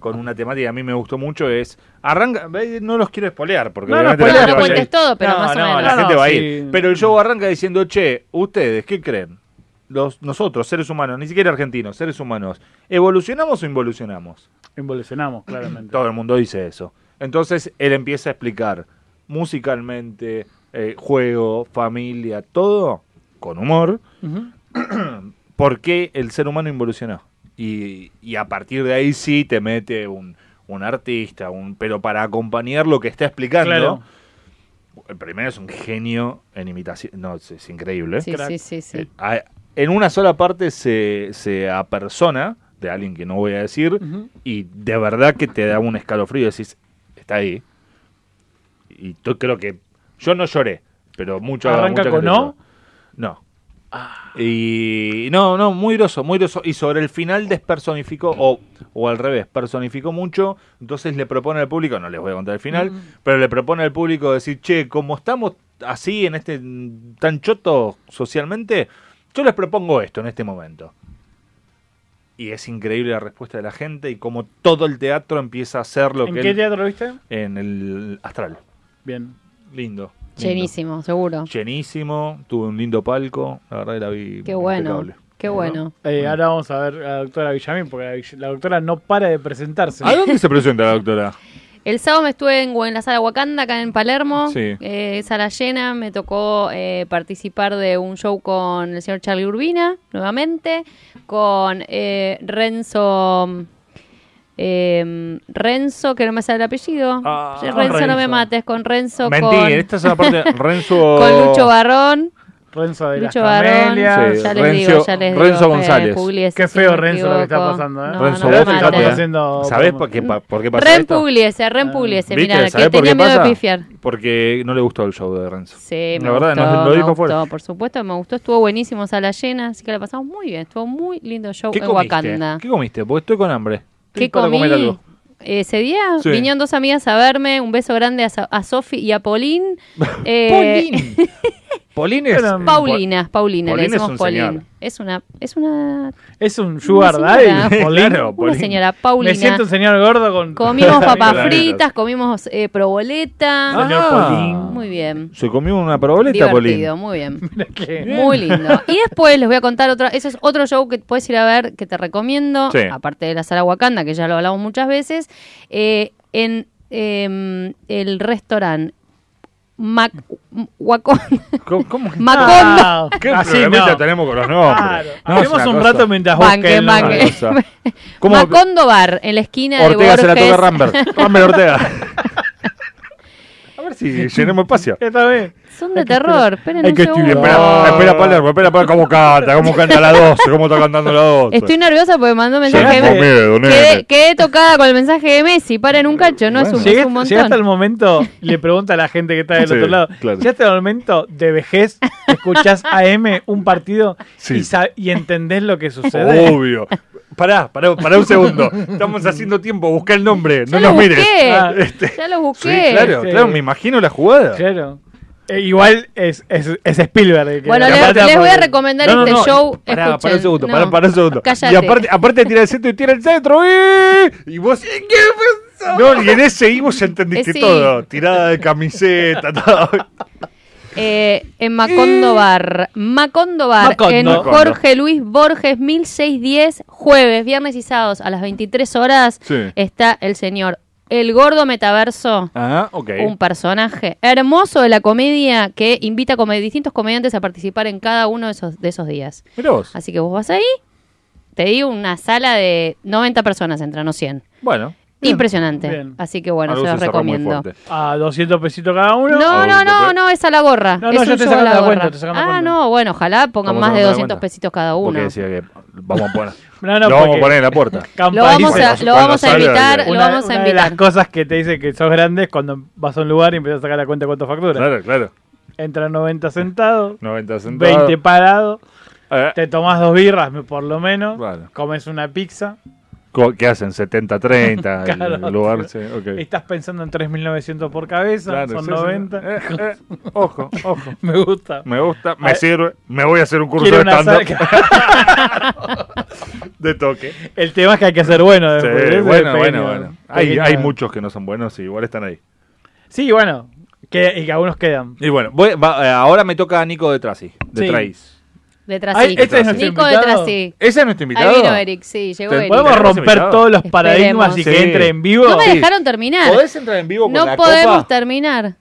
E: con una temática que a mí me gustó mucho, es, arranca, eh, no los quiero espolear, porque
B: No, no,
E: obviamente la
B: spoilea,
E: gente
B: no
E: va a ir.
B: cuentes todo, pero
E: No,
B: más o
E: no,
B: menos.
E: la
B: No, no,
E: gente va a
B: sí.
E: ir, pero el show arranca diciendo, che, ustedes, ¿qué creen? Los, nosotros, seres humanos, ni siquiera argentinos, seres humanos, ¿evolucionamos o involucionamos?
B: Involucionamos, claramente.
E: Todo el mundo dice eso. Entonces él empieza a explicar musicalmente, eh, juego, familia, todo con humor, por qué el ser humano involucionó. Y, y a partir de ahí sí te mete un, un artista, un pero para acompañar lo que está explicando.
B: Claro.
E: El primero es un genio en imitación. No, es, es increíble.
C: Sí, sí, sí, sí.
E: Eh, a- en una sola parte se, se apersona de alguien que no voy a decir y de verdad que te da un escalofrío. Decís, está ahí. Y yo creo que. Yo no lloré, pero mucho.
B: ¿Arranca
E: mucha
B: con
E: gente
B: no?
E: lloró. No. Y no, no, muy groso, muy groso. Y sobre el final despersonificó, o, o al revés, personificó mucho. Entonces le propone al público, no les voy a contar el final,
B: Mm.
E: pero le propone al público decir, che, como estamos así en este mm, tan choto socialmente, yo les propongo esto en este momento. Y es increíble la respuesta de la gente y como todo el teatro empieza a hacer lo
B: ¿En
E: que
B: qué
E: él-
B: teatro lo viste?
E: en el astral.
B: Bien.
E: Lindo.
C: Llenísimo, seguro.
E: Llenísimo, tuve un lindo palco, la verdad que la vi
C: Qué bueno.
E: impecable.
C: Qué bueno.
B: Eh, ahora vamos a ver a la doctora Villamil, porque la, Vill- la doctora no para de presentarse.
E: ¿A dónde se presenta la doctora?
C: El sábado me estuve en, en la sala Wakanda, acá en Palermo.
E: Sí.
C: Eh, sala llena. Me tocó eh, participar de un show con el señor Charlie Urbina, nuevamente. Con eh, Renzo. eh, Renzo, que no me sale el apellido.
E: Ah,
C: Renzo,
E: Renzo.
C: no me mates. Con Renzo.
E: Mentí,
C: con...
E: esta es la parte Renzo.
C: con Lucho Barrón.
B: Renzo de las
C: Lucho Barón,
B: Camelias.
C: ya les Rencio- digo, ya les digo, Renzo eh, González. Pugliese,
B: Qué
C: si
B: feo
C: no me
B: Renzo lo que está
C: equivoco.
B: pasando, ¿eh?
E: Renzo,
C: No, no,
E: vos
C: no,
E: te
C: no,
E: estás
C: no.
B: haciendo
E: ¿Sabés por qué, pa- por qué pasa
C: Ren
E: esto?
C: Pugliese, Ren Pugliese.
E: ¿Viste?
C: Mirá,
E: ¿Sabés
C: que
E: por qué
C: tenía miedo de
E: pasa?
C: pifiar.
E: Porque no le gustó el show de Renzo.
C: Sí, me
E: la verdad,
C: gustó,
E: no, lo
C: me
E: dijo
C: gustó,
E: fuera.
C: por supuesto, me gustó, estuvo buenísimo sala llena, así que la pasamos muy bien, estuvo muy lindo show
E: ¿Qué
C: en
E: comiste?
C: Wakanda.
E: ¿Qué comiste? Porque estoy con hambre.
C: ¿Qué
E: Estoy para
C: comí?
E: comer algo.
C: Eh, Ese día
E: Sí.
C: vinieron dos amigas a verme, un beso grande a, Sa- a Sofi y a Pauline. Eh,
E: Pauline. Polín es.
C: Paulina, Paulina,
E: Pauline
C: le
E: es
C: decimos
E: un
C: Pauline.
E: señor.
C: Es una, es una,
B: Es un sugar
C: Una
B: daddy.
C: señora.
B: Paulín.
C: Claro, Una Paulín. señora, Paulina.
B: Me siento un señor gordo con...
C: comimos papas
E: Claro.
C: fritas, comimos eh, proboleta.
E: Señor Pauline.
C: Muy bien.
E: Se comió una proboleta, Polín.
C: Divertido, muy bien. Muy lindo. Y después les voy a contar otro, ese es otro show que puedes ir a ver, que te recomiendo,
E: Sí.
C: aparte de la sala Wakanda, que ya lo hablamos muchas veces, eh, en em, el restaurante Mac, Wakon-
E: ¿Cómo, cómo? Ah,
C: Macondo.
E: ¿Qué
B: Así
E: problemita
B: no.
E: tenemos con los nombres? No, es
B: Hablemos
E: una
B: un
E: cosa.
B: rato mientras vos
C: Manque,
B: que-
C: manque.
E: Una cosa. ¿Cómo?
C: Macondo Bar, en la esquina
E: Ortega
C: de
E: se la toca a
C: Borges.
E: Rambert. Rambert Ortega. A ver si llenemos espacio.
B: Está bien.
C: Son de terror, esperen un
E: que estoy,
C: segundo.
E: espera, espera Palermo, espera Palermo, cómo canta, cómo canta la 12, cómo está cantando la 12.
C: Estoy nerviosa porque mandó un mensaje.
E: Tengo
C: de Messi.
E: miedo, nene.
C: Quedé, quedé tocada con el mensaje de Messi. Paren un cacho, no es un, es
B: Llegué-
C: un montón.
B: llegaste al momento, le pregunta a la gente que está del
E: Sí,
B: otro lado,
E: claro.
B: llegaste al momento de vejez, escuchás AM un partido
E: Sí.
B: y, sa- y entendés lo que sucede.
E: Obvio. Pará, pará, pará un segundo. Estamos haciendo tiempo, busca el nombre, no
B: lo
E: nos mires.
B: busqué.
E: Ah, este,
C: Ya los
E: sí,
C: busqué.
E: claro,
B: Sí.
E: claro, me imagino la jugada.
B: Claro. Eh, igual es, es, es Spielberg. el que-
C: Bueno,
B: la
C: le-
B: pata
C: les voy a
B: por-
C: recomendar este show.
E: Pará, pará
C: escuchen,
E: un segundo,
C: no.
E: pará, pará un segundo.
C: Cállate.
E: Y aparte, aparte tira el centro y tira el centro. ¡eh! Y vos, ¿y ¿qué pasó? No, y en ese y vos entendiste
C: Eh, sí.
E: todo. Tirada de camiseta, todo.
C: Eh, en Macondo Bar. Macondo Bar.
E: Macondo.
C: En
E: Macondo.
C: Jorge Luis Borges, 1610, jueves, viernes y sábados a las 23 horas.
E: Sí.
C: Está el señor El Gordo Metaverso.
E: Ah, ok.
C: Un personaje hermoso de la comedia que invita a come- distintos comediantes a participar en cada uno de esos, de esos días.
E: Mirá vos.
C: Así que vos vas ahí, te digo una sala de 90 personas, entran o 100.
E: Bueno.
C: Impresionante.
B: Bien.
C: Así que bueno,
E: Algo
C: se los
E: se cerró muy
C: recomiendo.
E: fuerte. Ah,
B: A 200 pesitos cada uno.
C: No, no, no, no, es a la gorra.
B: No,
C: es
B: no,
C: un
B: ya te
C: show a
B: sacan
C: la
B: la
C: gorra.
B: cuenta, te sacan la
C: ah,
B: cuenta.
C: no, bueno, ojalá pongan
E: Estamos
C: más de
E: sacando la
C: 200
E: cuenta.
C: pesitos cada
E: Porque
C: uno.
E: decía que vamos a poner.
B: No, no,
E: lo vamos a
B: porque-
E: poner en la puerta.
C: Lo vamos a- lo vamos a
E: salga,
C: invitar,
E: eh,
C: lo
B: Una-
C: vamos a
B: una de
C: invitar.
B: las cosas que te dicen que sos grande es cuando vas a un lugar y empiezas a sacar la cuenta de cuánto factura.
E: Claro, claro.
B: Entra 90 sentados,
E: 90 centavos.
B: 20 parados,
E: Eh.
B: te tomás dos birras por lo menos,
E: Claro.
B: comes una pizza.
E: Co- ¿Qué hacen? 70, 30.
B: Claro,
E: el lugar,
B: claro.
E: sí, ok.
B: Estás pensando en 3.900 por cabeza,
E: Claro,
B: son
E: sí, sí.
B: 90.
E: Eh, eh, ojo, ojo.
B: Me gusta.
E: Me gusta, me
B: Ah,
E: sirve. Me voy a hacer un curso
B: quiero
E: de
B: una
E: stand-up. de toque.
B: El tema es que hay que hacer bueno
E: Sí,
B: después. ese
E: bueno,
B: es
E: bueno,
B: pequeño-
E: bueno. Hay,
B: pequeño-
E: hay muchos que no son buenos y igual están ahí.
B: Sí, bueno, que, y que algunos quedan.
E: Y bueno, voy- va- eh, ahora me toca a Nico de Tracy. De
B: Sí.
E: Trace.
C: Detrás
B: Ay, este es nuestro
C: Nico
B: invitado.
C: detrás sí.
E: Ese es nuestro invitado.
C: Ahí vino Eric, sí, llegó
E: Ten-
C: Eric.
E: ¿Podemos
B: Podemos
E: Tenemos
B: romper
E: invitado.
B: todos los paradigmas y
E: Sí.
B: que entre en vivo.
C: No me dejaron terminar.
E: ¿Podés entrar en vivo con
C: no
E: la
C: podemos
E: copa?
C: terminar.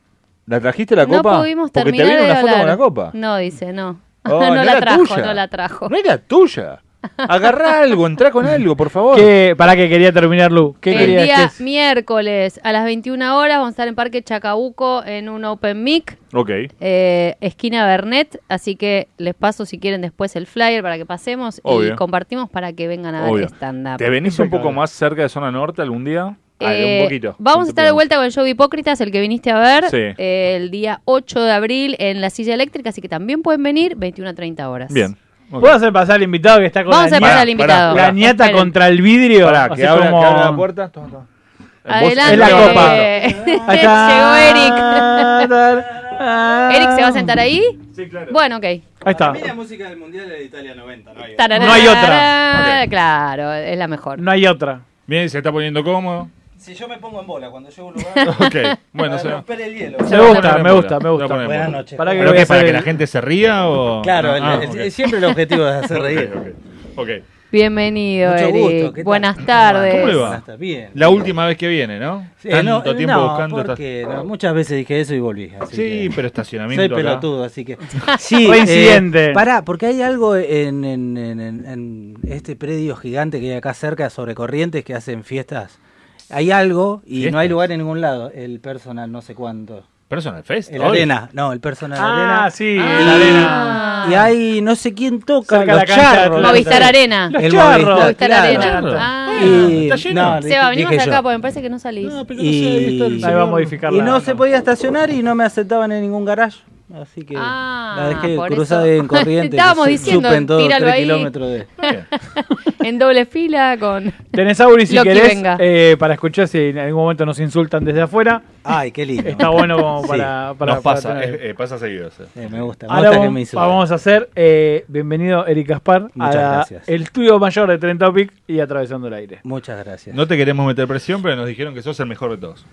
E: ¿La trajiste la copa?
C: No pudimos
E: Porque
C: terminar
E: te vino
C: de
E: una foto
C: hablar.
E: con la copa.
C: No, dice, no.
E: Oh,
C: no,
E: no
C: la
E: era
C: trajo,
E: tuya.
C: no la trajo.
E: No era tuya. Agarrá algo, entrá con algo, por favor.
B: ¿Qué, para que quería terminar, Lu. ¿Qué
C: el
B: querías
C: día
B: que es?
C: miércoles a las 21 horas vamos a estar en Parque Chacabuco en un Open Mic,
E: Ok.
C: eh, esquina Bernet. Así que les paso si quieren después el flyer para que pasemos y
E: Obvio.
C: compartimos para que vengan a
E: Obvio.
C: ver stand-up.
E: ¿Te venís un poco más cerca de zona norte algún día? Ah,
C: Eh,
E: un poquito.
C: Vamos a estar de vuelta con el show de Hipócritas, el que viniste a ver,
E: Sí.
C: eh, el día 8 de abril en la silla eléctrica, así que también pueden venir 21 a 30 horas.
E: Bien. Ok.
B: ¿Puedo hacer pasar al invitado que está con
C: Vamos a
B: la
C: hacer pasar
B: ñata?
C: al invitado.
B: La ñata
C: Esperen.
B: contra el vidrio.
E: Pará,
B: así
E: que abra,
B: como-
E: que abra la puerta. Toma, toma.
C: Adelante.
B: Es la copa. Ahí está.
C: Llegó Eric. Eric se va a sentar ahí. Sí, claro. Bueno, ok.
B: Ahí está.
O: música del Mundial de Italia 90, no hay
C: Tararara.
B: No hay otra.
C: Claro, es la mejor.
B: No hay otra.
I: Bien, se está poniendo cómodo.
O: Si yo me pongo en bola cuando llego a un lugar.
I: Ok, bueno,
O: para
I: se va.
O: romper el hielo.
I: Se va a poner en bola. Se va a poner en
O: Buenas
I: bola.
O: noches.
I: ¿Para qué ¿Pero voy a qué, para hacer que el- la gente se ría o-
O: Claro, el-
I: Ah,
O: el-
I: ok.
O: siempre el objetivo es hacer reír.
C: Bienvenido,
I: Mucho gusto,
C: Eric.
I: ¿qué tal?
C: Buenas tardes.
I: ¿Cómo le va?
O: Está bien.
I: La última vez que viene, ¿no?
O: Sí,
I: Tanto
O: no, eh,
I: tiempo
O: no,
I: buscando. estas-
O: porque no, muchas veces dije eso y volví. así
I: Sí,
O: que-
I: pero estacionamiento
O: Soy
I: acá.
O: pelotudo, así que. Sí,
B: Reincidente.
O: eh, pará, porque hay algo en, en- en- en- en este predio gigante que hay acá cerca, sobre corrientes, que hacen fiestas. Hay algo y no hay lugar en ningún lado. El personal, no sé cuánto.
I: Personal Fest.
O: El
I: hoy.
O: arena, no, el personal
B: Ah,
O: arena.
B: sí,
O: Ah.
B: el Arena.
O: Y hay no sé quién toca.
B: Cerca
O: los
B: la cancha de
O: charros.
B: Atlanta. Movistar
C: Arena.
O: El
B: Los charros.
C: Movistar Arena. Ah.
O: Y-
C: Está
O: no, di-
C: Seba, venimos
O: dije yo.
C: acá porque me parece que no salís. No, pero
O: Y,
B: Ahí va a modificar
O: y
B: la-
O: no se podía estacionar y no me aceptaban en ningún garage. Así que la dejé
C: Ah, por
O: cruzada
C: eso.
O: en corriente.
C: Estábamos diciendo,
O: Supen todo
C: tíralo
O: tres
C: ahí.
O: kilómetros de.
C: en doble fila con.
B: Tenés Auri si
C: Lo que
B: querés,
C: venga.
B: eh, para escuchar si en algún momento nos insultan desde afuera.
O: Ay, qué lindo.
B: Está bueno como
I: Sí.
B: para, para-
I: Nos
B: para
I: pasa,
B: tener.
I: eh, eh, pasa seguido. sí.
O: me gusta,
B: Ahora vamos, vamos a hacer, eh, bienvenido Eric Gaspar
I: Muchas
B: a la-
I: gracias.
B: el estudio mayor de Trend Topic y Atravesando el Aire.
O: Muchas gracias.
I: No te queremos meter presión, pero nos dijeron que sos el mejor de todos.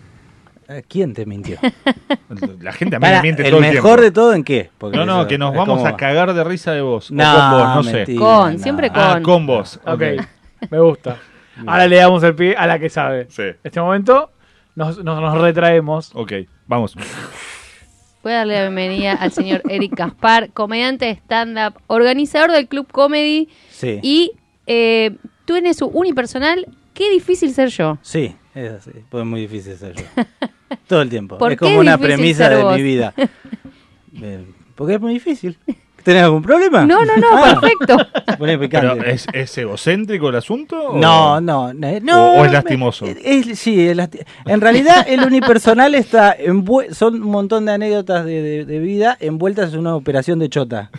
O: Eh, ¿Quién te mintió?
I: La gente a mí
O: Pará,
I: me miente
O: ¿el
I: todo el tiempo.
O: mejor de todo en qué? Porque
I: no, no,
O: eso
I: que nos
O: es
I: vamos
O: como
I: a
O: va.
I: cagar de risa de vos.
O: No,
I: o con vos, no sé.
O: mentira,
C: Con, no. siempre
I: Ah,
C: con.
I: con vos.
B: Ok, me gusta. Ahora le damos el pie a la que sabe. Este momento nos, nos, nos retraemos.
I: Ok, vamos.
C: Voy a darle la bienvenida al señor Eric Gaspar, comediante de stand-up, organizador del Club Comedy
O: Sí.
C: y eh, tú en su unipersonal. Qué difícil ser yo.
O: Sí, es así. Pues es muy difícil ser yo. Todo el tiempo.
C: ¿Por
O: es
C: qué
O: como una
C: difícil
O: premisa
C: ser
O: de
C: vos?
O: mi vida. Eh, Porque es muy difícil. ¿Tenés algún problema?
C: No, no, no,
O: Ah,
C: perfecto.
O: Se pone picante.
I: Pero, ¿es, es egocéntrico el asunto? o-
O: No, no, no, no,
I: o, o es
O: me-
I: lastimoso.
O: Es- sí, es lasti- en realidad el unipersonal está envue- son un montón de anécdotas de, de- de vida envueltas en una operación de chota.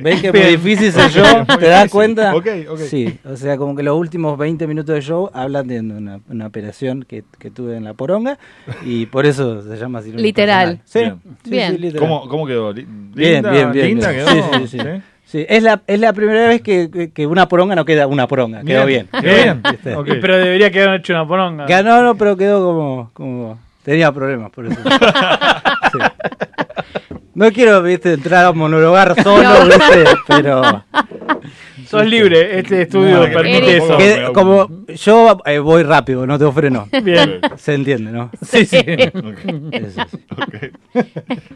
O: ¿Ves que
B: Bien.
O: muy difícil soy yo?
B: Muy
O: ¿Te das
B: difícil.
O: cuenta?
B: Ok, ok.
O: Sí, o sea, como que los últimos 20 minutos de show hablan de una, una operación que, que tuve en la poronga y por eso se llama así. el
C: Literal.
O: unipersonal. Sí,
C: Bien.
O: sí,
C: Bien.
O: sí, literal.
I: ¿Cómo, cómo quedó? Li-
O: Bien,
I: ¿Linda?
O: bien, bien.
I: ¿Linda
O: bien.
I: quedó?
O: Sí, sí, sí. Sí, es la, es la primera vez que, que- que una poronga no queda una poronga, quedó bien.
B: Bien.
O: ¿Viste?
B: Y- Pero debería quedar hecho una poronga.
O: Ganó, no, pero quedó como, como. Tenía problemas, por eso. Sí. No quiero, viste, entrar a monologar
B: No.
O: solo, viste, pero.
B: Sos libre, este estudio
O: No,
B: permite eso.
O: que- como yo eh, voy rápido, no te freno.
B: Bien.
O: Se entiende, ¿no?
B: Sí, sí.
I: Ok.
O: Eso sí.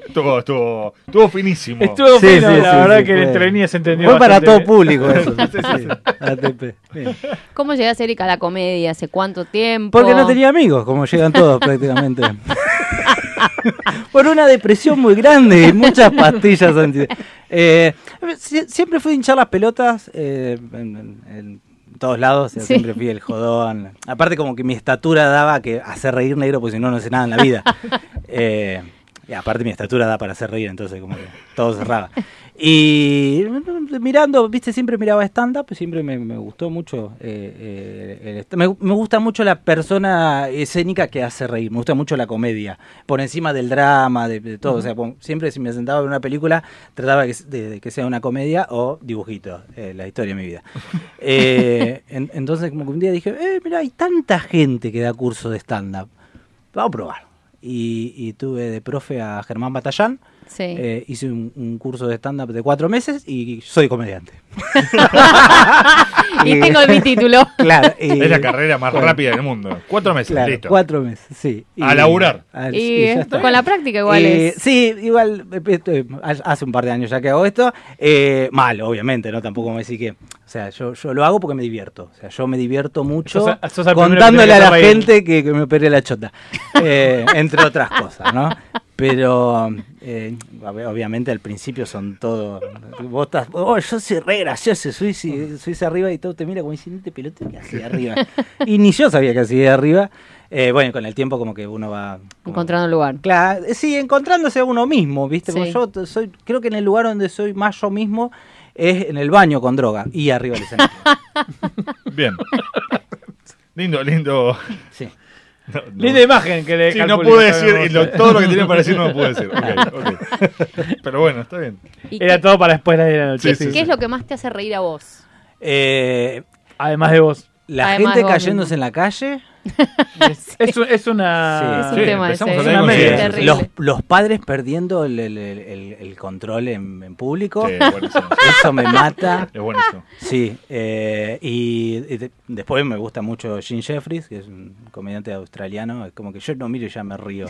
I: Estuvo, estuvo, estuvo finísimo.
B: Estuvo
O: Sí,
B: fino,
O: sí,
B: la
O: sí,
B: verdad
O: sí,
B: que
O: fue.
B: entre líneas se entendió.
O: Fue para
B: bastante
O: todo
B: bien.
O: público eso, sí, sí. ATP. Bien.
C: ¿Cómo llegas, Eric, a la comedia? ¿Hace cuánto tiempo?
O: Porque no tenía amigos, como llegan todos prácticamente. Por una depresión muy grande y muchas pastillas anti... Eh, si- siempre fui a hinchar las pelotas eh, en, en- en todos lados, o sea,
Q: Sí.
O: siempre fui el jodón. Aparte como que mi estatura daba que hacer reír negro, porque si no, no sé nada en la vida. Eh, y aparte mi estatura da para hacer reír, entonces como que todo cerraba. Y mm, mirando, viste, siempre miraba stand-up, siempre me, me gustó mucho. eh, eh, el est- me, me gusta mucho la persona escénica que hace reír, me gusta mucho la comedia, por encima del drama, de, de todo. O sea, pon- siempre si me sentaba a ver una película, trataba que s- de, de que sea una comedia o dibujito, eh, la historia de mi vida. Eh, en- entonces, como que un día dije, eh, mira, hay tanta gente que da curso de stand-up, vamos a probar. Y, y tuve de profe a Germán Batallán.
C: Sí.
O: Eh, hice un, un curso de stand-up de cuatro meses y soy comediante.
C: Y tengo mi título.
O: Claro. y-
I: Es la carrera más
O: bueno,
I: rápida del mundo. Cuatro meses,
O: claro,
I: listo.
O: Cuatro meses, sí.
I: A laburar.
O: al-
C: Y
O: ya
C: es-
O: está.
C: con la práctica igual
O: Eh,
C: es.
O: Sí, igual, eh, este, hace un par de años ya que hago esto. Eh, mal, obviamente, ¿no? Tampoco me decís que... O sea, yo, yo lo hago porque me divierto. O sea, yo me divierto mucho
B: Sos a- sos al primero que
O: contándole
B: tenés que
O: a la
B: reír.
O: gente que, que me operé la chota. Eh, entre otras cosas, ¿no? Pero eh, a ver, obviamente al principio son todo. Vos estás, oh, yo soy re gracioso, soy, soy, soy hacia arriba y todo te mira como diciendo, este pelote que hacia arriba. Y ni yo sabía que hacía de arriba. Eh, bueno, con el tiempo como que uno va...
C: Encontrando un lugar.
O: Claro, sí, encontrándose a uno mismo, ¿viste? Porque
C: Sí.
O: yo t- soy, creo que en el lugar donde soy más yo mismo es en el baño con droga y arriba del escenario.
I: Bien. Lindo, lindo.
O: Sí.
B: Linda imagen que le
I: Sí, no
B: calculo,
I: pude
B: está bien,
I: decir, y lo-
B: vos.
I: todo lo que tenía para decir no lo pude decir. Ok, ok. Pero bueno, está bien.
C: ¿Y
B: Era
C: qué-
B: todo para después de la noche.
C: ¿Qué, qué es lo que más te hace reír a vos?
O: Eh,
B: Además de vos.
O: La
C: Además
O: gente
C: de vos mismo.
O: cayéndose Eh, en la calle.
F: Es, es un- ¿eh? es una.
O: Sí, empezamos a tener
F: media.
O: conciencia. los, los padres perdiendo el, el- el- el- el control en, en público.
F: Sí, buenísimo.
O: Eso me mata.
F: Es buenísimo.
O: Sí. eh, y, y de- después me gusta mucho Gene Jeffries, que es un comediante australiano. Es como que yo no miro y ya me río.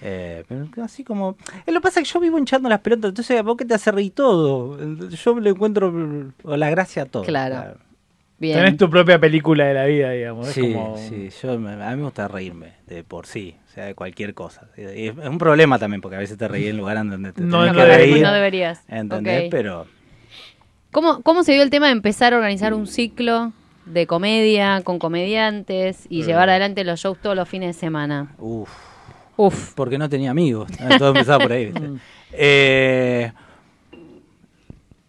O: Eh, pero así como. eh, lo que pasa es que yo vivo hinchando las pelotas, entonces vos que te hace reír todo. Yo le encuentro eh, la gracia a todo.
C: Claro.
F: Tenés
C: Bien.
F: tu propia película de la vida, digamos. Es
O: Sí,
F: como-
O: sí, yo me- a mí me gusta reírme de por sí, o sea, de cualquier cosa. Y Es es un problema también, porque a veces te reí en lugares en donde te
F: No
O: tenés que
F: deberías.
O: reír,
C: No deberías.
O: ¿Entendés?
C: Ok.
O: Pero
C: ¿Cómo, ¿Cómo se dio el tema de empezar a organizar un ciclo de comedia con comediantes y
O: Eh.
C: llevar adelante los shows todos los fines de semana?
O: Uf.
C: Uf.
O: Porque no tenía amigos. Ah, Todo empezaba por ahí. ¿viste?
F: Mm.
O: Eh,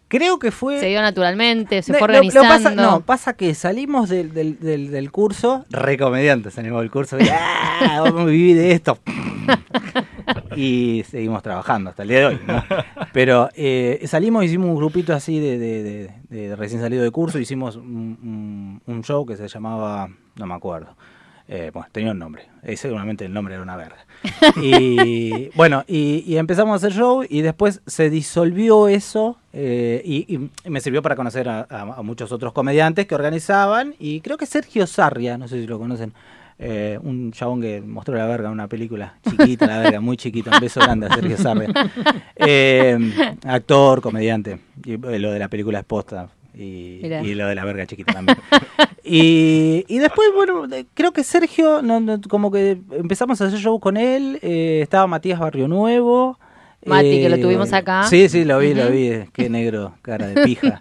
O: creo que fue.
C: Se dio naturalmente, se
O: No,
C: fue
O: lo- lo pasa-
C: organizando.
O: no, pasa que salimos del, del- del- del curso, recomediantes salimos del curso. y, ¡Ah! Vamos a vivir de esto. y seguimos trabajando hasta el día de hoy. ¿no? Pero eh, salimos, hicimos un grupito así de, de- de- de recién salido de curso, hicimos un, un- un show que se llamaba, no me acuerdo. Eh, bueno, tenía un nombre. Eh, seguramente el nombre era una verga. Y bueno, y, y empezamos a hacer show y después se disolvió eso eh, y, y- y me sirvió para conocer a, a- a muchos otros comediantes que organizaban y creo que Sergio Sarria, no sé si lo conocen, eh, un chabón que mostró la verga en una película chiquita, la verga, muy chiquita, un beso grande a Sergio Sarria. Eh, actor, comediante, y eh, lo de la película es posta y,
C: Mirá.
O: y lo de la verga chiquita también. Y, y después, bueno, de- creo que Sergio, no, no, como que empezamos a hacer show con él. eh, estaba Matías Barrio Nuevo. eh,
C: Mati, que lo tuvimos acá.
O: Sí, sí, lo vi, lo
C: Ujú.
O: vi. eh, Qué negro, cara de pija.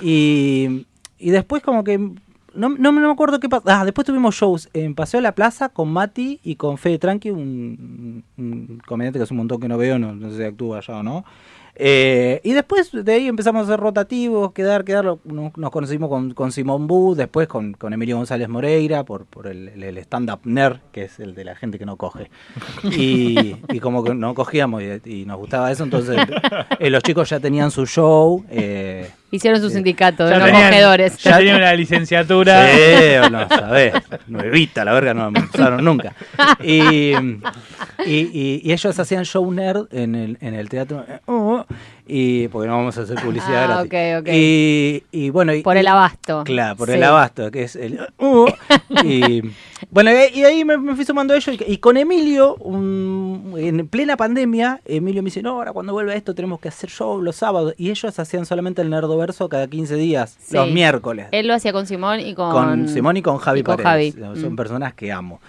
O: y, y después, como que. No, no, no me acuerdo qué pasó. Ah, después tuvimos shows en Paseo de la Plaza con Mati y con Fede Tranqui, un, un comediante que hace un montón que no veo, no, no sé si actúa ya o no. Eh, y después de ahí empezamos a ser rotativos, quedar, quedar. lo- Nos, nos conocimos con, con Simón Bu, después con, con Emilio González Moreira por, por el, el- el stand-up nerd, que es el de la gente que no coge. Y, y como que no cogíamos y, y nos gustaba eso, entonces eh, los chicos ya tenían su show. eh,
C: Hicieron su sindicato de
F: Ya
C: no
F: tenían-
C: cogedores.
F: Ya tenía una licenciatura.
O: Sí, o no sabés. Nuevita, la verga, no me usaron nunca. Y, y, y- y ellos hacían show nerd en el, en el teatro. eh, oh, y porque no vamos a hacer publicidad
C: Ah, ok,
O: gratis.
C: ok.
O: Y, y bueno. y-
C: Por el
O: y-
C: abasto.
O: Claro, por
C: Sí.
O: el abasto, que es el. uh, y, bueno, y- y ahí me, me fui sumando a ello. Y, y con Emilio, un- en plena pandemia, Emilio me dice: No, ahora cuando vuelva esto tenemos que hacer show los sábados. Y ellos hacían solamente el nerdoverso cada 15 días,
C: Sí.
O: los miércoles
C: Él lo hacía con Simón y con...
O: con Simón y con Javi
C: y con
O: Paredes.
C: Javi.
O: Son
C: Mm.
O: personas que amo.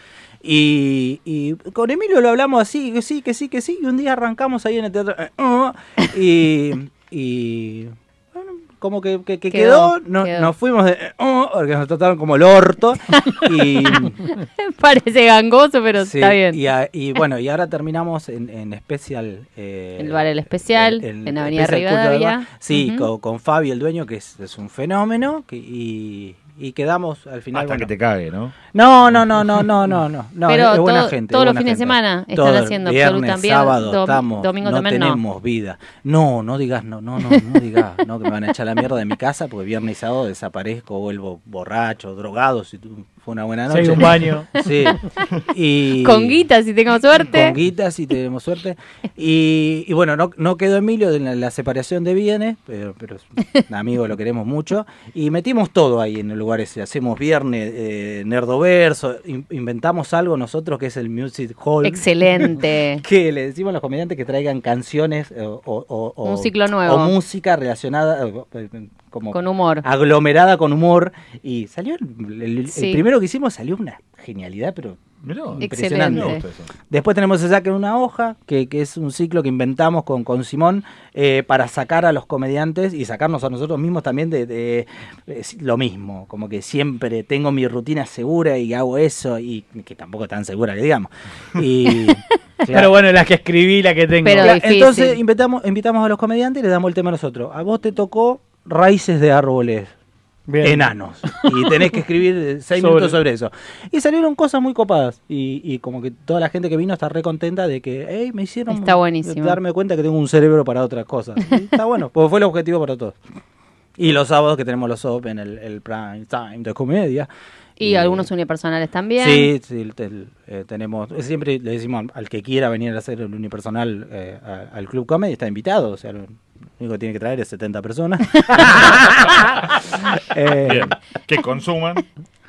O: Y, y con Emilio lo hablamos así, que sí, que sí, que sí. Y un día arrancamos ahí en el teatro. eh, oh, y, y, bueno, como que, que- que
C: Quedó,
O: quedó, no-
C: quedó.
O: nos fuimos de... eh, oh, porque nos trataron como el orto. Y,
C: Parece gangoso, pero
O: sí,
C: está bien.
O: Y, a- y bueno, y ahora terminamos en, en especial... eh,
C: El bar El Especial, en Avenida
O: Empieza el curso de
C: Rivadavia.
O: verdad. Sí,
C: Ujú.
O: co- con, Fabi, el dueño, que es, es un fenómeno. que- y, y quedamos al final.
I: Hasta
O: bueno.
I: que te cague, ¿no?
O: No, no, no, no, no, no, no. no,
C: Pero
O: es buena
C: todo-
O: gente.
C: todos
O: es
C: los
O: buena
C: fines de
O: gente.
C: semana están
O: Todo,
C: haciendo
O: viernes,
C: absoluta bien,
O: sábado,
C: domi-
O: estamos,
C: domingo
O: no
C: también no.
O: tenemos vida. No, no digas, no, no, no, no digas, no, que me van a echar la mierda de mi casa porque viernes y sábado desaparezco, vuelvo borracho, drogado, si tu- fue una buena
F: Sí,
O: noche.
F: un baño.
O: Sí. Y...
C: Con guita, si tengo suerte.
O: Con guita, si tenemos suerte. Y, y bueno, no, no quedó Emilio en la, la separación de bienes, pero, pero es un amigo, lo queremos mucho. Y metimos todo ahí en el lugar ese. Hacemos viernes, eh, nerdoverso, in- inventamos algo nosotros que es el Music Hall.
C: Excelente.
O: que le decimos a los comediantes que traigan canciones eh, o, o- o- o-
C: Un ciclo nuevo.
O: o música relacionada eh, eh, como
C: Con humor.
O: aglomerada con humor y salió el, el- el
C: Sí.
O: primero que hicimos salió una genialidad pero impresionante
C: Excelente. Me gusta eso.
O: después tenemos el saque en una hoja que, que es un ciclo que inventamos con, con Simón eh, para sacar a los comediantes y sacarnos a nosotros mismos también de, de- es lo mismo como que siempre tengo mi rutina segura y hago eso y que tampoco tan segura que digamos y
F: Pero bueno, las que escribí, la que tengo.
O: Claro, Entonces invitamos, invitamos a los comediantes y les damos el tema a nosotros. A vos te tocó raíces de árboles
F: Bien.
O: enanos. Y tenés que escribir eh, seis
F: Sobre-
O: minutos sobre eso. Y salieron cosas muy copadas. Y, y como que toda la gente que vino está re contenta de que, hey, me hicieron
C: Está buenísimo.
O: darme cuenta que tengo un cerebro para otras cosas. Y está bueno, porque fue el objetivo para todos. Y los sábados que tenemos los open, el, el prime time de comedia.
C: Y algunos unipersonales también.
O: Sí, sí, el- el- eh, tenemos, eh, siempre le decimos al, al que quiera venir a hacer el unipersonal eh, a- al Club Comedy, está invitado, o sea, lo único que tiene que traer es 70 personas. Eh,
I: Bien, que consuman.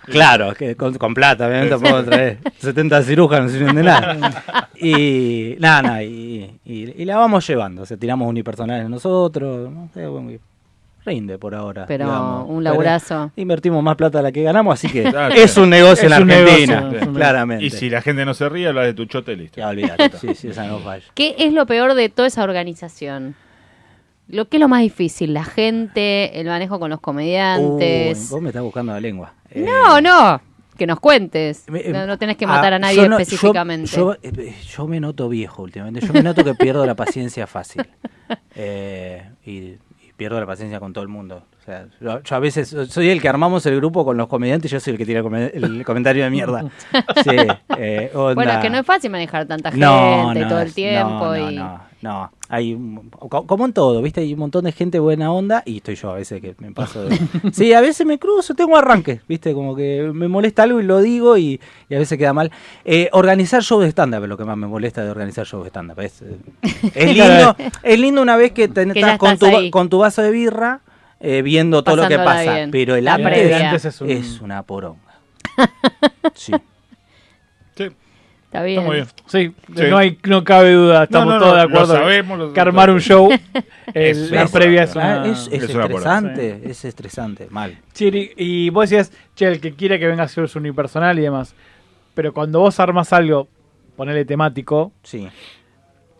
O: Claro, que con, con plata, obviamente,
I: Sí.
O: puedo traer 70 cirujanos sin de nada. Y nada, nada, y, y- y la vamos llevando, o sea, tiramos unipersonales nosotros, no sé, bueno, y rinde por ahora.
C: Pero
O: digamos.
C: un laburazo.
O: invertimos más plata de la que ganamos, así que
I: Claro.
O: es un negocio en Argentina,
I: negocio, sí.
O: claramente.
I: Y si la gente no se ríe, habla de tu chote, listo.
O: Ya, olvídate. sí, sí, esa no falla.
C: ¿Qué es lo peor de toda esa organización? Lo que es lo más difícil, la gente, el manejo con los
O: Uy,
C: comediantes.
O: vos me estás buscando la lengua. Eh,
C: no, no, que nos cuentes.
O: eh,
C: No, no tenés que matar
O: ah,
C: a nadie
O: yo no- yo-
C: específicamente.
O: Yo, eh, yo me noto viejo últimamente. Yo me noto que pierdo la paciencia fácil. Eh, y, y pierdo la paciencia con todo el mundo. O sea, yo, yo a veces soy el que armamos el grupo con los comediantes y yo soy el que tira el come- el comentario de mierda. Sí, eh, onda.
C: Bueno, es que no es fácil manejar tanta gente
O: No, no,
C: todo el
O: es-
C: tiempo.
O: no, no,
C: y...
O: no, no. Hay un- co- como en todo, ¿viste? Hay un montón de gente buena onda y estoy yo a veces que me paso de... Sí, a veces me cruzo, tengo arranques, ¿viste? Como que me molesta algo y lo digo y, y a veces queda mal. Eh, organizar shows de stand-up es lo que más me molesta de organizar shows de stand-up. Es, eh, es lindo, es lindo una vez que, ten-
F: Que ya
O: estás con tu,
F: estás
O: va-
F: ahí.
O: con tu vaso de birra eh, viendo todo lo que
F: Pasándola
O: pasa,
F: bien.
O: pero el
F: La
O: antes,
F: previa. El antes es
O: es,
F: un-
O: una poronga. Sí.
C: Está bien.
F: Está muy bien. Sí,
B: Sí.
F: No, hay, no cabe duda, estamos
B: No, no, no,
F: todos de
B: lo
F: acuerdo.
B: sabemos, lo-
F: que armar un show,
B: eh,
F: el- la
O: Es-
F: previa es una-
O: Ah, es, es
F: es una poronga.
O: estresante, es estresante, mal.
B: Chiri, y vos decías, che, el que quiera que venga a hacer su unipersonal y demás. Pero cuando vos armas algo, ponele temático,
O: sí.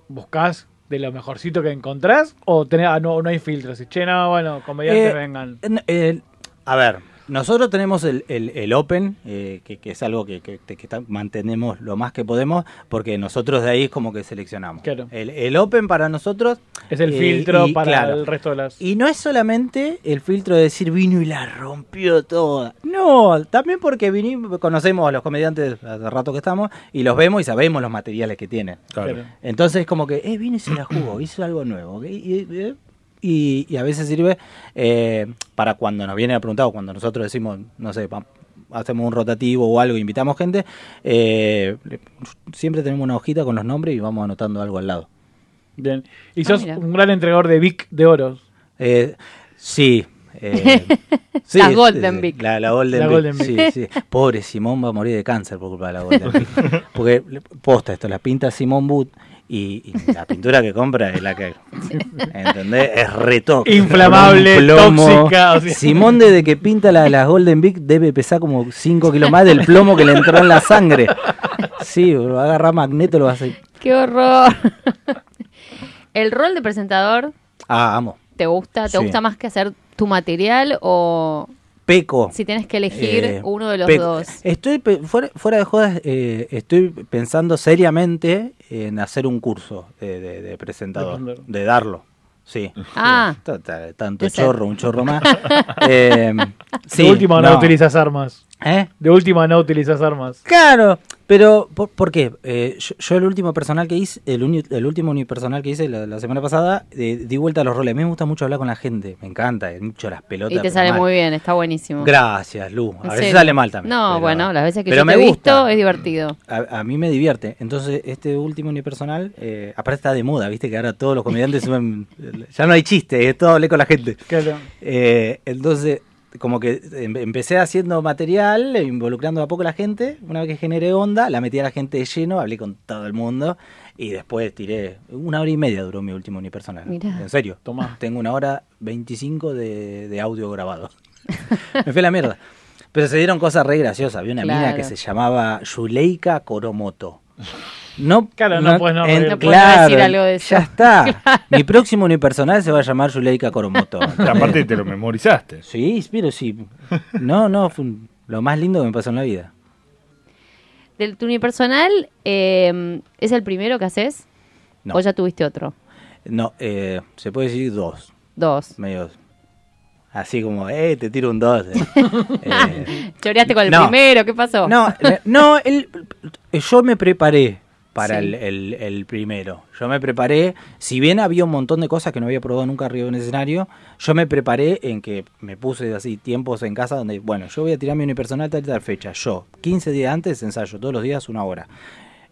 B: buscás de lo mejorcito que encontrás o tenés, ah, no, no hay filtros. Y, che, no, bueno, comediantes
O: Eh,
B: vengan.
O: n- eh, a ver, nosotros tenemos el, el- el Open, eh, que, que es algo que, que- que está- mantenemos lo más que podemos, porque nosotros de ahí es como que seleccionamos.
B: Claro.
O: El, el Open para nosotros...
B: Es el
O: eh,
B: filtro
O: y,
B: para
O: claro,
B: el resto de las.
O: Y no es solamente el filtro de decir vino y la rompió toda. No, también porque vinimos, conocemos a los comediantes hace rato que estamos y los vemos y sabemos los materiales que tienen.
I: Claro.
O: Entonces como que, eh, vino y se la jugó, hizo algo nuevo. Y, y- y- y a veces sirve eh, para cuando nos vienen a preguntar o cuando nosotros decimos, no sé, pa- hacemos un rotativo o algo, invitamos gente, eh, le- siempre tenemos una hojita con los nombres y vamos anotando algo al lado.
B: Bien. Y sos un gran entregador de Vic de Oros.
O: Eh, sí. eh,
B: La Golden Vic.
O: La, la Golden
B: La
O: Vic,
B: Golden Vic.
O: sí, sí. Pobre Simón va a morir de cáncer por culpa de la Golden Vic. Porque le- posta esto, la pinta Simón Boot y, y la pintura que compra es la que. ¿Entendés? Es retoque.
B: Inflamable, tóxica, o sea.
O: Simón, desde que pinta la- las Golden Vic, debe pesar como 5 kilos más del plomo que le entró en la sangre. Sí, lo agarra magneto, lo va a hacer.
C: ¡Qué horror! ¿El rol de presentador
O: Ah, amo.
C: te gusta? ¿Te
O: Sí.
C: gusta más que hacer tu material o
O: Peco.
C: si tienes que elegir
O: Oh. Eh,
C: uno de los
O: pe-
C: dos?
O: Estoy pe- fuera, fuera de jodas, eh, estoy pensando seriamente en hacer un curso de, de- de presentador,
B: De
O: de,
B: presentador.
O: darlo. Sí.
C: Ah.
O: Ta- ta- Tanto
B: De ser.
O: chorro, un chorro más. Eh, sí,
B: de última no,
O: no.
B: utilizas armas.
O: ¿Eh?
B: De última no utilizas armas.
O: Claro, pero ¿por, por qué? Eh, yo, yo el último personal que hice, el, uni- el último unipersonal que hice la, la semana pasada, eh, di vuelta a los roles. A mí me gusta mucho hablar con la gente, me encanta, eh, mucho las pelotas.
C: Y te
O: pero
C: sale
O: mal.
C: muy bien, está buenísimo.
O: Gracias, Lu. A
C: ¿En
O: veces
C: serio?
O: sale mal también.
C: No,
O: pero-
C: bueno, las veces que
O: pero
C: yo te
O: me
C: he
O: gusta.
C: visto es divertido.
O: A, a mí me divierte. Entonces, este último unipersonal, eh, aparte está de moda, viste que ahora todos los comediantes suben. Ya no hay chiste, es todo hablé con la gente.
B: Claro.
O: Eh, entonces, como que em- empecé haciendo material, eh, involucrando a poco a la gente. Una vez que generé onda, la metí a la gente de lleno, hablé con todo el mundo. Y después tiré. Una hora y media duró mi último unipersonal.
B: Mirá.
O: En serio.
B: Tomá.
O: Tengo una hora 25 de, de audio grabado. Me fue la mierda. Pero se dieron cosas re graciosas. Había una mina
B: Claro.
O: que se llamaba Yuleika Koromoto. No,
B: Claro, no podés no
O: en-
B: reír. No podés no
O: claro,
B: decir algo de
O: ya
B: eso.
O: está. Mi próximo unipersonal se va a llamar Yuleika Koromoto.
I: aparte
O: te lo memorizaste. Sí, pero sí. No, no, fue un- lo más lindo que me pasó en la vida.
C: ¿Del tu unipersonal eh, es el primero que haces?
O: No.
C: ¿O ya tuviste otro?
O: No, eh, se puede decir dos.
C: Dos.
O: Medio. Así como, eh, te tiro un dos. eh. Eh,
C: Choreaste con el
O: No.
C: primero, ¿qué pasó?
O: No, eh, no el- eh, yo me preparé para
Q: Sí.
O: el, el- el primero. Yo me preparé, si bien había un montón de cosas que no había probado nunca arriba de un escenario, yo me preparé en que me puse así tiempos en casa donde, bueno, yo voy a tirar mi unipersonal tal y tal fecha. Yo, 15 días antes, ensayo, todos los días una hora.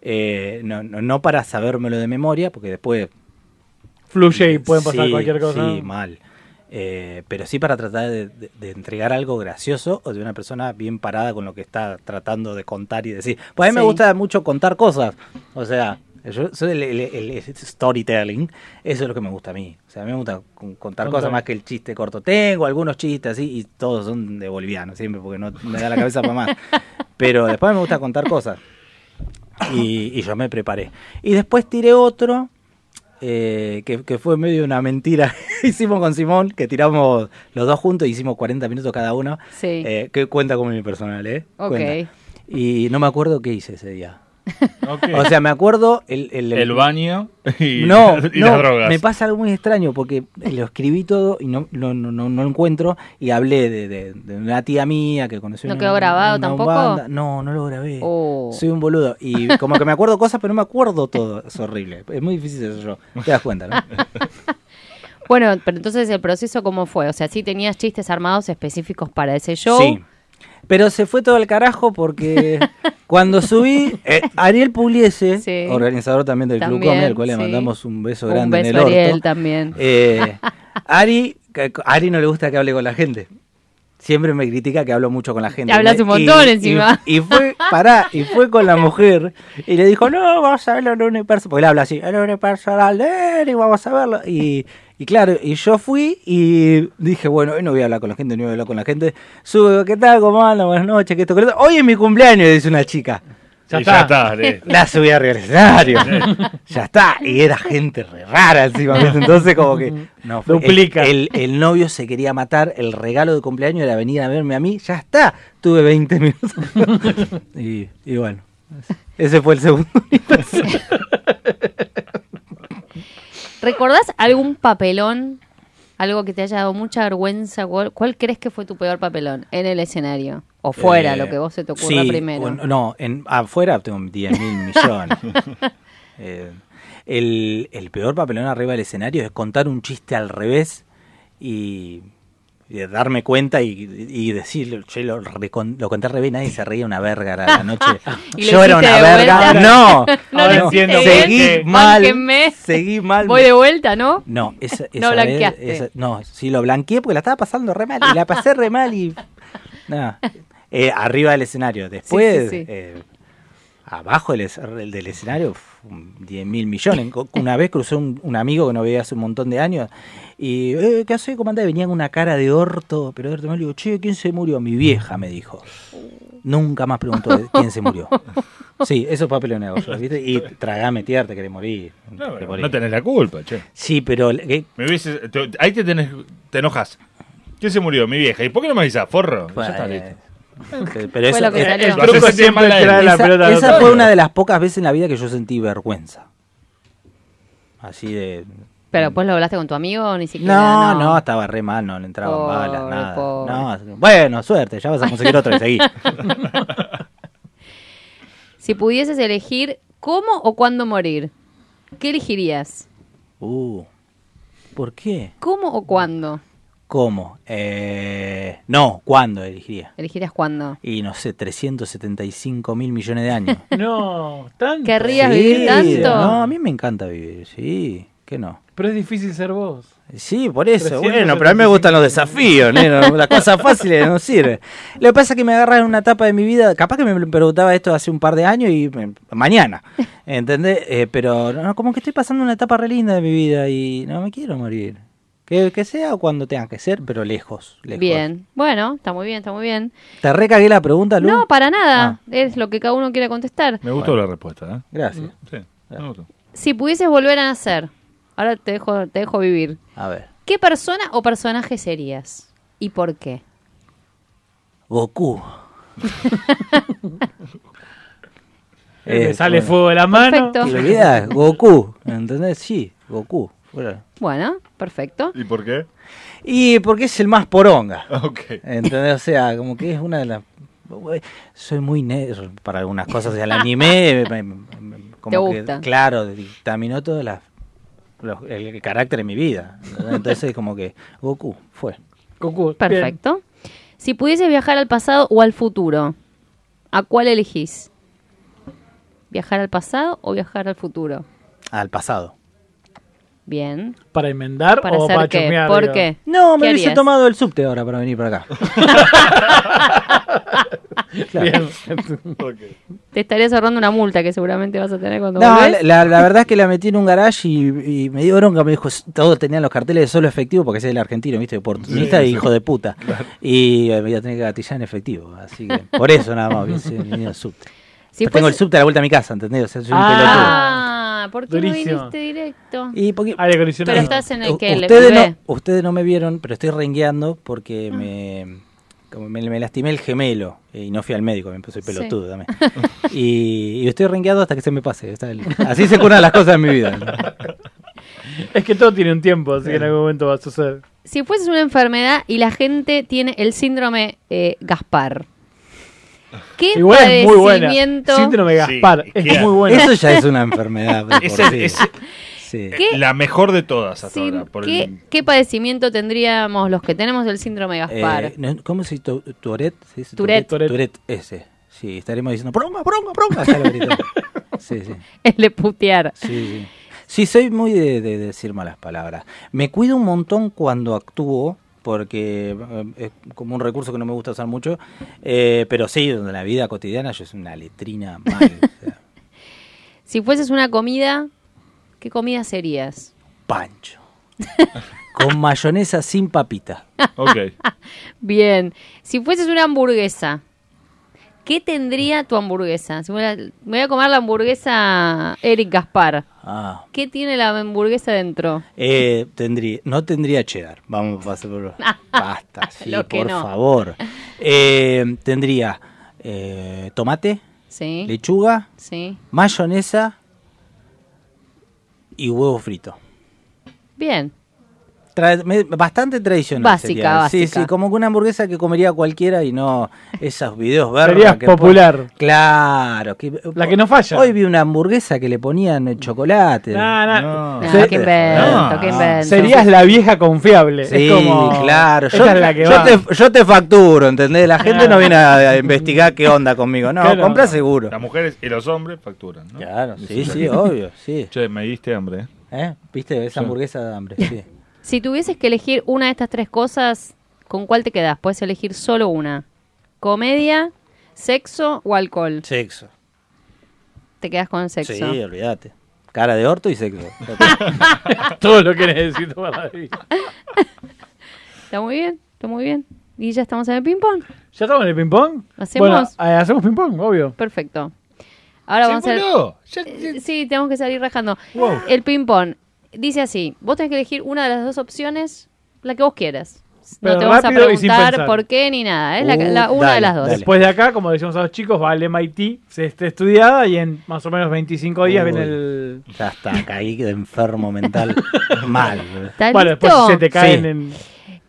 O: Eh, no, no, no para sabérmelo de memoria, porque después
B: Fluye y pueden pasar
O: Sí,
B: cualquier cosa.
O: Sí, mal. Eh, pero sí para tratar de, de- de entregar algo gracioso o de una persona bien parada con lo que está tratando de contar y decir. Pues a mí me
Q: Sí.
O: gusta mucho contar cosas. O sea, yo soy el, el- el- el storytelling. Eso es lo que me gusta a mí. O sea, a mí me gusta con- contar
Q: Contar.
O: cosas más que el chiste corto. Tengo algunos chistes así y todos son de boliviano siempre porque no me da la cabeza para más. Pero después me gusta contar cosas. Y, y yo me preparé. Y después tiré otro, eh, que, que fue medio una mentira. hicimos con Simón, que tiramos los dos juntos, hicimos 40 minutos cada uno.
C: Sí.
O: Eh, que cuenta como mi personal, ¿eh?
C: Ok.
O: Cuenta. Y no me acuerdo qué hice ese día. O sea, me acuerdo el, el,
I: El baño y,
O: no,
I: y
O: no,
I: las drogas.
O: Me pasa algo muy extraño porque lo escribí todo y no, no, no, no, no encuentro. Y hablé de, de- de una tía mía que conoció.
C: ¿No
O: una-
C: quedó grabado
O: una
C: tampoco? Oh.
O: banda. No, no lo grabé. Soy un boludo. Y como que me acuerdo cosas, pero no me acuerdo todo. Es horrible. Es muy difícil eso yo. Te das cuenta, ¿no?
C: Bueno, pero entonces el proceso cómo fue? O sea, sí tenías chistes armados específicos para ese show.
O: Sí. Pero se fue todo al carajo porque cuando subí, eh, Ariel Pugliese, organizador también del Club
C: También,
O: Comedy, al cual
C: sí.
O: le mandamos un beso
C: Un
O: grande en
C: beso,
O: el orto.
C: Ariel, también.
O: Eh, Ari, que- Ari no le gusta que hable con la gente. Siempre me critica que hablo mucho con la gente.
C: Hablas un montón encima.
O: Y, fue, pará, y fue con la mujer y le dijo, no, vamos a verlo en un unipersonal. Porque él habla así, en un unipersonal, eh, y vamos a verlo. Y, y claro, y yo fui y dije, bueno, hoy no voy a hablar con la gente, no voy a hablar con la gente. Sube, ¿qué tal? ¿Cómo andan? Buenas noches, que esto, que lo otro. Hoy es mi cumpleaños, dice una chica.
I: Ya Y ya está. está, le-
O: La subí arriba del escenario.
I: Sí.
O: ya está. Y era gente re rara encima. ¿viste? Entonces, como que. No, fue-
B: Duplica.
O: El, el- el novio se quería matar. El regalo de cumpleaños era venir a verme a mí. Ya está. Tuve 20 minutos. y, y bueno. Ese fue el segundo.
C: ¿Recordás algún papelón? Algo que te haya dado mucha vergüenza. ¿Cuál, cuál crees que fue tu peor papelón en el escenario? O fuera,
O: Eh,
C: lo que vos se te ocurra
O: sí,
C: primero.
O: o- no, en, afuera tengo 10 mil millones. Eh, el, el peor papelón arriba del escenario es contar un chiste al revés y, y darme cuenta y, y decir, che, lo, recon- lo conté al revés, nadie se reía una verga a la noche.
C: Y lo
O: Yo era
C: hiciste
O: una
C: de
O: verga.
C: vuelta.
O: No,
C: No lo hiciste bien.
O: seguí
C: Sí.
O: mal.
C: Bánquenme.
O: Seguí mal.
C: Voy de vuelta, ¿no?
O: No, esa,
C: No
O: esa vez-
C: blanqueaste.
O: esa- no, sí lo blanqueé porque la estaba pasando re mal y la pasé re mal y nada. Eh, arriba del escenario. Después,
Q: sí, sí.
O: eh, abajo del, es- del escenario, uf, 10 mil millones. Co- Una vez cruzó un, un amigo que no veía hace un montón de años y, eh, ¿qué hace, comandante? Venía con una cara de orto, pero de orto. Le digo, che, ¿quién se murió? Mi vieja, me dijo. Nunca más preguntó de quién se murió. Sí, esos papeles hago yo, ¿viste? Y tragame tierra, te querés morir.
I: No,
O: te
I: pero
O: morís.
I: no tenés la culpa, che.
O: Sí, pero. eh,
I: Me hubiese- te- ahí te, tenés, te enojas. ¿Quién se murió? Mi vieja. ¿Y por qué no me avisás, forro? Ya está listo.
O: Pero
I: Fue
O: eso-
I: lo que
O: eh,
I: salió. Lo
O: el truco
I: hace sentir
O: siempre
I: mal a él.
O: trae la
I: Esa-
O: pelota al
I: esa
O: otro.
I: fue
O: fue una de las pocas veces en la vida que yo sentí vergüenza. Así de.
C: Pero después lo hablaste con tu amigo, ni siquiera.
O: Mm. No,
C: No,
O: no, estaba re mal, no le entraban
C: Pobre,
O: balas, nada.
C: pobre.
O: No, bueno, suerte, ya vas a conseguir otro y seguí.
C: Si pudieses elegir cómo o cuándo morir, ¿qué elegirías?
O: Uh, ¿Por qué?
C: ¿Cómo o cuándo?
O: ¿Cómo? Eh, no, ¿cuándo elegiría?
C: ¿Elegirías cuándo?
O: Y no sé, 375 mil millones de años.
B: No, tanto.
C: ¿Querrías vivir
O: Sí,
C: tanto?
O: No, a mí me encanta vivir, sí, ¿qué no?
B: Pero es difícil ser vos.
O: Sí, por eso. Bueno, pero a mí me gustan los desafíos, neno. Las cosas fáciles no sirven. Lo que pasa es que me agarran en una etapa de mi vida. Capaz que me preguntaba esto hace un par de años y me- mañana. ¿Entendés? Eh, pero no, como que estoy pasando una etapa re linda de mi vida y no me quiero morir. Que, que sea cuando tenga que ser, pero lejos. lejos.
C: Bien. Bueno, está muy bien, está muy bien.
O: ¿Te recagué la pregunta, Lu?
C: No, para
O: Ah.
C: nada. Es lo que cada uno quiere contestar.
I: Me gustó la respuesta, ¿eh?
O: Gracias.
I: Sí, me gustó.
C: Si pudieses volver a nacer, ahora te dejo, te dejo vivir.
O: A ver.
C: ¿Qué persona o personaje serías? ¿Y por qué?
O: Goku.
B: Eh,
O: Eh,
B: le sale
O: bueno.
B: fuego de la mano.
C: Perfecto.
O: Y lo olvidás, Goku. ¿Entendés? Sí, Goku. Fuera.
C: Bueno, perfecto.
I: ¿Y por qué? Ah,
O: Y porque es el más poronga.
I: Ok.
O: ¿Entendés? O sea, como que es eh, una de las... Soy muy nerd para algunas cosas. O sea, el anime me- me- me- Como que,
C: gusta.
O: claro, dictaminó todo la- lo- el, el carácter de mi vida. ¿verdad? Entonces, como que Goku fue.
C: Perfecto. Si pudieses viajar al pasado o al futuro, ¿a cuál elegís? ¿Viajar al pasado o viajar al futuro?
O: Al pasado.
C: Bien.
B: ¿Para enmendar
C: ¿Para
B: o
C: hacer
B: para
C: qué?
B: chusmear?
C: ¿Por
B: digo?
C: qué?
O: No, me
C: ¿Qué
O: hubiese
C: harías?
O: tomado el subte ahora para venir para acá. Claro.
C: Te estarías ahorrando una multa que seguramente vas a tener cuando
O: No,
C: volvés.
O: la, la- la verdad es que la metí en un garage y, y me dio bronca. Me dijo, todos tenían los carteles de solo efectivo porque ese es el argentino, ¿viste? Oportunista
M: Sí,
O: y
M: sí.
O: hijo de puta. Y eh, me iba a tener que gatillar en efectivo. Así que por eso nada más hubiese venido el subte.
C: Si
O: Pero tengo el
C: fuese-
O: subte a la vuelta de mi casa, ¿entendés? O sea, soy un
C: Ah, ¿por qué
O: Durísimo.
C: no viniste directo?
O: Y porque-
C: Pero estás en el
O: U-
C: que le
O: ustedes,
C: ve.
O: no, ustedes no me vieron, pero estoy rengueando
C: Ah.
O: porque me, como me, me lastimé el gemelo eh, y no fui al médico, me soy
M: Sí.
O: pelotudo también. Y, y estoy rengueado hasta que se me pase. está el- así se curan las cosas en mi vida.
B: Es que todo tiene un tiempo, así que en algún momento va a suceder.
C: Si fueses una enfermedad y la gente tiene el síndrome eh, Gaspar. ¿Qué
B: Igual es muy buena.
C: padecimiento-
B: Síndrome Gaspar,
I: Sí,
B: es
I: queda.
B: muy buena.
I: Eso ya es
O: una enfermedad.
I: de Es por el- sí. es-
O: Sí.
C: ¿Qué?
I: La mejor de todas hasta
C: sin-
I: ahora. Por el-
C: ¿qué, qué padecimiento tendríamos los que tenemos el síndrome de Gaspar?
O: Eh, no, ¿Cómo se dice? Tu- ¿Tourette? ¿Se dice
C: Tourette.
O: Tourette? Tourette, ese. Sí, estaremos diciendo, bronca, bronca, bronca. acá lo gritamos. Sí, sí.
C: El de putear.
O: Sí, sí. Sí, soy muy de, de decir malas palabras. Me cuido un montón cuando actúo, porque eh, es como un recurso que no me gusta usar mucho, eh, pero sí, en la vida cotidiana yo soy una letrina mal.
C: Si fueses una comida, ¿qué comida serías?
O: Pancho. Con mayonesa sin papita.
I: Ok.
C: Bien. Si fueses una hamburguesa, ¿qué tendría tu hamburguesa? Si fuera- me voy a comer la hamburguesa Eric Gaspar.
O: Ah,
C: ¿Qué tiene la hamburguesa dentro?
O: eh, tendría, no tendría cheddar. Vamos a pasar por... Basta, sí,
C: Lo que
O: por
C: no.
O: favor. Eh, tendría eh, tomate,
C: Sí.
O: lechuga,
C: Sí.
O: mayonesa y huevo frito.
C: Bien.
O: Tra- me- bastante tradicional.
C: Básica,
O: sería. Sí,
C: básica.
O: sí, como que una hamburguesa que comería cualquiera y no esos videos verdes.
B: Serías popular.
O: Claro. la que no falla. Hoy vi una hamburguesa que le ponían el chocolate.
B: No, no.
C: No,
O: Sí.
C: qué invento,
O: No.
C: qué invento.
B: Serías la vieja confiable.
O: Sí,
B: es como,
O: claro.
B: Esa
O: Yo,
B: es la que
O: yo
B: va. Ah.
O: te, yo te facturo, ¿entendés? La gente no viene a, a investigar qué onda conmigo. No,
I: Claro.
O: compra seguro.
I: Las mujeres y los hombres facturan, ¿no?
O: Claro, sí,
I: Dicen,
O: sí, obvio, sí.
I: Che, me diste hambre. ¿eh?
O: ¿Eh? ¿Viste?
I: Sí.
O: Esa hamburguesa de hambre, sí.
C: Si tuvieses que elegir una de estas tres cosas, ¿con cuál te quedas? Puedes elegir solo una. ¿Comedia, sexo o alcohol?
O: Sexo.
C: Te quedas con sexo.
O: Sí, olvídate. Cara de orto y sexo.
B: Todo lo que necesito para la vida.
C: Está muy bien, está muy bien. ¿Y ya estamos en el ping-pong?
B: ¿Ya estamos en el ping-pong?
C: ¿Hacemos?
B: Bueno, eh, hacemos ping-pong, obvio.
C: Perfecto. Ahora
B: Se
C: vamos a
B: voló.
C: Eh, Sí, tenemos que salir rajando. El ping-pong. Dice así, vos tenés que elegir una de las dos opciones, la que vos quieras.
B: Pero
C: no te vamos a
B: rápido y sin
C: preguntar
B: pensar.
C: por qué ni nada, es la,
O: Uh,
C: la- una de las dos.
B: Después de acá, como decimos a los chicos, va al MIT, se está estudiada y en más o menos 25 días
O: Uy.
B: viene el.
O: Ya está, caí de enfermo mental mal.
C: ¿Está Bueno, listo? después se te caen
O: en...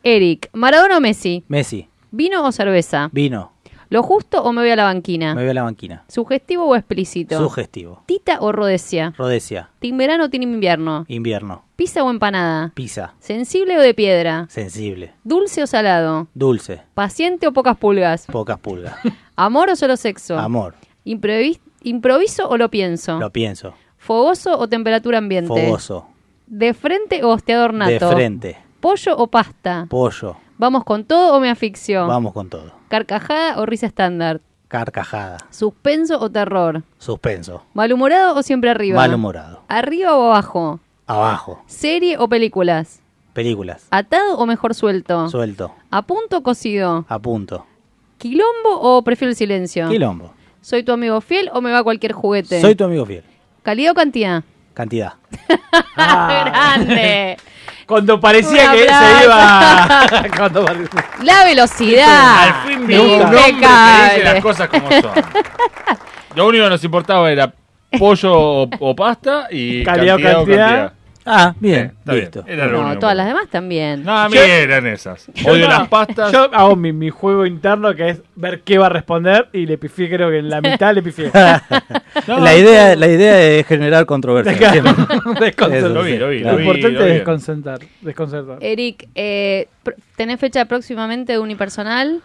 C: Eric, ¿Maradona o Messi?
O: Messi,
C: ¿Vino o cerveza?
O: vino,
C: ¿Lo justo o me voy a la banquina?
O: me veo la banquina.
C: ¿Sugestivo o explícito?
O: Sugestivo.
C: ¿Tita o rodesia?
O: Rodesia,
C: ¿Team verano o team invierno?
O: invierno.
C: ¿Pizza o empanada?
O: Pisa,
C: ¿Sensible o de piedra?
O: sensible.
C: ¿Dulce o salado?
O: Dulce,
C: ¿Paciente o pocas pulgas?
O: pocas pulgas.
C: ¿Amor o solo sexo?
O: Amor,
C: Imprevis- ¿Improviso o lo pienso?
O: lo pienso.
C: ¿Fogoso o temperatura ambiente?
O: Fogoso,
C: ¿De frente o hosteador
O: de
C: nato?
O: frente.
C: ¿Pollo o pasta?
O: Pollo,
C: ¿Vamos con todo o me asfixio?
O: vamos con todo.
C: ¿Carcajada o risa estándar?
O: Carcajada,
C: ¿Suspenso o terror?
O: suspenso.
C: ¿Malhumorado o siempre arriba?
O: Malhumorado.
C: ¿Arriba o abajo?
O: Abajo,
C: ¿Serie o películas?
O: películas.
C: ¿Atado o mejor suelto?
O: Suelto,
C: ¿A punto o cocido?
O: a punto.
C: ¿Quilombo o prefiero el silencio?
O: Quilombo.
C: ¿Soy tu amigo fiel o me va cualquier juguete?
O: Soy tu amigo fiel.
C: ¿Calidad o cantidad?
O: Cantidad.
C: ¡Grande!
B: Cuando
C: Un
B: parecía que
C: abrazo.
B: se iba. Cuando parecía-
C: ¡La velocidad!
I: Al fin vino un hombre que dice
C: eh.
I: las cosas como son. Lo único que nos importaba era pollo o, o pasta y
B: Calidad o
I: cantidad, o
B: cantidad.
I: cantidad. Eh,
O: Ah, bien,
I: está bien.
O: listo.
I: Era lo
C: No,
I: único.
C: todas las demás también.
I: No, a mí eran esas. Odio
B: no,
I: las pastas.
B: Yo hago mi, mi juego interno que es ver qué va a responder y le pifié, creo que en la mitad le pifié. No,
O: la, idea, la idea es generar controversia.
B: Deja-
O: siempre.
B: desconcentrar.
O: Eso,
B: Lo
O: sí,
B: vi, lo vi,
O: claro.
B: lo importante es desconcentrar. desconcertar.
C: Eric, eh, pr- ¿tenés fecha próximamente de unipersonal?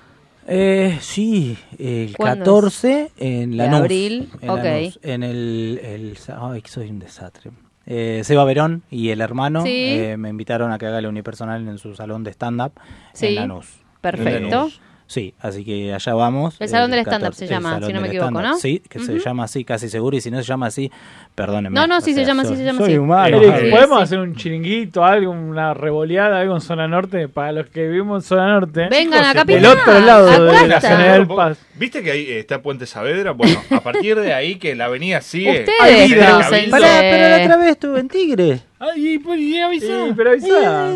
O: Eh, sí, el
C: ¿Cuándo
O: 14
C: es?
O: en
C: De
O: Lanús.
C: abril,
O: en
C: ok.
O: Lanús, en el, el- Ay, que soy un desastre. Eh, Seba Verón y el hermano
C: Sí.
O: eh, me invitaron a que haga el unipersonal en su salón de stand-up
C: Sí,
O: en Lanús.
C: perfecto.
O: En Lanús. Sí, así que allá vamos.
C: El salón del
O: 14,
C: stand-up se
O: el
C: llama,
O: salón
C: si no me
O: del
C: equivoco,
O: stand-up,
C: ¿no?
O: Sí, que se
C: Ujú.
O: llama así, casi seguro. Y si no se llama así, perdónenme.
C: No, no, sí
O: O
C: se
O: sea,
C: llama así,
O: soy-
C: se llama
O: soy
C: así.
O: humano.
B: Eric,
O: Sí,
B: ¿podemos hacer un chiringuito, algo, una revoleada, algo en Zona Norte? Para los que vivimos en Zona Norte.
C: Vengan a
B: Del
C: Capital,
B: Pues otro lado
C: acá
B: de la
C: está.
B: General Paz.
I: ¿Viste que ahí está Puente Saavedra? Bueno, a partir de ahí que la avenida sigue.
C: Ustedes
I: Hay vida.
C: crucense.
I: Pará,
O: Pero la otra vez estuve en Tigre.
I: Ay, y avisá.
B: pero avisá.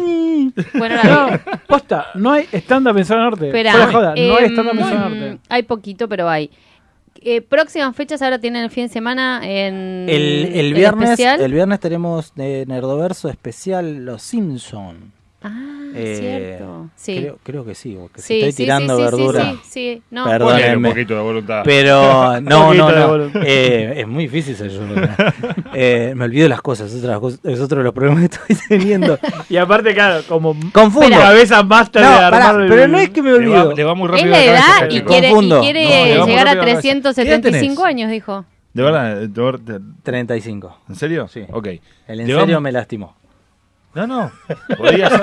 C: Bueno,
B: no, posta, no hay stand-up en Zona Norte.
C: Esperá,
B: Fuera de joda, no hay
C: em,
B: stand-up en Zona Norte.
C: Hay poquito, pero hay. Eh, próximas fechas ahora tienen el fin de semana en
O: El, el viernes,
C: Mm, especial.
O: el, viernes tenemos de Nerdoverso especial Los Simpson.
C: Ah,
O: Eh,
C: cierto. Sí.
O: Creo, creo que sí, porque
C: Sí,
O: si estoy
C: sí,
O: tirando
C: sí, sí,
O: verdura.
C: sí, sí, no.
O: perdónenme.
I: Ponele un poquito de voluntad.
O: Pero
I: Un
O: no,
I: poquito
O: no,
I: de
O: no.
I: voluntad.
O: Eh, es muy difícil ser yo. ¿no? Eh, me olvido las cosas, es, otra cosa- es otro de los problemas que estoy teniendo.
B: Y aparte, claro, como
O: Confundo.
B: cabeza basta
O: No,
B: de
O: pará,
B: armar el-
O: pero no es que me
I: Le va-
O: olvido.
I: le va muy
C: Es
I: rápido
C: la
I: cabeza,
C: edad y
I: Cacho.
C: quiere, y
O: Confundo.
C: quiere
I: No, le
C: llegar
I: vamos
C: a
I: rápido a la cabeza.
C: 375 años, dijo.
I: ¿De verdad? eh, de- de-
O: 35.
I: ¿En serio? Sí. Ok.
O: El
I: Le
O: en serio
I: vamos-
O: me lastimó.
I: No, no. Podría ser.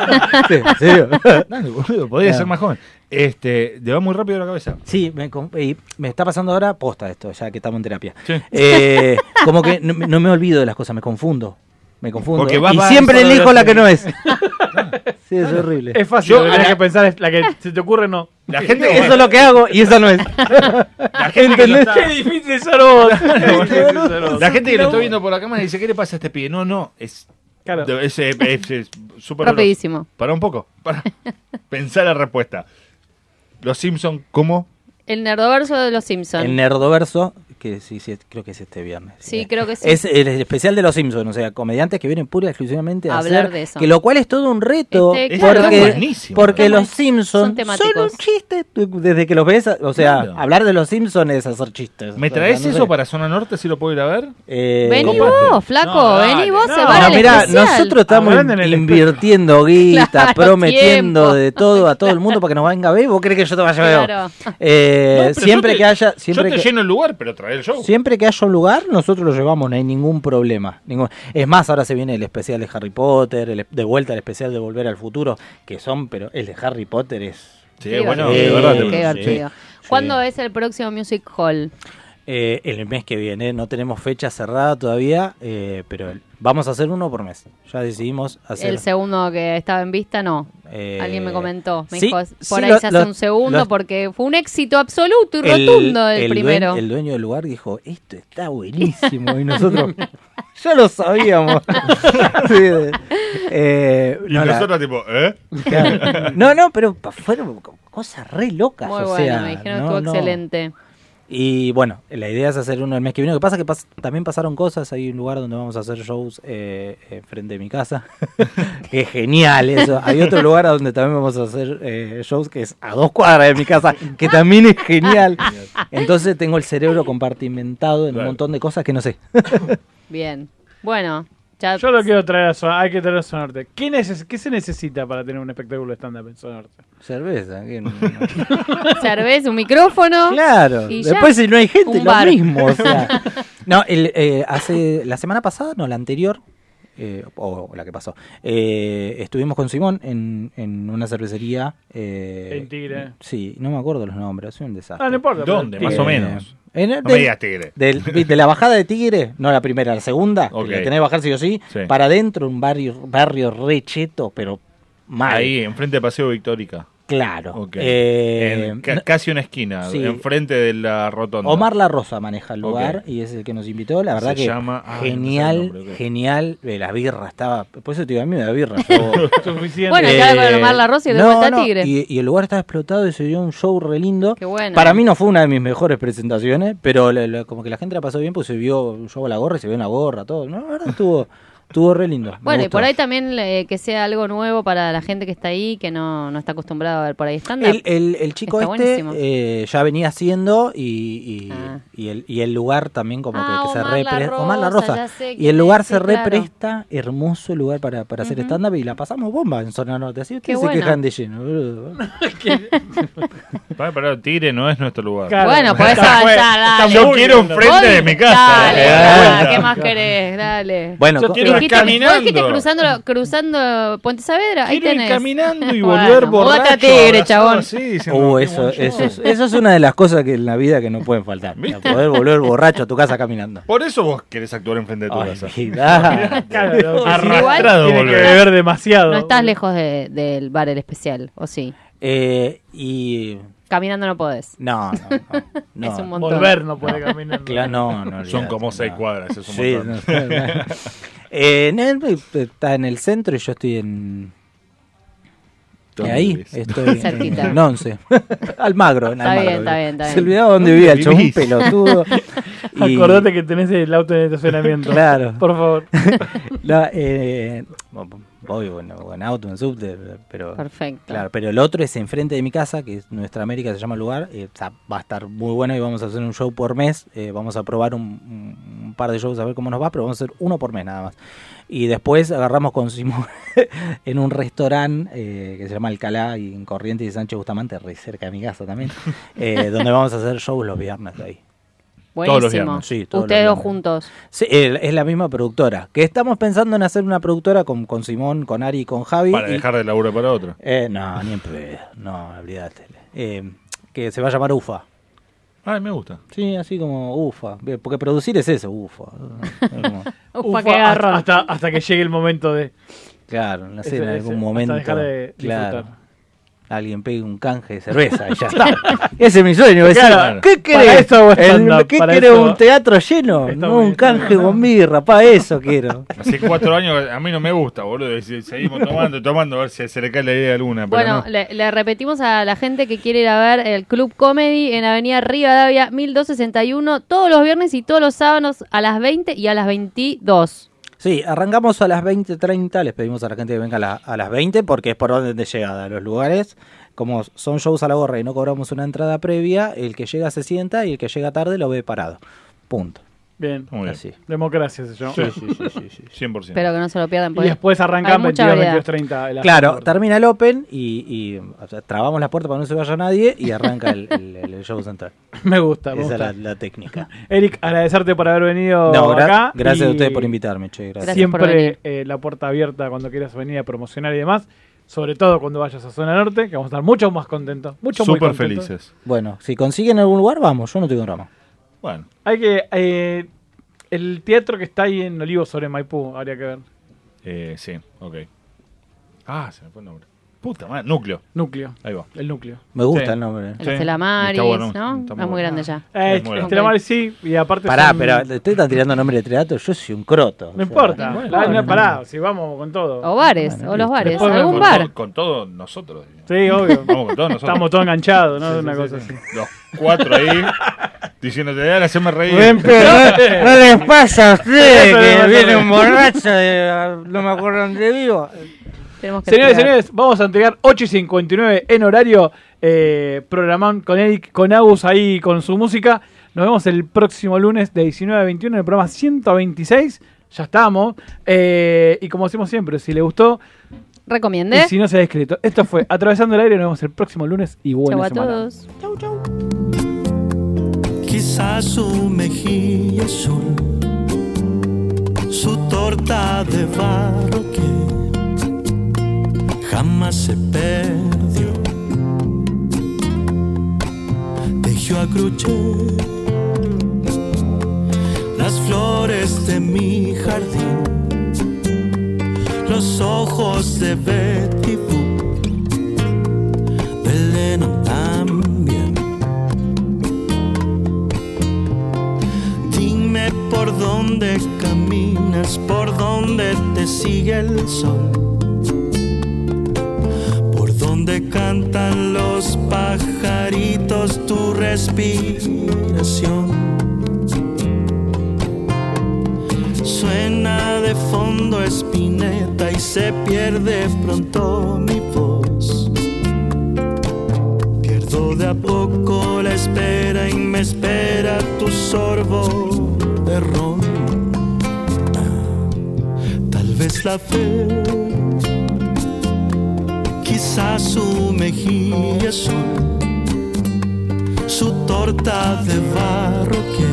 O: Sí, en serio.
I: Dale, boludo, podría
O: No.
I: ser más joven. Este, le va muy rápido la cabeza.
O: Sí, me, com- y me está pasando ahora posta esto, ya que estamos en terapia.
I: Sí.
O: Eh, como que no, me- no me olvido de las cosas, me confundo. Me confundo.
I: Porque vas-
O: y
I: vas
O: siempre
I: solo
O: elijo
I: de-
O: la que no es. sí, es horrible.
B: Es fácil,
I: Yo
B: lo que tenés
I: a la-
B: que pensar es la que se te ocurre, no.
I: La gente que-
O: Eso es lo que hago y esa no es.
I: La gente que lo
O: ¿Entendés?
I: está-
B: Qué difícil ser vos. Qué difícil ser vos.
I: La gente que lo está viendo por la cámara dice, ¿qué le pasa a este pibe? No, no, es...
B: Claro.
I: Es, eh, es- es súper
C: Rapidísimo.
I: veloz. Pará un poco, para pensar la respuesta. Los Simpson ¿cómo?
C: El nerdoverso de los Simpsons.
O: El Nerdoverso, que sí, sí, creo que es este viernes.
C: Sí, creo que sí.
O: Es el especial de los Simpsons, o sea, comediantes que vienen pura y exclusivamente a
C: Hablar
O: hacer-
C: de eso.
O: Que lo cual es todo un reto.
C: Este, claro.
O: porque
C: Está buenísimo.
O: porque
C: Está buen-
O: los
C: son
O: Simpsons son,
C: temáticos.
O: un chiste. tú- Desde que los ves, o sea,
I: Claro.
O: hablar de los Simpsons es hacer chistes.
I: ¿Me
O: O sea,
I: traes
O: no sé.
I: eso para Zona Norte si lo puedo ir a ver?
O: Eh,
C: Vení
I: Copa-
C: vos, flaco,
I: No, dale.
C: vení vos, se
I: No,
C: van
O: No,
C: al
O: mira,
C: especial.
O: nosotros estamos
B: Hablando en el
O: invirtiendo guita,
C: Claro,
O: prometiendo
C: tiempo.
O: de todo a todo el mundo para que nos venga a ver. ¿Vos crees que yo te vaya a ver?
C: Claro.
O: Eh,
I: Ah. No, pero
O: siempre
I: yo te-
O: que haya. Siempre
I: yo te
O: que...
I: lleno el lugar, pero trae el show.
O: Siempre que haya un lugar, nosotros lo llevamos, no hay ningún problema. Ningún... Es más, ahora se viene el especial de Harry Potter, el- de vuelta el especial de Volver al Futuro, que son, pero el de Harry Potter es...
I: Sí,
C: Qué
I: bueno,
O: Eh,
I: de
C: divertido,
I: verdad.
O: te-
C: qué
O: sí.
C: divertido. ¿Cuándo es el próximo Music Hall?
O: Eh, el mes que viene, no tenemos fecha cerrada todavía, eh, pero el- vamos a hacer uno por mes. Ya decidimos hacer...
C: El segundo que estaba en vista, no.
O: eh,
C: Alguien me comentó, me
O: sí,
C: dijo,
O: sí,
C: por ahí
O: lo-
C: se hace
O: lo-
C: un segundo
O: lo-
C: porque fue un éxito absoluto y
O: el-
C: rotundo el,
O: el
C: primero.
O: due- el dueño del lugar dijo, esto está buenísimo. Y nosotros, ya lo sabíamos. Sí, eh,
I: Y
O: no, la-
I: nosotros tipo, ¿eh?
O: Claro. No, no, pero pa- fueron co- cosas re locas.
C: Muy
O: o
C: bueno,
O: sea,
C: me dijeron
O: no,
C: que estuvo
O: no.
C: excelente.
O: Y bueno, la idea es hacer uno el mes que viene. Lo que pasa es que pas- también pasaron cosas. Hay un lugar donde vamos a hacer shows eh, eh, frente de mi casa. que es genial eso. Hay otro lugar a donde también vamos a hacer eh, shows que es a dos cuadras de mi casa, que también es genial. Entonces tengo el cerebro compartimentado en un montón de cosas que no sé.
C: Bien. Bueno, ya
B: Yo lo quiero traer a Zona Hay que traer a Zona Norte. ¿Qué, neces- qué se necesita para tener un espectáculo de stand-up en Zona Norte?
O: Cerveza. que no-
C: cerveza, un micrófono.
O: Claro.
C: Y ya.
O: Después si no hay gente,
C: Un
O: lo
C: bar.
O: mismo. o sea. no, el, eh, hace la semana pasada, no, la anterior, eh, o la que pasó, eh, estuvimos con Simón en, en una cervecería. eh,
B: En Tigre.
O: Sí, no me acuerdo los nombres, soy un desastre.
B: Ah, no importa. pero-
I: ¿Dónde? Más o
O: Eh,
I: menos.
O: en el-
I: No me digas Tigre.
O: del- de la bajada de Tigre, no la primera, la segunda,
I: Ok.
O: que la tenés que bajar sí o sí,
I: Sí.
O: para adentro, un barrio, barrio recheto, pero mal.
I: Ahí, enfrente de Paseo Victórica.
O: Claro.
I: Ok.
O: Eh,
I: En ca-
O: no-
I: casi una esquina,
O: Sí.
I: enfrente de la rotonda.
O: Omar La Rosa maneja el lugar y es el que nos invitó. La verdad
I: Se
O: que
I: llama- ay, no sé el
O: genial,
I: nombre, ok.
O: genial. Eh, La birra estaba. Por eso te digo, a mí me da birra. yo-
B: Suficiente.
C: Bueno,
O: Eh,
C: claro, con Omar La Rosa y de
O: no,
C: vuelta a
O: no,
C: Tigre.
O: Y, y el lugar estaba explotado y se dio un show re lindo.
C: Qué bueno.
O: Para mí no fue una de mis mejores presentaciones, pero la- la- como que la gente la pasó bien, pues se vio un show a la gorra y se vio en la gorra, todo. No, la verdad estuvo. Estuvo re lindo. me
C: Bueno, y
O: gustó.
C: por ahí también eh, que sea algo nuevo para la gente que está ahí, que no, no está acostumbrada a ver por ahí estándar.
O: El, el- el chico
C: Está
O: este
C: buenísimo.
O: eh, ya venía haciendo y, y- y el, y el lugar también como que-
C: Ah,
O: que,
C: Omar
O: se
C: La
O: represta.
C: Rosa, ya sé
O: Y
C: quién
O: el lugar
C: es,
O: se
C: sí, claro.
O: represta, hermoso el lugar para, para hacer
C: Ujú.
O: stand-up y la pasamos bomba en zona norte. Así
C: Qué
O: ustedes se
C: bueno.
O: quejan de lleno, boludo.
I: Pará, pará, Tigre no es nuestro lugar.
C: Claro. Bueno, podés
I: Está
C: avanzar,
I: fue-
C: dale.
I: Yo quiero un frente de
C: Hoy,
I: mi casa.
C: Dale,
I: Eh,
C: dale,
I: dale.
C: ¿qué más querés? Dale.
I: Bueno, Yo co- quiero ir
C: Dijiste-
I: caminando.
C: vos dijiste cruzando, la- cruzando Puente Saavedra, ahí
I: Quiero ir
C: tenés.
I: caminando y volver borracho,
C: Bota tigre,
I: abrazado
C: chabón.
I: así, diciendo,
O: Uh,
I: "Qué
O: eso,
I: buen show".
O: eso, es, eso es una de las cosas que en la vida que no pueden faltar. mira,
I: ¿Viste?
O: Poder volver borracho a tu casa caminando.
I: Por eso vos querés actuar enfrente de tu
O: Ay,
I: casa.
O: mirá.
B: Claro,
I: Arrastrado
B: tiene que
I: volver.
B: beber demasiado.
C: No estás lejos de- del bar el especial, ¿o sí?
O: Eh, y
C: Caminando no podés.
O: No, no, no,
C: es
O: no.
C: un montón.
O: Claro, no, no,
I: Son
O: olvidate,
I: como seis cuadras, es un
O: Sí,
I: montón.
O: no, no. Eh, no, está en el centro y yo estoy en.
I: ¿Dónde
O: ahí
I: vivís?
O: estoy.
C: Cerquita.
O: En 11. Almagro, en
C: Está
O: Almagro.
C: bien, está bien, está
O: Se
C: bien.
O: olvidaba dónde vivía el chabón, un
B: vivís?
O: pelotudo. Y-
B: Acordate que tenés el auto en el estacionamiento.
O: Claro.
B: Por favor.
O: No, eh, bueno, voy bueno, con auto, en subte, pero.
C: Perfecto.
O: Claro, pero el otro es enfrente de mi casa, que es Nuestra América se llama el lugar. eh, está- va a estar muy bueno y vamos a hacer un show por mes. eh, vamos a probar un, un- un par de shows a ver cómo nos va, pero vamos a hacer uno por mes nada más. Y después agarramos con Simón en un restaurante eh, que se llama Alcalá y en Corrientes y Sánchez Bustamante, re cerca de mi casa también, eh, donde vamos a hacer shows los viernes de ahí.
C: Buenísimo.
O: Todos los viernes, sí, todos los
C: Ustedes dos
O: viernes.
C: juntos.
O: Sí, el- es la misma productora. Que estamos pensando en hacer una productora con, con Simón, con Ari y con Javi.
I: Para
O: y-
I: dejar de laburo para otro.
O: Eh, no, ni en pedo. No, olvídate. Eh, que se va a llamar UFA.
I: Ay, me gusta.
O: Sí, así como UFA. Bien, Porque producir es eso, UFA. Es como-
C: Ufa,
B: qué
C: qué garrón.
B: hasta, hasta, hasta que llegue el momento de.
O: claro, no sé,
B: Ese-
O: en
B: ese,
O: algún
B: hasta
O: momento.
B: dejar de
O: claro.
B: disfrutar.
O: Alguien pegue un canje de cerveza y ya está. Ese es mi sueño. decir,
B: Claro,
O: ¿Qué
B: para
O: querés?
B: eso hago stand-up,
O: ¿Qué
B: para
O: querés?
B: eso-
O: ¿Un teatro lleno? No, un canje con birra. Para eso quiero.
I: Hace cuatro años a mí no me gusta, boludo. y si- Seguimos tomando, tomando, a ver si se le cae la idea alguna. Pero
C: Bueno,
I: no.
C: le, le repetimos a la gente que quiere ir a ver el Club Comedy en Avenida Rivadavia 1261 todos los viernes y todos los sábados a las 20 y a las 22.
O: Sí, arrancamos a las 20.30, les pedimos a la gente que venga a, la- a las 20 porque es por orden de llegada. Los lugares, como son shows a la gorra y no cobramos una entrada previa, el que llega se sienta y el que llega tarde lo ve parado. Punto.
B: Bien.
I: Muy bien.
O: Así.
B: Democracia se llama.
I: Sí, sí, sí, sí, sí, 100%.
C: Espero que no se lo pierdan.
B: Y
C: porque
B: después arrancan
C: hay mucha
B: 22,
C: variedad.
B: 22.30. el
O: Claro,
B: after.
O: termina el Open y, y, o sea, trabamos la puerta para que no se vaya nadie y arranca el, el- el- el show central.
B: Me gusta, me
O: Esa es
B: gusta.
O: la, la técnica.
B: Eric, agradecerte por haber venido
O: No, gra-
B: acá.
O: gracias a
B: y
O: ustedes por invitarme, che, gracias. Gracias por
B: Siempre eh, la puerta abierta cuando quieras venir a promocionar y demás. Sobre todo cuando vayas a Zona Norte, que vamos a estar mucho más contentos. Mucho muy
I: Súper
B: contentos.
I: felices.
O: Bueno, si consiguen algún lugar, vamos, yo no tengo drama.
I: Bueno,
B: Hay que. eh, el teatro que está ahí en Olivos sobre Maipú, habría que ver.
I: eh, sí, ok. Ah, se me fue el nombre. Puta madre, núcleo.
B: Núcleo.
I: Ahí va.
B: El núcleo.
O: Me gusta el nombre. El
C: Estelamaris,
I: Está bueno,
C: ¿no?
I: está
C: Es muy grande ya.
B: Eh,
O: Es muy bueno.
B: Estela Maris sí, y aparte.
O: Pará,
B: son-
O: pero te están tirando nombre de teatro, yo soy un croto.
B: No importa. Ah, no, pará, si vamos con todo.
C: O bares, o los bares.
B: Después
C: ¿Algún
B: vemos.
C: bar?
I: Con, con todos nosotros.
B: Sí, obvio.
I: Vamos con todos nosotros.
B: Estamos todos enganchados, ¿no?
I: Sí, sí,
B: Una
I: sí,
B: cosa
I: sí.
B: así.
I: Los cuatro ahí diciéndote, dale, haceme reír.
O: Ven, pero no, no les pasa a ustedes
I: Eso
O: que
I: no
O: viene
I: pasa.
O: un borracho de- no me acuerdo dónde vivo.
C: Tenemos que
B: Señores,
C: esperar.
B: señores, vamos a entregar 8 y 59 en horario. Eh, programón con Eric, con Agus ahí con su música. Nos vemos el próximo lunes de 19 a 21 en el programa 126. Ya estamos. Eh, y como decimos siempre, si le gustó
C: Recomiende.
B: y si no se ha inscrito. Esto fue Atravesando el Aire. Nos vemos el próximo lunes y buena
C: Chau
B: semana.
C: a todos.
Q: Quizás su mejilla azul, su torta de barro que jamás se perdió. Tejió a Cruchet las flores de mi jardín, los ojos de Betty Boop, de Lennon también. Dime por dónde caminas, por dónde te sigue el sol, por dónde cantan los pajaritos tu respiración. suena de fondo espineta y se pierde pronto mi voz. Pierdo de a poco la espera y me espera tu sorbo de ron. Tal vez la fe, quizás su mejilla azul, su torta de barro que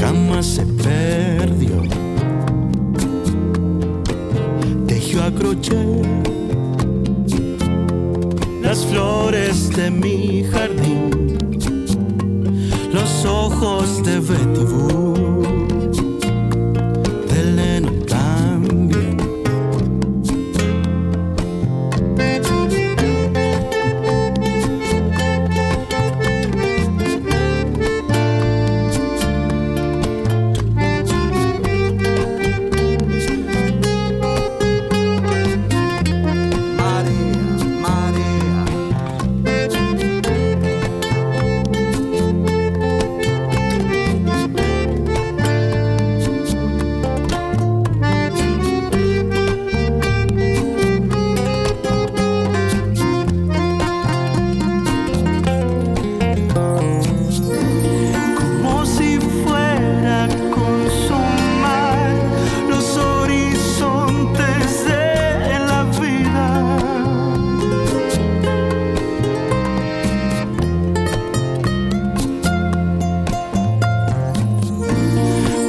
Q: jamás se perdió. Tejió a crochet las flores de mi jardín, los ojos de Betty Boo, de Lennon también.
I: Marea, marea.
Q: Como si fuera a consumar los horizontes de la vida.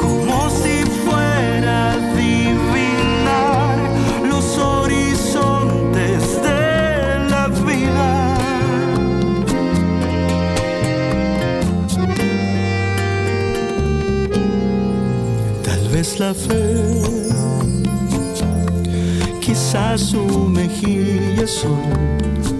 Q: Como si fuera a adivinar los horizontes de la vida. Tal vez la fe, quizás su mejilla azul,